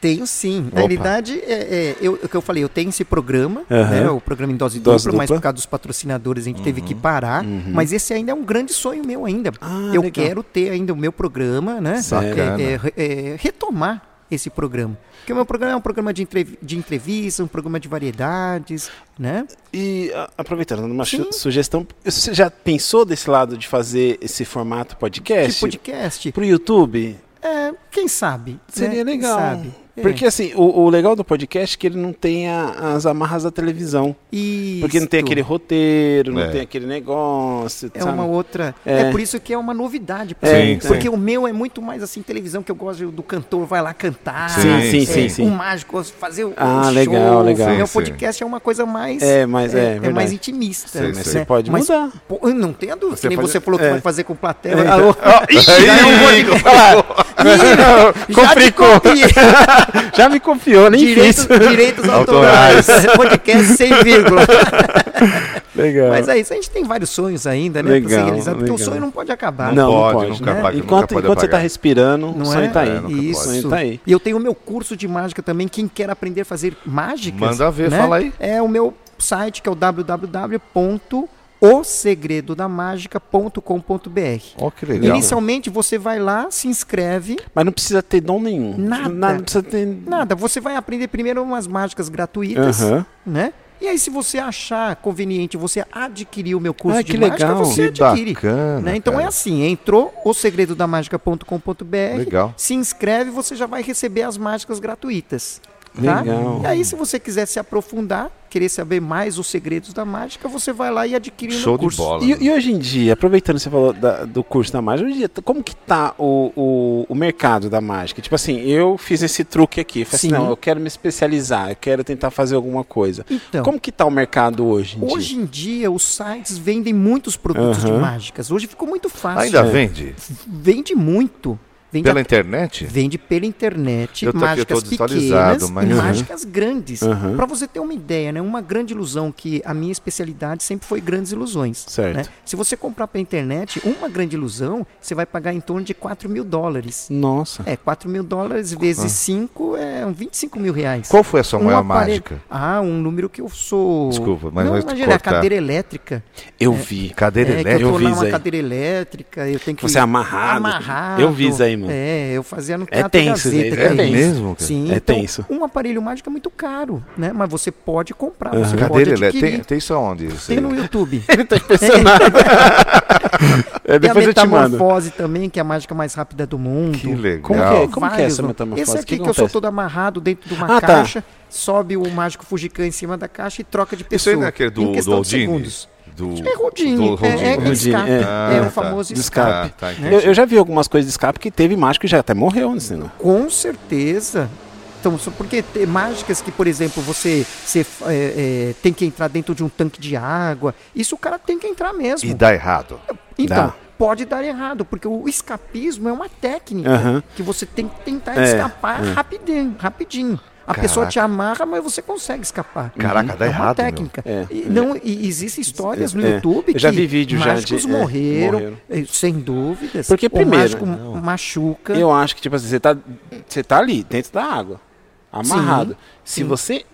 Tenho sim. Na
Opa.
realidade, é, é, eu, o que eu falei, eu tenho esse programa,
Aham.
né, o programa em dose,
Dose
dupla, mas
dupla. Uhum.
por causa dos patrocinadores a gente teve que parar. Mas esse ainda é um grande sonho meu ainda.
Ah,
eu
legal.
quero ter ainda o meu programa, né?
Bacana.
é, re- é, retomar esse programa. Porque o meu programa é um programa de, entrev de entrevista, um programa de variedades, né?
E a- aproveitando uma su-
Sim.
sugestão, você já pensou desse lado de fazer esse formato podcast?
De podcast.
Pro YouTube?
É, quem sabe? né?
Seria
Quem
legal.
sabe? É.
Porque assim, o, o legal do podcast é que ele não tem a- as amarras da televisão. Porque não tem
Isto.
aquele roteiro, não
É.
tem aquele negócio.
É
sabe?
uma outra.
É.
É. por isso que é uma novidade pra
É,
mim.
sim.
Porque o meu é muito mais assim, televisão, que eu gosto do cantor, vai lá cantar.
Sim,
sim,
é,
sim, sim.
Um mágico, fazer o
Ah,
o show.
legal, legal.
O meu
Sim,
podcast é uma coisa mais.
É, mas é, verdade.
mais intimista. né?
Sim,
Mas
sim.
você pode
Mas,
mudar.
pô, não tem a dúvida.
Você
que nem
pode-
você falou que
é.
vai fazer com plateia. né?
É,
Alô? um Ih, já te
Complicou. É
copiei.
Já me confiou, nem
Direitos,
fez.
direitos autorais. podcast sem vírgula.
Legal.
Mas é isso. A gente tem vários sonhos ainda, né? pra ser
Legal,
realizado. Porque o
legal.
sonho não pode acabar.
não,
Não
não
pode,
pode,
nunca
né?
apaga, nunca
enquanto
pode
enquanto você tá
apagar.
respirando, o
Não
sonho
é?
tá
É,
aí.
nunca
O
Isso.
sonho tá aí.
E eu tenho o meu curso de mágica também. Quem quer aprender a fazer mágicas.
Manda ver,
né?
fala aí.
É o meu site que é o www.osegredodamagica.com.br.
Ó, que legal.
Inicialmente você vai lá, se inscreve,
Mas não precisa ter dom nenhum.
Nada.
não precisa ter...
nada, você vai aprender primeiro umas mágicas gratuitas,
Aham.
né? E aí se você achar conveniente você adquirir o meu curso
Ah,
de
que
mágica,
legal.
você
Que
adquire.
bacana,
né? Então
cara.
é assim, entrou o segredodamagica.com.br,
Legal.
se inscreve, você já vai receber as mágicas gratuitas. Tá?
Legal.
E aí, se você quiser se aprofundar, querer saber mais os segredos da mágica, você vai lá e adquire o
Show de
meu um curso.
bola. né?
E, e hoje em dia, aproveitando que você falou da- do curso da mágica, hoje em dia, como que tá o, o, o mercado da mágica? Tipo assim, eu fiz esse truque aqui, falei assim,
Sim.
não, eu quero me especializar, eu quero tentar fazer alguma coisa.
Então,
como que tá o mercado hoje em
hoje em dia, os sites vendem muitos produtos de
Aham. É.
mágicas. Hoje ficou muito fácil.
Ainda vende?
Vende muito. Vende
Pela
a-
internet?
Vende pela internet,
Eu tô aqui, eu
mágicas
tô
pequenas
desatualizado,
e
mas- Uhum.
mágicas grandes.
Aham.
Pra você ter uma ideia, né? Uma grande ilusão que a minha especialidade sempre foi grandes ilusões.
Certo.
né? Se você comprar pela internet, uma grande ilusão, você vai pagar em torno de 4 mil dólares.
dia? Nossa.
É, 4 mil dólares vezes 5 é um 25 mil reais.
Ah. Qual foi a sua
Um
maior
aparelho-
mágica?
Ah, um número que eu sou.
Desculpa, mas
não,
vai
imagina, é a
cortar.
cadeira elétrica.
Eu vi.
Cadeira
é, que eu
elétrica?
tô
vi
lá
isso
uma
aí.
cadeira elétrica, eu tenho que.
Você é amarrado.
Amarrado.
Eu vi isso aí, mano.
É, eu fazia no
tenso isso aí,
Gazeta,
é
que
tenso.
mesmo, cara?
Sim,
É
então,
tenso.
Um aparelho mágico é muito caro, né? Mas você pode comprar,
Aham.
você pode
Cadeira elétrica?
adquirir.
Tem, tem isso aonde? isso aí?
Tem no YouTube.
Ele tá impressionado. é,
Tem a
depois eu te mando.
metamorfose também, que é a mágica mais rápida do mundo.
Que legal.
Como que é? Como que é
Vários,
essa
não.
metamorfose?
Esse
O
aqui
que
que, eu sou
acontece?
todo amarrado dentro de uma
Ah, tá.
caixa, sobe o mágico Fujikan em cima da caixa e troca de pessoa.
Isso aí não é aquele do,
em
do
questão de
Aldini?
segundos.
Do,
É Rodine,
do
é, é,
Rodine.
escape,
é.
Ah,
é o
tá.
famoso
Do escape.
escape.
Ah, tá,
Eu,
entendi.
né, eu já vi algumas coisas de escape que teve mágico e já até morreu, né? Senhor?
Com certeza. Então, só porque tem mágicas que, por exemplo, você, você é, é, tem que entrar dentro de um tanque de água. Isso o cara tem que entrar mesmo.
E dá errado.
Então,
Dá.
pode dar errado, porque o escapismo é uma técnica
Aham.
que você tem que tentar
É,
escapar rapidinho, rapidinho. A
Caraca.
pessoa te amarra, mas você consegue escapar.
Caraca, dá
é
errado,
Uma técnica.
meu. É,
E não, e existem histórias no
É, é.
YouTube
Eu já
que
vi vídeo já de-
mágicos
é,
morreram,
morreram.
eh, sem dúvidas.
Porque
O
primeiro,
mágico
não.
machuca.
Eu acho que, tipo assim, você tá, você tá ali, dentro da água, amarrado. Se
sim.
você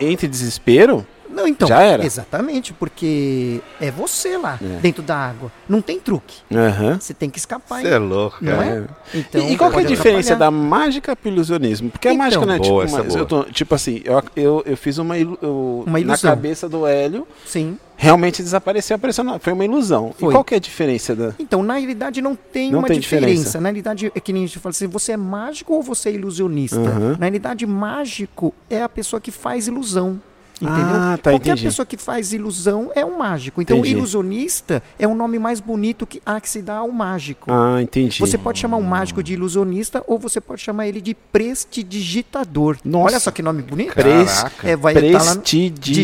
entra em desespero,
Não, então.
Já era.
Exatamente, porque é você lá,
É.
dentro da água. Não tem truque.
Aham.
Você tem que escapar.
Você é louco,
Não
cara.
é? Então,
e, e qual que é a
pode
diferença
atrapalhar.
da mágica pro ilusionismo? Porque a
Então.
mágica não é tipo,
Boa, essa é
uma-
boa.
eu tô- tipo assim, eu, eu, eu fiz uma, ilu- eu-
Uma
na
ilusão.
cabeça do Hélio,
Sim.
realmente desapareceu, apareceu, na- foi uma ilusão. E
Foi.
qual que é a diferença da...
Então, na realidade, não tem
Não
uma
tem
diferença.
diferença.
Na realidade, é que nem a gente fala assim, você é mágico ou você é ilusionista?
Uhum.
Na realidade, mágico é a pessoa que faz ilusão. Entendeu?
Ah, tá,
Qualquer
entendi.
pessoa que faz ilusão é um mágico. Então,
Entendi.
ilusionista é um nome mais bonito que há que se dá ao mágico.
Ah, entendi.
Você pode chamar um mágico de ilusionista ou você pode chamar ele de prestidigitador.
Nossa.
Olha só que nome bonito.
Caraca.
É, vai estar lá-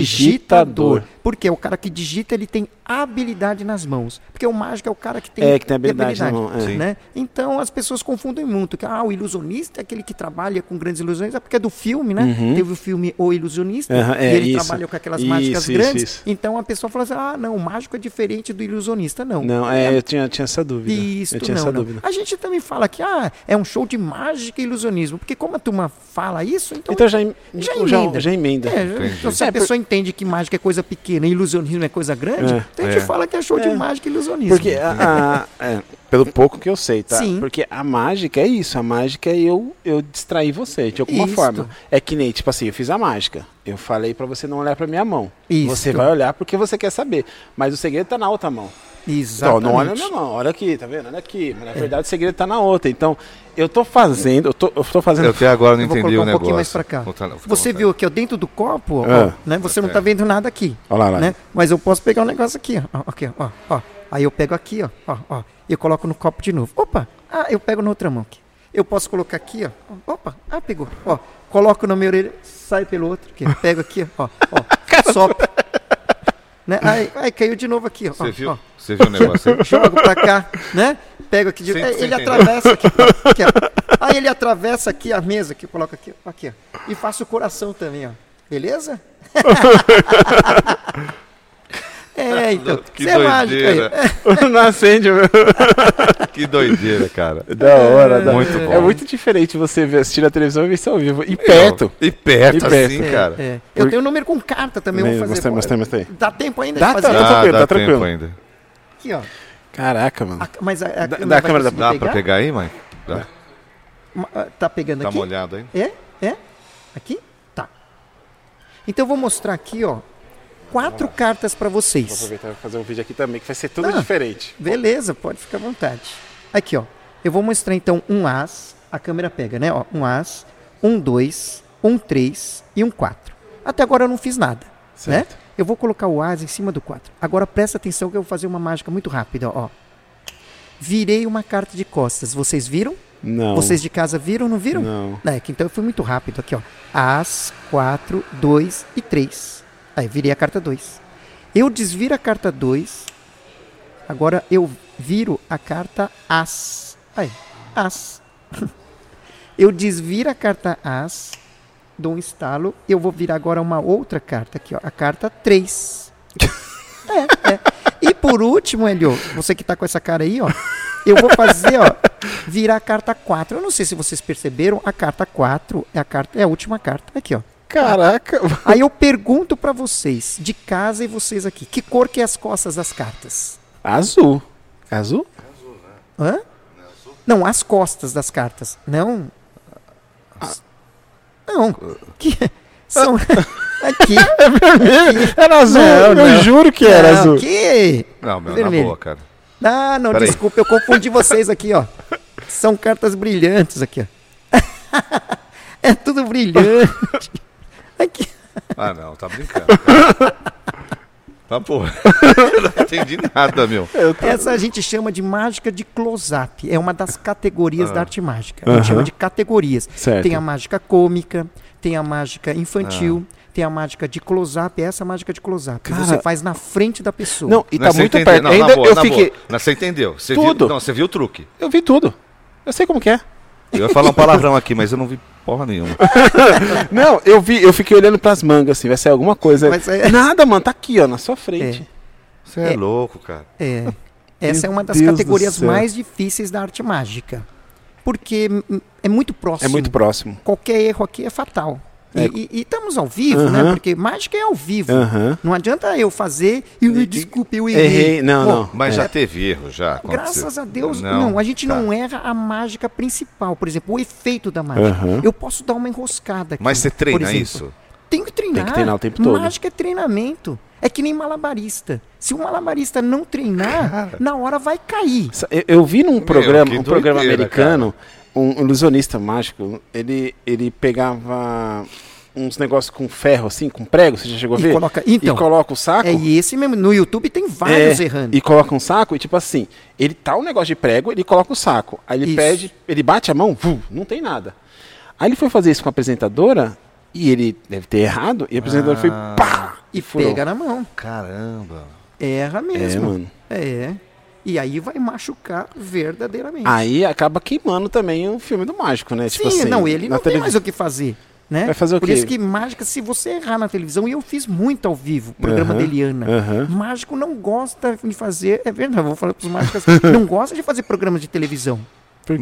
Prestidigitador.
Porque o cara que digita, ele tem habilidade nas mãos. Porque o mágico é o cara que tem,
É, que tem habilidade na mão, é.
Sim.
né? Então as pessoas confundem muito. Que, ah, o ilusionista é aquele que trabalha com grandes ilusões. É porque é do filme, né? Teve o filme O Ilusionista.
Uhum. Aham, é,
e ele
isso.
trabalhou com aquelas
Isso,
mágicas
isso,
grandes.
isso.
Então a pessoa fala assim, ah, não, o mágico é diferente do ilusionista. Não.
Não, é, eu tinha, tinha essa dúvida.
Isso,
eu tinha
não,
essa
não.
dúvida.
A gente também fala que ah, é um show de mágica e ilusionismo, porque como a turma fala isso, então,
Então já, em-
já
já, já,
emenda.
emenda.
É, então se
É,
a
por-
pessoa entende que mágica é coisa pequena e ilusionismo é coisa grande,
É.
então a gente
É.
fala que é show de
É.
mágica e ilusionismo.
Porque a- a- é, pelo pouco que eu sei, tá?
né? Sim.
Porque a mágica é isso, a mágica é eu, eu distrair você de alguma
Isto.
forma. É que nem, tipo assim, eu fiz a mágica. Eu falei pra você não olhar pra minha mão.
Isto.
Você vai olhar porque você quer saber. Mas o segredo tá na outra mão. Então,
Exatamente.
não olha na minha mão, olha aqui, tá vendo? Olha aqui. Mas na verdade o segredo tá na outra. Então, eu tô fazendo, eu tô, eu tô fazendo.
Eu até agora não
Eu vou
entendi
colocar
o
um
negócio.
pouquinho mais pra cá.
Volta lá, É. fica à
Você
vontade.
viu aqui, ó, dentro do copo, ó,
Ah.
né? Você não tá vendo nada aqui.
Olha lá, lá.
né? Mas eu posso pegar um negócio aqui, ó, ó, aqui, ó, ó. Aí eu pego aqui, ó, ó, ó, e eu coloco no copo de novo. Opa, ah, eu pego na outra mão aqui. Eu posso colocar aqui, ó. Opa, ah, pegou. Ó, coloco na minha orelha, sai pelo outro aqui. Pego aqui, ó, ó, sopro. Né? Aí, aí caiu de novo aqui, ó. ó,
Você viu,
ó.
você viu o negócio aí?
Jogo pra cá, né? Pego aqui de...
Sim,
é,
sim,
Ele
entendi.
atravessa aqui, ó, aqui, ó. Aí ele atravessa aqui a mesa, que coloca aqui, ó, aqui, ó. E faço o coração também, ó. Beleza? é, então.
Que
isso é mágico aí.
doideira.
não acende, meu.
Que doideira, cara.
Da hora, da
Muito
É
bom.
muito diferente você ver, assistir a televisão e ver isso ao vivo. E
Perto.
perto.
E perto,
E perto.
assim,
É,
cara.
é. Eu tenho um número com carta também, eu vou fazer.
Gostei,
pô.
gostei, gostei.
Dá tempo ainda
Dá,
de
tá,
fazer?
tá.
Dá,
tranquilo,
dá
tá
tempo
tranquilo.
ainda.
Aqui, ó.
Caraca, mano.
A- mas a, a
Dá-
câmera
dá a
vai
câmera da-
Dá
conseguir
pra pegar aí, mãe? Dá.
Ma- ah, Tá pegando
Tá
aqui?
molhado aí?
É? É? Aqui? Tá. Então eu vou mostrar aqui, ó, quatro cartas pra
Vou
vocês.
aproveitar e fazer um vídeo aqui também, que vai ser tudo
Ah.
diferente.
Beleza, pode ficar à vontade. Aqui, ó. Eu vou mostrar então um as, a câmera pega, né? Ó, um as, um dois, um três e um quatro. Até agora eu não fiz nada,
Certo.
né? Eu vou colocar o as em cima do quatro. Agora presta atenção que eu vou fazer uma mágica muito rápida, ó. Virei uma carta de costas. Vocês viram?
Não.
Vocês de casa viram, não viram?
Não.
É, que então eu fui muito rápido aqui, ó. As, 4, 2 e 3. Aí virei a carta 2. Eu desviro a carta 2. Agora eu viro a carta As. Aí, As. eu desviro a carta As. Dou um estalo. Eu vou virar agora uma outra carta aqui, ó. A carta 3. é, é. E por último, Helio, você que tá com essa cara aí, ó. Eu vou fazer, ó, virar a carta 4. Eu não sei se vocês perceberam, a carta 4 é a carta é a última carta aqui, ó.
Caraca.
Aí eu pergunto pra vocês, de casa e vocês aqui, que cor que é as costas das cartas?
Azul. Azul?
Hã? Não, as costas das cartas. Não.
Ah.
Não. Que são aqui.
É Era azul.
Não,
eu
não.
juro que era
Não,
azul.
Que?
Não, meu, na
Vermelho.
boa, cara.
Ah, não,
Peraí.
desculpa, eu confundi vocês aqui, ó. São cartas brilhantes aqui, ó. é tudo brilhante. Aqui.
Ah, não, tá brincando. Tá, porra. não entendi nada, meu.
Essa a gente chama de mágica de close-up. É uma das categorias da arte mágica. A
Ah. Aham.
gente chama de categorias.
Certo.
Tem a mágica cômica, tem a mágica infantil, tem a mágica de close-up. Essa é a mágica de close-up. que
Ah. Cara-
Você faz na frente da pessoa.
Não, e
Não,
tá
você
muito
entendeu.
perto.
Não, na
Ainda
boa,
eu
na
fiquei.
boa. Não, você entendeu. Você
Tudo.
Viu, não, você viu o truque.
Eu vi tudo. Eu sei como que é.
Eu ia falar um palavrão aqui, mas eu não vi porra nenhuma.
Não, eu vi, eu fiquei olhando pras mangas assim, vai sair alguma coisa.
Vai
é-
sair-
Nada, mano, tá aqui, ó, na sua frente.
Você é,
É.
louco, cara.
É. Essa é uma das
Deus do
categorias
céu.
mais difíceis da arte mágica. Porque hum, é muito
É,
próximo.
muito próximo.
Qualquer erro aqui é fatal. E,
É.
e- e estamos ao vivo, né?
Aham.
Porque mágica é ao vivo.
Aham.
Não adianta eu fazer e eu, desculpe, eu errei.
Errei, não,
Pô,
não.
Mas
É.
já teve erro, já. aconteceu.
Graças a Deus, não, a gente
tá.
não é, erra a mágica principal, por exemplo, o efeito da mágica.
Aham.
Eu posso dar uma enroscada aqui.
Mas você
por
treina
exemplo.
isso?
Tem que treinar.
Tem que treinar o tempo todo.
Mágica é treinamento. É que nem malabarista. Se o malabarista não treinar,
Cara.
na hora vai cair.
Sa- Eu, eu vi num programa,
que
um programa
doideira,
americano, um ilusionista mágico, ele, ele pegava uns negócios com ferro, assim, com prego, você já chegou a
E
ver?
coloca- então,
e coloca o saco.
É esse mesmo. No YouTube tem vários
É,
errando.
E coloca um saco e tipo assim, ele tá um negócio de prego, ele coloca o saco. Aí ele
Isso.
pede, ele bate a mão, vum, não tem nada. Aí ele foi fazer isso com a apresentadora e ele deve ter errado e a apresentadora foi pá
Ah. E,
furou.
pega na mão.
Caramba.
Erra
É,
mesmo.
mano.
É. E aí vai machucar verdadeiramente.
Aí acaba queimando também o filme do mágico, né?
Sim, não, ele não tem mais o que fazer. Né?
Vai fazer o
Por
quê?
isso que mágica, se você errar na televisão, e eu fiz muito ao vivo, o programa
Aham,
da Eliana.
aham.
Mágico não gosta de fazer, é verdade, eu vou falar para os mágicos, não gosta de fazer programas de televisão.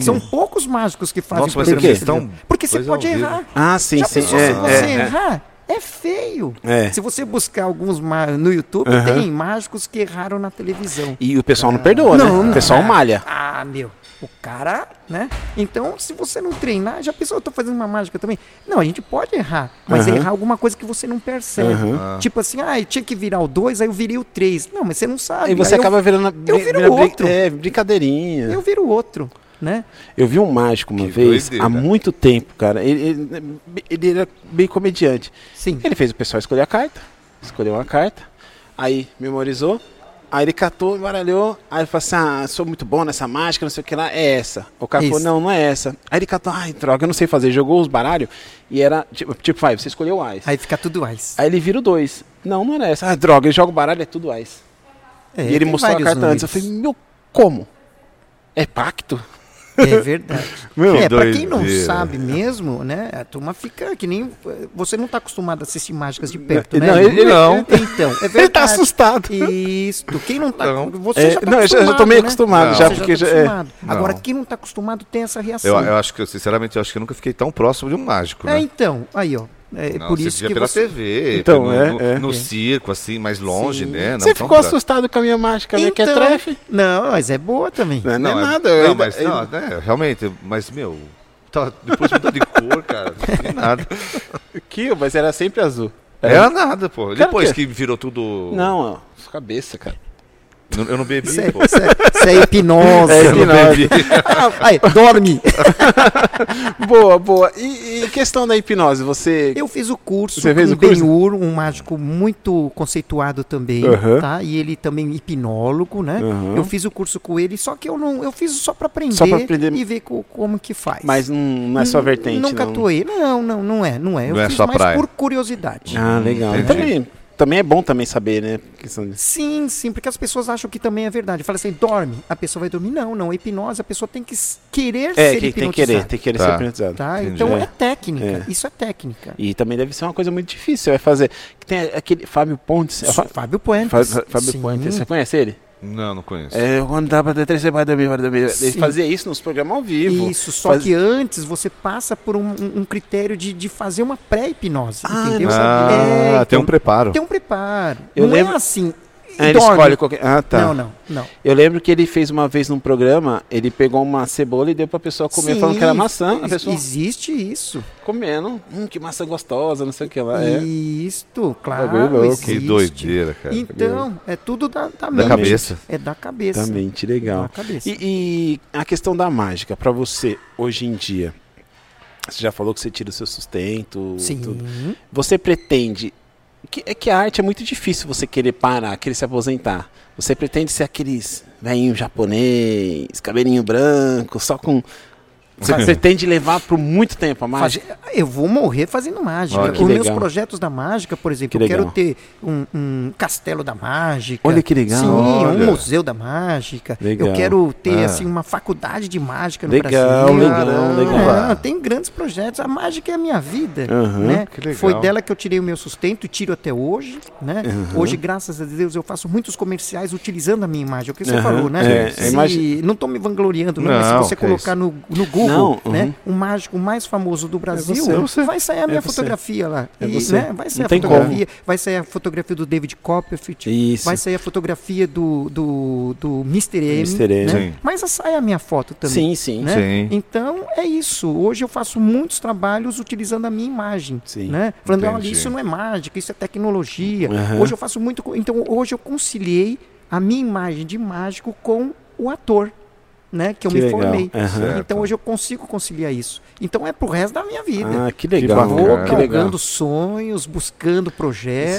São poucos mágicos que fazem
Nossa, mas
Por quê?
programas de televisão.
tão
Porque você
coisa
pode
ao vivo.
errar.
Ah, sim,
Já
é sim.
pensou
é,
se você
é, é.
errar? É feio.
É.
Se você buscar alguns ma- no YouTube, tem mágicos que erraram na televisão.
E o pessoal não perdoa, né? O pessoal malha.
Ah, meu. O cara, né? Então, se você não treinar, já pensou, eu tô fazendo uma mágica também? Não, a gente pode errar, mas
Aham.
errar alguma coisa que você não percebe. Tipo assim, ah, eu tinha que virar o 2, aí eu virei o 3. Não, mas você não sabe.
Aí você
eu-
acaba virando.
eu viro outro.
É, brincadeirinha.
Eu, viro o outro, né?
Eu vi um mágico uma vez
doideira.
há muito tempo, cara. Ele, ele- ele era bem comediante.
Sim.
Ele fez o pessoal escolher a carta, escolheu uma carta, aí memorizou, aí ele catou, embaralhou, aí ele falou assim: ah, sou muito bom nessa mágica, não sei o que lá, é essa. O cara falou:
Isso.
não, não é essa. Aí ele catou, ai, droga, eu não sei fazer. Jogou os baralhos e era tipo, tipo vai, você escolheu o Ice. Aí,
Aí fica tudo ice.
ele vira o dois. Não, não era essa. Ah, droga, ele joga o baralho, é tudo Ice.
É,
e ele
tem
mostrou a
vários
carta antes. Eu
números.
falei: meu, como? É pacto?
É verdade.
Meu,
é, pra
doideira.
quem não sabe mesmo, né? A turma fica que nem. Você não tá acostumado a assistir mágicas de perto, né?
Não, ele- ele-
Não.
Então, é verdade.
Ele tá assustado.
Isto. Quem não tá.
Não.
Você
É,
já tá
não, eu já- eu já tô meio
né?
acostumado
já,
Você
porque
tá
já- é.
acostumado. Agora,
Não.
quem não tá acostumado tem essa
Eu,
reação.
eu acho que, eu, sinceramente, eu acho que eu nunca fiquei tão próximo de um mágico,
É,
né?
então, aí, ó. É
Não,
por
você
isso
via
que
pela
você.
TV,
Então,
no,
é,
no,
é.
no circo, assim, mais longe, né? Não
Você
tão
ficou
pra-
assustado com a minha mágica, né? Que é trefe?
Então, não, mas é boa também.
Não,
Não,
é
é-
nada.
Não,
eu ainda-
mas não, né, realmente, mas, meu, tá, depois mudou de cor, cara, não tem nada.
Que, mas era sempre azul.
Era nada, pô.
É. Cara,
Depois
o
que virou tudo...
Não, ó, sua cabeça, cara.
Eu, eu não bebi,
Isso é,
pô.
isso é- isso é hipnose.
É
Eu não bebi.
Aí, dorme.
boa, boa. E, e questão da hipnose, você.
Eu fiz o curso
Você fez
com
o curso?
Ben-Hur, um mágico muito conceituado também,
Aham.
tá? E ele também hipnólogo, né?
Aham.
Eu fiz o curso com ele, só que eu não, eu fiz só pra aprender,
Só pra aprender.
e ver co- como que faz.
Mas não, não é só
N-
vertente.
Nunca
não.
atuei. Não, não, não é, não é. Eu
Não é
fiz
sua
mais
praia.
por curiosidade.
Ah, legal.
Entendi.
Também, também é bom também saber, né? Questão de...
Sim, sim, porque as pessoas acham que também é verdade. Fala assim, dorme, a pessoa vai dormir. Não, não, é hipnose, a pessoa tem que s- querer
É,
ser
que, tem que
hipnotizada.
querer, tem que querer
Tá.
ser hipnotizado.
Tá?
Entendi.
Então é,
É.
técnica, isso é técnica.
E também deve ser uma coisa muito difícil, é fazer. que Tem aquele Fábio Pontes. é o Fá-
Fábio Puentes.
Fá- Fá- Fábio é
sim.
Pontes, você conhece ele?
Não, não conheço.
É, quando dá pra ter três, você vai dormir, vai dormir. Ele
Sim.
fazia isso nos programas ao vivo.
Isso, só
Faz-
que antes você passa por um, um- um critério de, de fazer uma pré-hipnose,
Ah,
entendeu?
Ah,
É,
tem um
então,
preparo.
tem um preparo.
Eu
não
lembro-
é assim,
Ah, ele
dorme.
escolhe qualquer. Ah, tá.
Não, não, não.
Eu lembro que ele fez uma vez num programa, ele pegou uma cebola e deu pra pessoa comer,
Sim,
falando que era maçã. A
ex-
pessoa
Existe isso.
comendo. Hum, que maçã gostosa, não sei o que lá. É.
Isto,
Bagulho
claro,
louco.
existe.
Que doideira, cara.
Então, é tudo da, da,
Da
mente.
cabeça.
É da cabeça.
Da mente,
Da
legal.
cabeça.
E, e a questão da mágica, pra você, hoje em dia, você já falou que você tira o seu sustento.
Sim.
tudo. Você pretende que, é que a arte é muito difícil você querer parar, querer se aposentar. Você pretende ser aqueles velhinho japonês, cabelinho branco, só com. Você pretende levar por muito tempo a mágica.
Fazer- eu vou morrer fazendo mágica.
Olha,
que
Os meus
legal.
projetos da mágica, por exemplo,
Que
eu quero
legal.
ter um, um castelo da mágica.
Olha que legal.
Sim,
Olha.
um museu da mágica.
Legal.
Eu quero ter
Ah.
assim uma faculdade de mágica no
Legal,
Brasil. Ah,
legal,
Caramba.
legal.
Não, tem grandes projetos. A mágica é a minha vida,
Uhum.
né?
Que legal.
Foi dela que eu tirei o meu sustento e tiro até hoje, né? Hoje, graças a Deus, eu faço muitos comerciais utilizando a minha imagem. É O que você
Uhum.
falou, né?
É,
Se-
imagem-
Não estou me vangloriando, não, mas se
Não,
você
que é
colocar
isso.
no, no Google,
Não, uhum.
né? O mágico mais famoso do Brasil,
você, é você.
vai sair a minha
você.
fotografia lá.
É
E,
você.
né? Vai sair
Não
a
tem
fotografia, vai sair a fotografia do David Copperfield,
Isso.
vai sair a fotografia do, do, do Mr. M.
Mr. M.
né?
Sim.
Mas sai a minha foto também.
Sim, sim.
né?
Sim.
Então é isso. Hoje eu faço muitos trabalhos utilizando a minha imagem,
Sim,
né? Falando, olha,
entendi.
isso não é mágica, isso é tecnologia.
Aham.
Hoje eu faço muito, co- então hoje eu conciliei a minha imagem de mágico com o ator, né, que eu
Que
me
legal.
formei.
Aham.
Então hoje eu consigo conciliar isso. Então é pro resto da minha vida.
Ah, que legal.
Que
Vou
bacana.
que legal.
galgando sonhos, buscando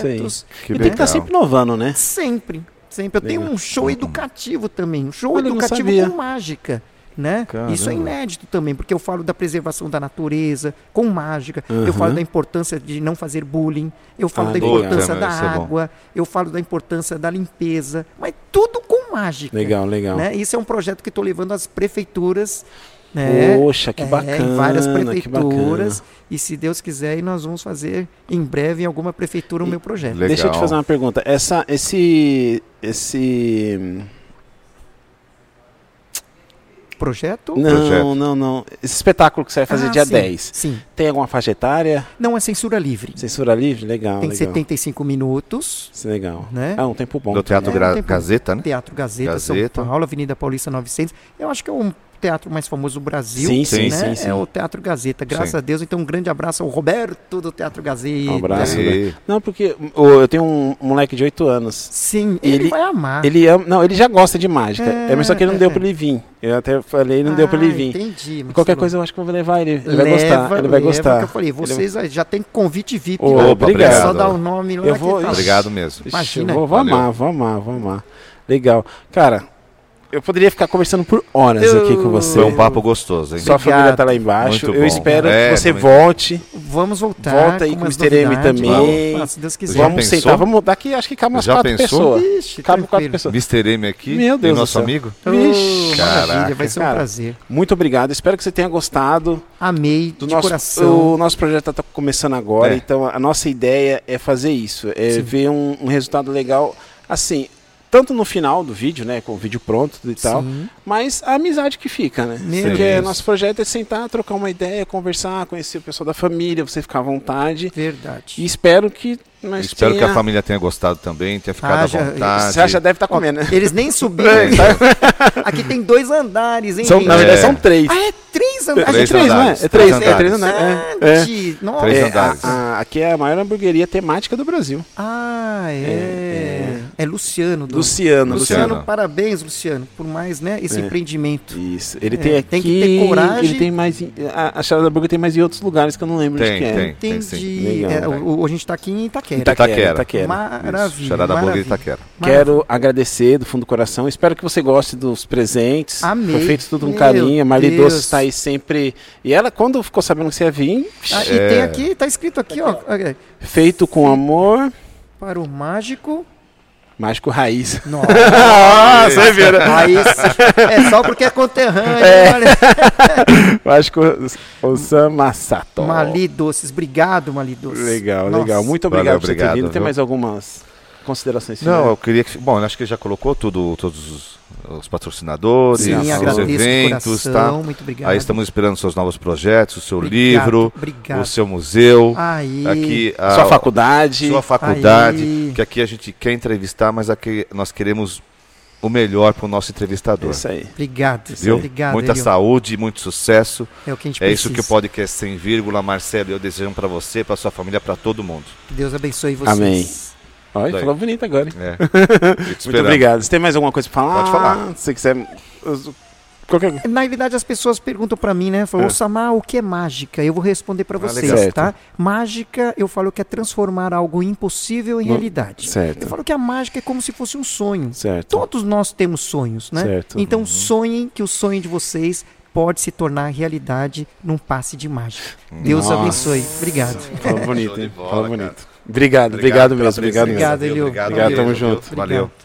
projetos.
E tem
Que
que estar
legal.
sempre inovando, né?
Sempre, sempre. Eu tenho
Legal.
um show educativo também, um show
Olha, eu não
educativo
sabia.
com mágica. Né?
Caramba.
Isso é inédito também, porque eu falo da preservação da natureza com mágica, eu falo da importância de não fazer bullying, eu falo
Uhum. Ah,
da
legal.
importância
Puta,
da
meu, isso é bom.
água, eu falo da importância da limpeza, mas tudo com mágica.
Legal, legal.
Né? Isso é um projeto que estou levando às prefeituras. Né?
Poxa, que
É,
bacana.
em várias
que bacana.
prefeituras. E se Deus quiser, aí nós vamos fazer em breve em alguma prefeitura o meu projeto.
Legal.
Deixa eu te fazer uma pergunta. Essa, esse, esse,
Projeto?
não,
projeto.
não, não. Esse espetáculo que você vai fazer
Ah,
dia
sim,
10.
Sim.
Tem alguma faixa etária?
Não é censura livre.
Censura livre? Legal,
Tem
legal.
75 minutos.
Isso é legal.
Né?
Ah, um tempo bom.
Do Teatro
É,
Gra-
tem-
Gazeta, né?
Teatro Gazeta,
Gazeta.
São Paulo, Avenida Paulista 900. Eu acho que é um teatro mais famoso do Brasil.
Sim, sim,
né?
sim, sim.
É o Teatro Gazeta. Graças
Sim.
a Deus. Então, um grande abraço ao Roberto do Teatro Gazeta.
Um abraço.
Aí.
né? Não, porque ô, eu tenho um moleque de 8 anos.
Sim, ele,
Ele-
vai amar.
Ele ama, não, ele já gosta de mágica. É, mas só que ele não
Ah. é,
deu
é.
pra ele vir. Eu até falei, não deu pra
Ah,
ele vir.
Entendi. Marcelo.
Qualquer coisa eu acho que eu vou levar ele. Ele vai gostar. Ele é um vai
leva,
gostar.
Que eu falei, vocês aí já tem convite VIP.
Ô,
lá.
obrigado.
É só dar o nome lá.
Eu
que
vou-
tá lá.
Obrigado mesmo.
Ixi,
Imagina.
eu Vou, vou
Valeu.
amar, vou amar, vou amar. Legal. Cara, eu poderia ficar conversando por horas aqui com você.
Foi um papo gostoso, hein?
Sua família
Obrigado.
tá lá embaixo.
Muito
eu
bom.
espero
É,
que você
muito-
volte.
Vamos voltar.
Volta aí com o
umas
Mr. M
novidades.
também.
Ah, se Deus quiser.
Já
vamos
pensou?
sentar. Vamos daqui, acho que cabe umas
Já
quatro
pensou?
pessoas.
Ixi,
cabe quatro
tranquilo.
pessoas.
Mr. M aqui.
Meu Deus
E
do
nosso
céu.
amigo.
Vixe.
Oh, maravilha, vai ser um
Cara.
prazer.
Muito obrigado. Espero que você tenha gostado.
Amei
Do
de
nosso,
coração.
O nosso projeto está começando agora,
É.
então a nossa ideia é fazer isso, é ver um, um resultado legal, assim, tanto no final do vídeo, né, com o vídeo pronto e tal,
Sim.
mas a amizade que fica, né?
Meu
Porque
Deus.
nosso projeto é sentar, trocar uma ideia, conversar, conhecer o pessoal da família, você ficar à vontade. E
Verdade.
espero que nós
Espero que a
tenha-
família tenha gostado também, tenha ficado
Ah,
à
já-
vontade.
Você já deve estar comendo, né?
Eles nem subiram. Aqui tem dois andares, hein?
É. São,
gente?
na verdade,
É.
são três.
Ah, é três
É
andares.
Três andares.
não é? É três,
Três
é três
andares.
andares. É, é.
Gente, nossa.
Três
É, a-
andares.
a- aqui é a maior hamburgueria temática do Brasil.
Ah, é. É, Luciano. do-
Luciano,
Luciano,
Luciano.
parabéns, Luciano, por mais, né, esse
É.
empreendimento.
Isso. Ele
É,
tem aqui.
tem que ter coragem.
Ele tem mais. em- A, a Charada Burger tem mais em outros lugares que eu não lembro
Tem,
de que é.
tem.
Entendi.
sim. Legal,
É,
né?
o- o- a gente tá aqui em Itaquera.
Itaquera.
Itaquera.
Maravilha.
Charada Boga de
maravilha.
Itaquera.
Quero agradecer do fundo do coração. Espero que você goste dos presentes.
Amei.
Foi feito tudo com
Meu
carinho. A Marli
Deus.
Doce está aí sempre. E ela, quando ficou sabendo que você ia vir, é,
Ah, e tem aqui, tá escrito aqui, ó, olha,
feito com amor,
para o mágico.
mágico raiz.
Nossa,
Ah, você viu, né?
aí sim. é só porque é conterrâneo. É.
Mágico Osama Sato.
Mali Doces, obrigado, Mali Doces.
Legal,
Nossa.
legal. Muito
Valeu,
obrigado por você ter
obrigado,
vindo. Tem
viu?
mais algumas considerações
Né?
Não, eu
finais?
queria que. Bom, eu acho que já colocou tudo, todos os, os patrocinadores,
Sim,
Obrigado.
os
agradeço de
eventos, tá?
coração, muito obrigado.
Aí estamos esperando seus novos projetos, o seu
Obrigado,
livro,
obrigado.
o seu museu.
Aí.
Aqui, a,
Sua faculdade.
ah, sua faculdade,
Aí.
que aqui a gente quer entrevistar, mas aqui nós queremos o melhor para o nosso entrevistador.
É Isso aí.
Obrigado,
Viu?
obrigado.
Muita
Elion.
saúde, muito sucesso.
É o que a gente
É isso que o
precisa.
podcast sem vírgula, Marcelo, eu desejamos para você, para sua família, para todo mundo.
Que Deus abençoe vocês.
Amém. Olha,
Daí.
falou bonito agora. hein?
É.
Muito obrigado. Você tem mais alguma coisa pra falar?
Pode falar.
Se você quiser. os- Qualquer...
Na realidade, as pessoas perguntam para mim, né? Falam,
É.
Osama, o que é mágica? Eu vou responder
Ah,
para vocês,
legal.
tá? Mágica, eu falo que é transformar algo impossível em
No-
realidade.
Certo.
Eu falo que a mágica é como se fosse um sonho.
Certo.
Todos nós temos sonhos, né?
Certo. Uhum.
Então sonhem que o sonho de vocês pode se tornar realidade num passe de mágica. Deus
Uhum. Nossa.
abençoe. Obrigado.
Fala
Show
bonito,
de
hein?
bola,
Fala
cara.
bonito. Obrigado, obrigado,
pela
mesmo. Obrigado
presença,
mesmo.
Obrigado,
viu?
Elio.
Obrigado, tamo
mesmo, viu?
junto.
Valeu.